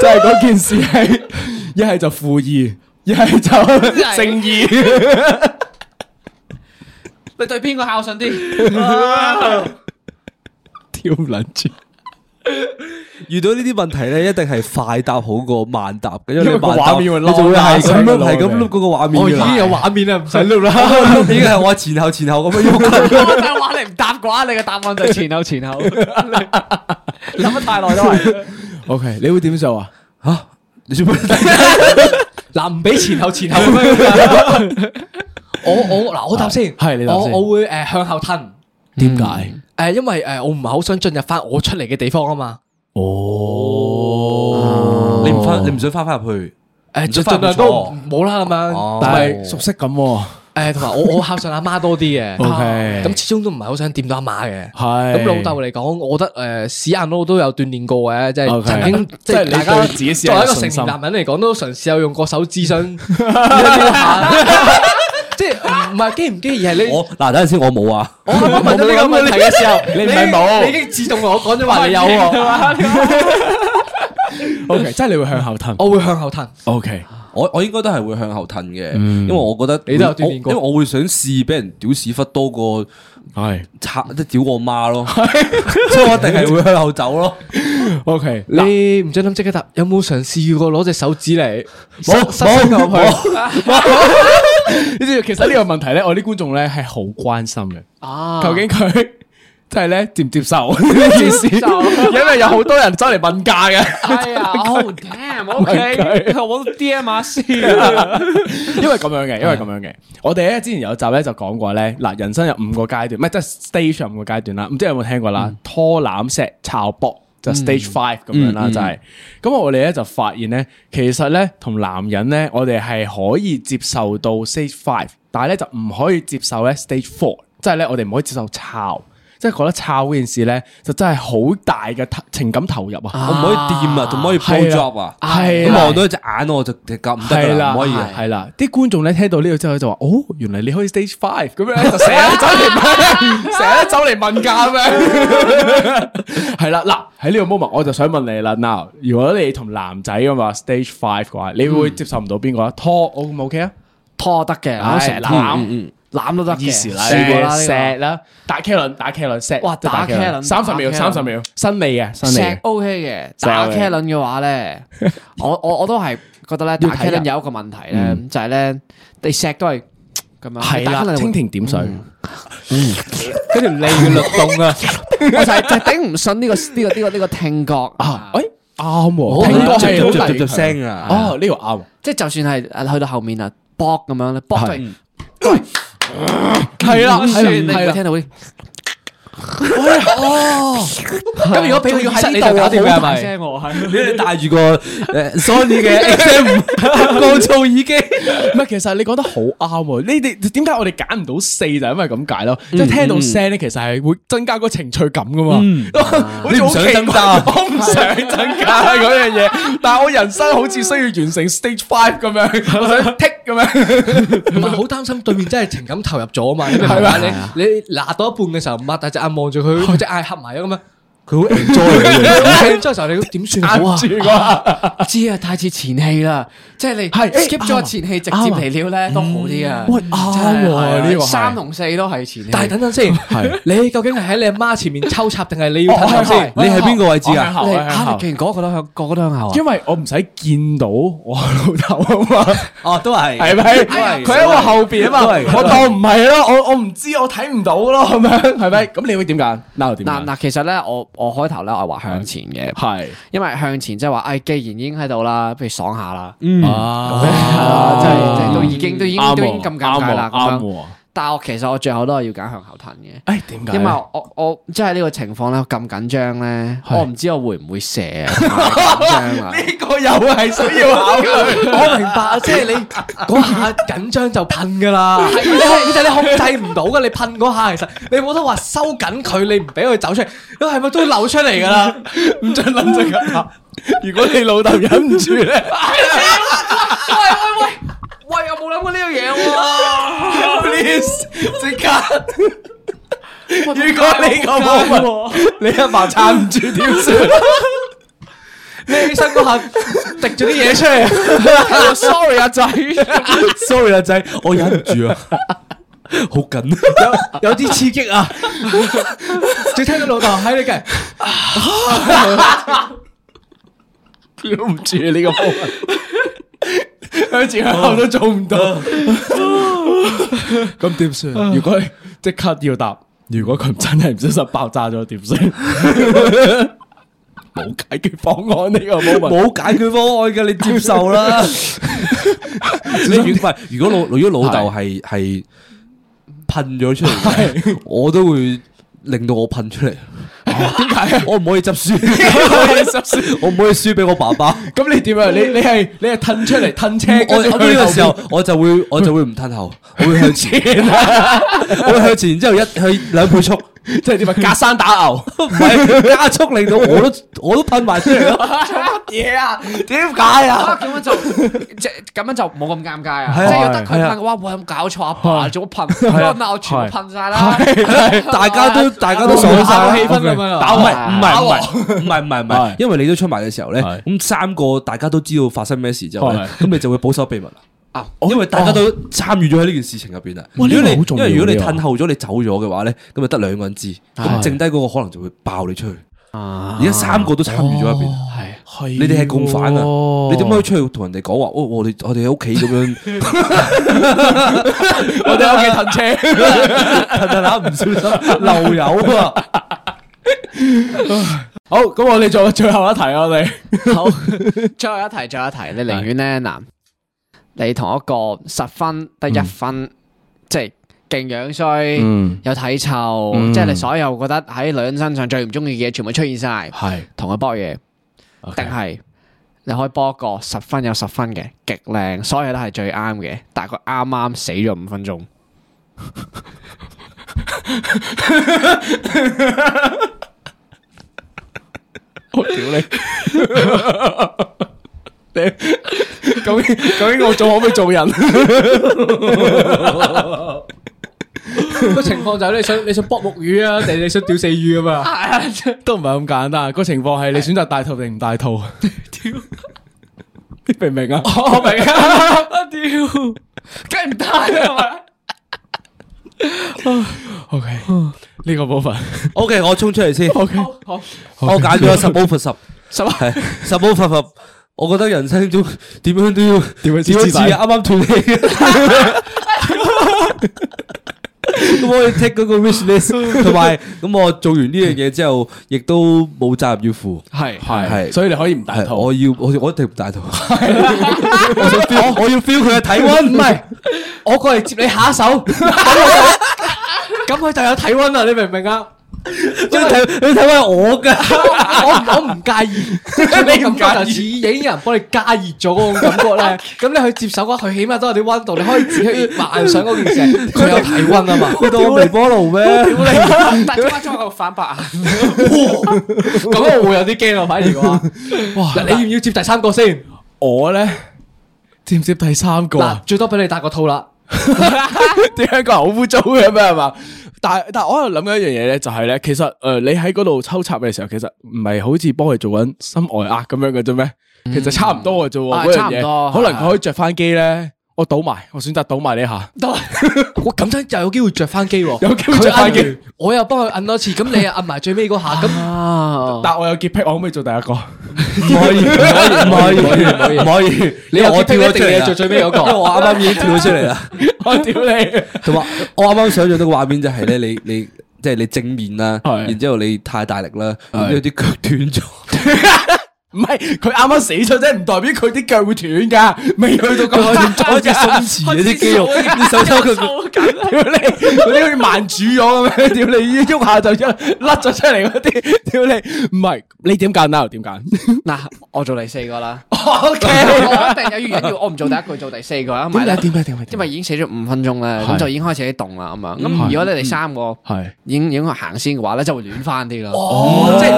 即係嗰件事係一係就負二，一係就正義。你對邊個孝順啲？跳撚住。遇到呢啲問題咧，一定係快答好過慢答嘅，因為因為你個慢答畫面會你就會係咁撈樣拉係咁上碌嗰個個畫面我已㗎啦經有畫面啦，唔使係碌碌 啦。 啦，已經係我前後前後咁樣喐啦。我就話你唔答嘅話，你嘅答案就係前後前後，你諗得太耐都係。 O K，你會點做啊？你做咩？嗱，唔俾前後前後咁樣。 我我嗱，我答先，係你答我先我會誒向後褪，點解？誒，因為呃誒我唔係好想進入翻我出嚟嘅地方啊嘛。哦你唔翻，你唔想翻翻入去？誒，想翻盡唔量錯呃都唔冇啦咁樣。但係熟悉咁喎。誒，同埋我我孝順阿媽多啲嘅。 OK 咁始終都唔係好想掂到阿媽嘅。係咁老豆嚟講，我覺得誒呃屎眼佬都有鍛鍊過嘅，即係 OK 曾 經即即係係你大家對自己屎作眼為有一個信成心年男人嚟講，都嘗試有用過手指 想撩一撩下，即係唔係機唔機，而係你我嗱，等陣先，我冇啊。我啱啱問到呢個問題嘅時候，你唔係冇你已經自動同我講咗話你有喎， O K，即係你會向後褪。我會向後褪。 O K，我我應該都係會向後褪嘅，因為我覺得你都有鍛鍊過我因為我會想試俾人屌屎忽多過係插即係屌我媽咯，所以我一定係會向後走咯。 O K。你唔准諗即刻答，有冇嘗試過攞隻手指嚟冇塞塞入去？你知道其實呢個問題咧，我啲觀眾咧係好關心嘅。啊究竟佢 即係咧接唔接受呢件事？接受 因為有好多人走嚟問價嘅。哎呀，oh damn，OK，佢我 D M 下先。因為咁樣嘅，因為咁樣嘅，我哋咧之前有集咧就講過咧，嗱人生有五個階段，唔係即係 stage 有五個階段啦，唔知有冇聽過啦？拖攬、石、抄、搏、就 stage five 咁樣啦，就係咁我哋咧就發現咧，其實咧同男人咧，我哋係可以接受到 stage five，但係咧就唔可以接受咧 stage four，即係咧我哋唔可以接受抄。即係覺得抄嗰件事咧，就真係好大嘅投情感投入啊！我唔可以掂啊，仲唔可以 pull job 啊，係咁啦望到隻眼我就就夾唔得㗎啦，唔可以啊。系啦，啲觀眾咧聽到呢度之後就話：哦，原嚟你可以 stage five 咁樣，就成日走嚟問，成日走嚟問價咁樣。係啦，嗱喺呢個 moment 我就想問你啦，now 如果你同男仔咁話 stage five 嘅話，你會接受唔到邊個啊？拖 O 唔 OK 啊？拖得嘅，我成日攬攬都得嘅，試過啦呢個錫啦，打 K 輪，打 K 輪，錫，哇即係打 K 輪三十秒，打 K 輪三十秒，新味嘅，新味石嘅， OK 嘅，打石 K 輪嘅 話咧，我我我都係覺得咧，打 K 睇輪人有一個問題咧，就係咧，你石都係咁樣，係啦打，K 輪會蜻蜓點水，嗰條脷嘅律 動啊， 我就係就係頂唔順呢個呢個呢個呢個聽覺啊，誒啱喎，聽覺聽覺係係好雜好雜大聲啊。哦，呢個啱。即係就算係呃去到後面啊，搏咁樣咧，搏係系啦，雖然你係會啦聽到啲，咁 어, 如果俾佢喺呢度，搞掂佢係咪？我係你哋戴住個誒 Sony 嘅 XM 降噪耳機，唔係，其實你講得好啱喎。你哋點解我哋揀唔到四就係因為咁解咯。嗯即係聽到聲咧，其實係會增加個情趣感噶嘛。 好似好嗯你唔奇怪想增加我唔想增加嗰樣 嘢，但係我人生好似需要完成 stage five 咁樣，我想剔咁樣。唔係好擔心對面真係情感投入咗啊嘛，你明唔明啊你你嗱到一半嘅時候，擘大隻眼望住佢，佢隻眼合埋咗咁樣，佢 好 enjoy 咁之後時候你點算 好啊？哎住個 知啊，太似前戲啦，即係你係誒 skip 啊咗前戲，直接嚟了咧都好啲啊。喂啱喎呢個係三同四都係前戲，但係等等先，你究竟係喺你阿媽前面抽插定係你要哦睇下係先？你係邊個位置我向啊？後你我向啊，後你竟然嗰個都向個個都向後啊！因為我唔使見到我老豆啊嘛。哦，都 係系咪？佢喺我後边啊嘛，都係我當唔係咯，我我唔知，我睇唔到咯，咁樣係咪？咁你會點揀？嗱又點嗯嗱揀？嗱，其實咧，我我開頭咧，我係話向前嘅，係因為向前即係話，唉，既然已經喺度啦，不如爽下啦，即哦啊係即係都已經都已經嗯啱都已喎經咁尷尬啦啱喎咁啱樣。喎但係我其實我最後都係要揀向後褪嘅。誒點解咧？因為我我即係呢個情況咧咁緊張咧，係我唔知我會唔會射啊！緊張啊啦，呢個又係需要考慮。我明白啊，即係你嗰下緊張就噴噶啦，你係其實你控制唔到噶，你噴嗰下其實你冇得話收緊佢，你唔俾佢走出嚟，咁係咪都流出嚟噶啦？唔准諗就咁。啊如果你老豆忍唔住 咧，喂，我冇諗過呢樣嘢喎， please 即刻。如果你個 moment 你阿爸撐唔住點算？你起身嗰下滴咗啲嘢出 嚟。sorry 阿仔， ，sorry 啊仔，我忍唔住啊，好緊。有啲刺激啊！仲聽到老豆喺你嘅，啊屌唔住呢個 moment，向前向後都做唔到。咁點算？如果即刻要答，如果佢真係唔小心爆炸咗，點算？冇解決方案呢個 moment。冇解決方案嘅，你接受啦。 你如唔係如果老如果老豆係係噴咗出嚟嘅，我都會令到我噴出嚟。點解？我唔可以執輸，我唔可以輸俾我爸爸。 咁你點啊？你你係你係褪出嚟褪車，我跟住我呢個去時後候我就會我就會唔褪後，我會向 前，我會向前，然之後一去兩倍速。邊即係點啊？隔山打牛。嗯唔係加速令到我都我都噴埋出嚟咯，嘢啊！點解啊？咁樣就即係咁樣就冇咁尷尬啊！係啊即係有得佢係啊噴嘅話，哇！有冇搞錯啊？爸做乜噴？我鬧全部噴晒啦！大家都大家都爽晒啦氣氛咁樣啊打唔係唔打係唔係唔係唔係，係因為你都出埋嘅時候咧，係咁三個大家都知道發生咩事之後咧，係哦咁你就會保守秘密啦。啊因為大家都參與咗喺呢件事情入邊啦。如果哇你呢個好重因要為如果你呢個褪後咗，你走咗嘅話咧，咁就得兩個人知，咁剩低嗰個可能就會爆你出去。而家三個都參與咗入邊，啊哦係你哋係共犯啊！喎你點可以出去同人哋講話？哦，我哋我哋喺屋企咁樣。我哋喺屋企褪車？特特乸唔小心漏油 à. 啊！好，咁我哋做最後一題啊！我哋好， 最後一題，最後一題，你寧願咧嗱，你同一個十分得一分，即係勁樣衰，嗯有體臭，嗯即係你所有覺得喺女人身上最唔中意嘅嘢，全部出現晒，系同佢搏嘢， ，OK，定係你可以搏一個十分有十分嘅，極靚，所有嘢都係最啱嘅，但係佢啱啱死咗五分鐘。我屌你！你究竟究竟我仲可唔可以做人？个情況就係你想你想搏木魚啊，定係你想屌死魚啊嘛？都唔係咁簡單，個情況係你選擇戴套定唔戴套。屌， 你明唔明啊？我明啊！屌，梗唔得啦！ OK，呢個部分 O K，我冲出嚟先，我，OK，好，揀咗十煲佛十，十啊係十煲佛佛。我覺得人生中點樣都要點樣點先樣知至大啱啱斷氣。咁我要 take 嗰個 wish list，同埋咁我做完呢樣嘢之後，亦都冇責任要負。係係，係所以你可以唔戴係套。我要我我一定唔戴套。我想 feel，我要 feel 佢嘅體温。唔係，我過嚟接你下一手，咁佢就咁佢就有體温啦，你明唔明啊？你睇你睇翻我㗎。我唔我唔介意，即係 你感覺就似已經有人幫你加熱咗嗰種感覺 咧。咁你去接手嘅話，佢起碼都有啲温度，你可以自己幻想嗰件 事，佢有體温啊嘛。佢當我微波爐 咩？大家中我反白眼，咁我會有啲驚啊，反而話， 哇！你要唔要接第三個先？我咧接唔接第三個嗱啊，？最多俾你戴個套 啦。 點解個人好污糟嘅咩係嘛？但係但係我喺度諗緊一樣嘢咧，就係咧，其實诶你喺嗰度抽插嘅時候，其實唔係好似幫佢做緊心外壓咁樣嘅啫咩？其實差唔多嘅啫啊喎，嗰樣差唔嘢多可能佢可以着翻機咧。我倒埋，我選擇倒埋呢下。我咁真就有機會着翻機喎，有機會着返機佢摁完，啊我又幫佢摁多次，咁你又摁埋最尾嗰下，咁但我有潔癖，我可唔可以做第一個？唔可以，唔可以，唔可以，唔可以，唔可以。你有我潔癖跳咗一定出嚟你啦做最尾嗰個因為我啱啱已經跳咗出嚟啦。啊 我屌你！同 埋我啱啱想象到個畫面就係咧，你你即係你正面啦，係然之後你太大力啦，然之後啲腳斷咗。唔係佢啱啱死咗啫，唔代表佢啲腳會斷噶，未去到咁開始鬆弛啲肌肉， 啲手手腳 啊屌你，嗰啲好似慢煮咗咁樣， 屌你一喐下就一甩咗出嚟嗰啲， 屌你，唔係你點揀啊？點揀？ 嗱，我做第四個啦。 O 我一定有原因要我唔做第一個，做第四個啦。因為點解？咧，點解？點解？因為已經死咗五分鐘啦，咁係就已經開始喺動啦咁樣。咁嗯如果你哋三個 係已經已經行先嘅話咧，就會暖翻啲咯。哦，即係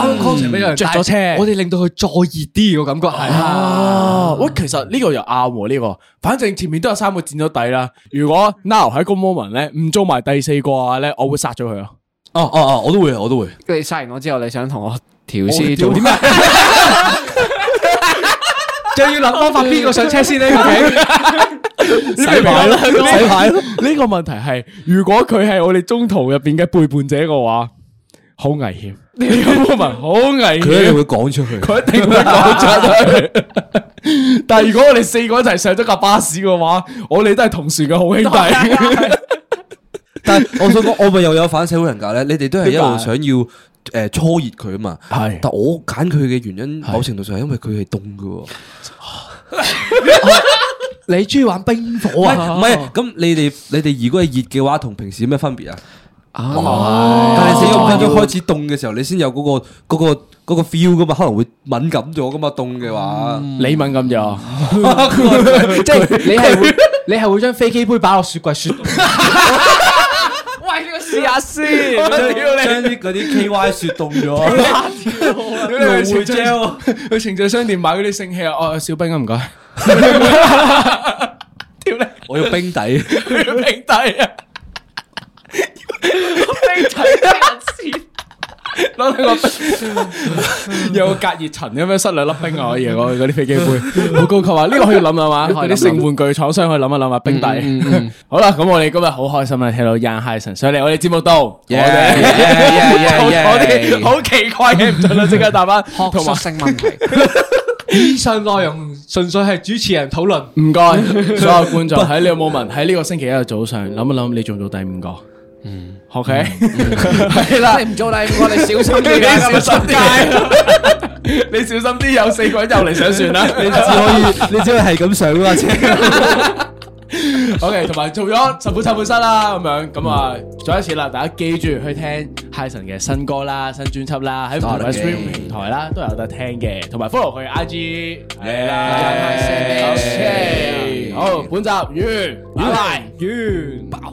啱啱 concept 俾人着咗車我哋令到佢再熱啲個感覺係啊，喂，其實呢個又啱喎，呢個，反正前面都有三個墊咗底啦。如果 now 喺個 moment 咧唔做埋第四個嘅話咧，我會殺咗佢啊咯。哦哦哦，我都會，我都會。你殺完我之後，你想同我調師做我啲點啊咩？就要諗方法邊個上車先呢？究竟洗牌啦，洗牌啦。呢個問題係，如果佢係我哋中途入邊嘅背叛者嘅話，好危險。呢個 moment 好佢一危定險會。講出去。佢一定會講出去。但系如果我哋四個一齊上咗架巴士嘅話，我哋都係同船嘅好兄 弟。但係我想講，我咪又有反社會人格咧，你哋都係一路想要。诶，搓熱佢啊嘛，係但我揀佢嘅原因，某程度上係因為佢係凍嘅喎。你中意玩冰火啊？唔係，咁你哋你哋如果係熱嘅話，同平時有咩分別啊？啊但係你四五分鐘開始凍嘅時候，你先有嗰個嗰個嗰個 feel 噶嘛，可能會敏感咗噶嘛，凍嘅話。你敏感咗，即係你係 會你係會將飛機杯擺落雪櫃雪 喂，呢個試下先。將 將啲嗰啲 K Y 雪凍咗，佢蘆薈 gel 去情趣商店買嗰啲性器啊，哦，小冰啊，唔該。 屌你，我要冰底。平底啊！攞兩個冰，有個隔熱層咁樣塞兩粒冰啊！我以為我嗰啲飛機杯好高級啊！呢個可以諗啊 嘛，嗰啲性玩具廠商可以諗一諗啊，冰底。好啦，咁我哋今日好開心啊，聽到 Young High 神上嚟我哋節目度，我哋 yeah, yeah, 做 yeah. 咗啲好奇怪嘅唔準啦，即刻答翻，學同埋術性問題，以上內容純粹係主持人討論。唔該，所有觀眾喺呢個 moment 喺呢個星期一嘅早上諗一諗，你做唔做第五個？嗯，OK，係 啦。 你唔做第五個，你小心你啲啊！小心啲，你小心啲，有 四個人又嚟上船啦。只可以，你只可以係咁上啊！ OK，同埋做咗十本產本室啦，咁樣咁啊，再一次啦，大家記住去聽 Hyson 嘅新歌啦、新專輯啦，喺唔同嘅 stream 平台啦都有得聽嘅，同埋 follow 佢 IG 係啦。OK，好，本集完，拜拜，完爆。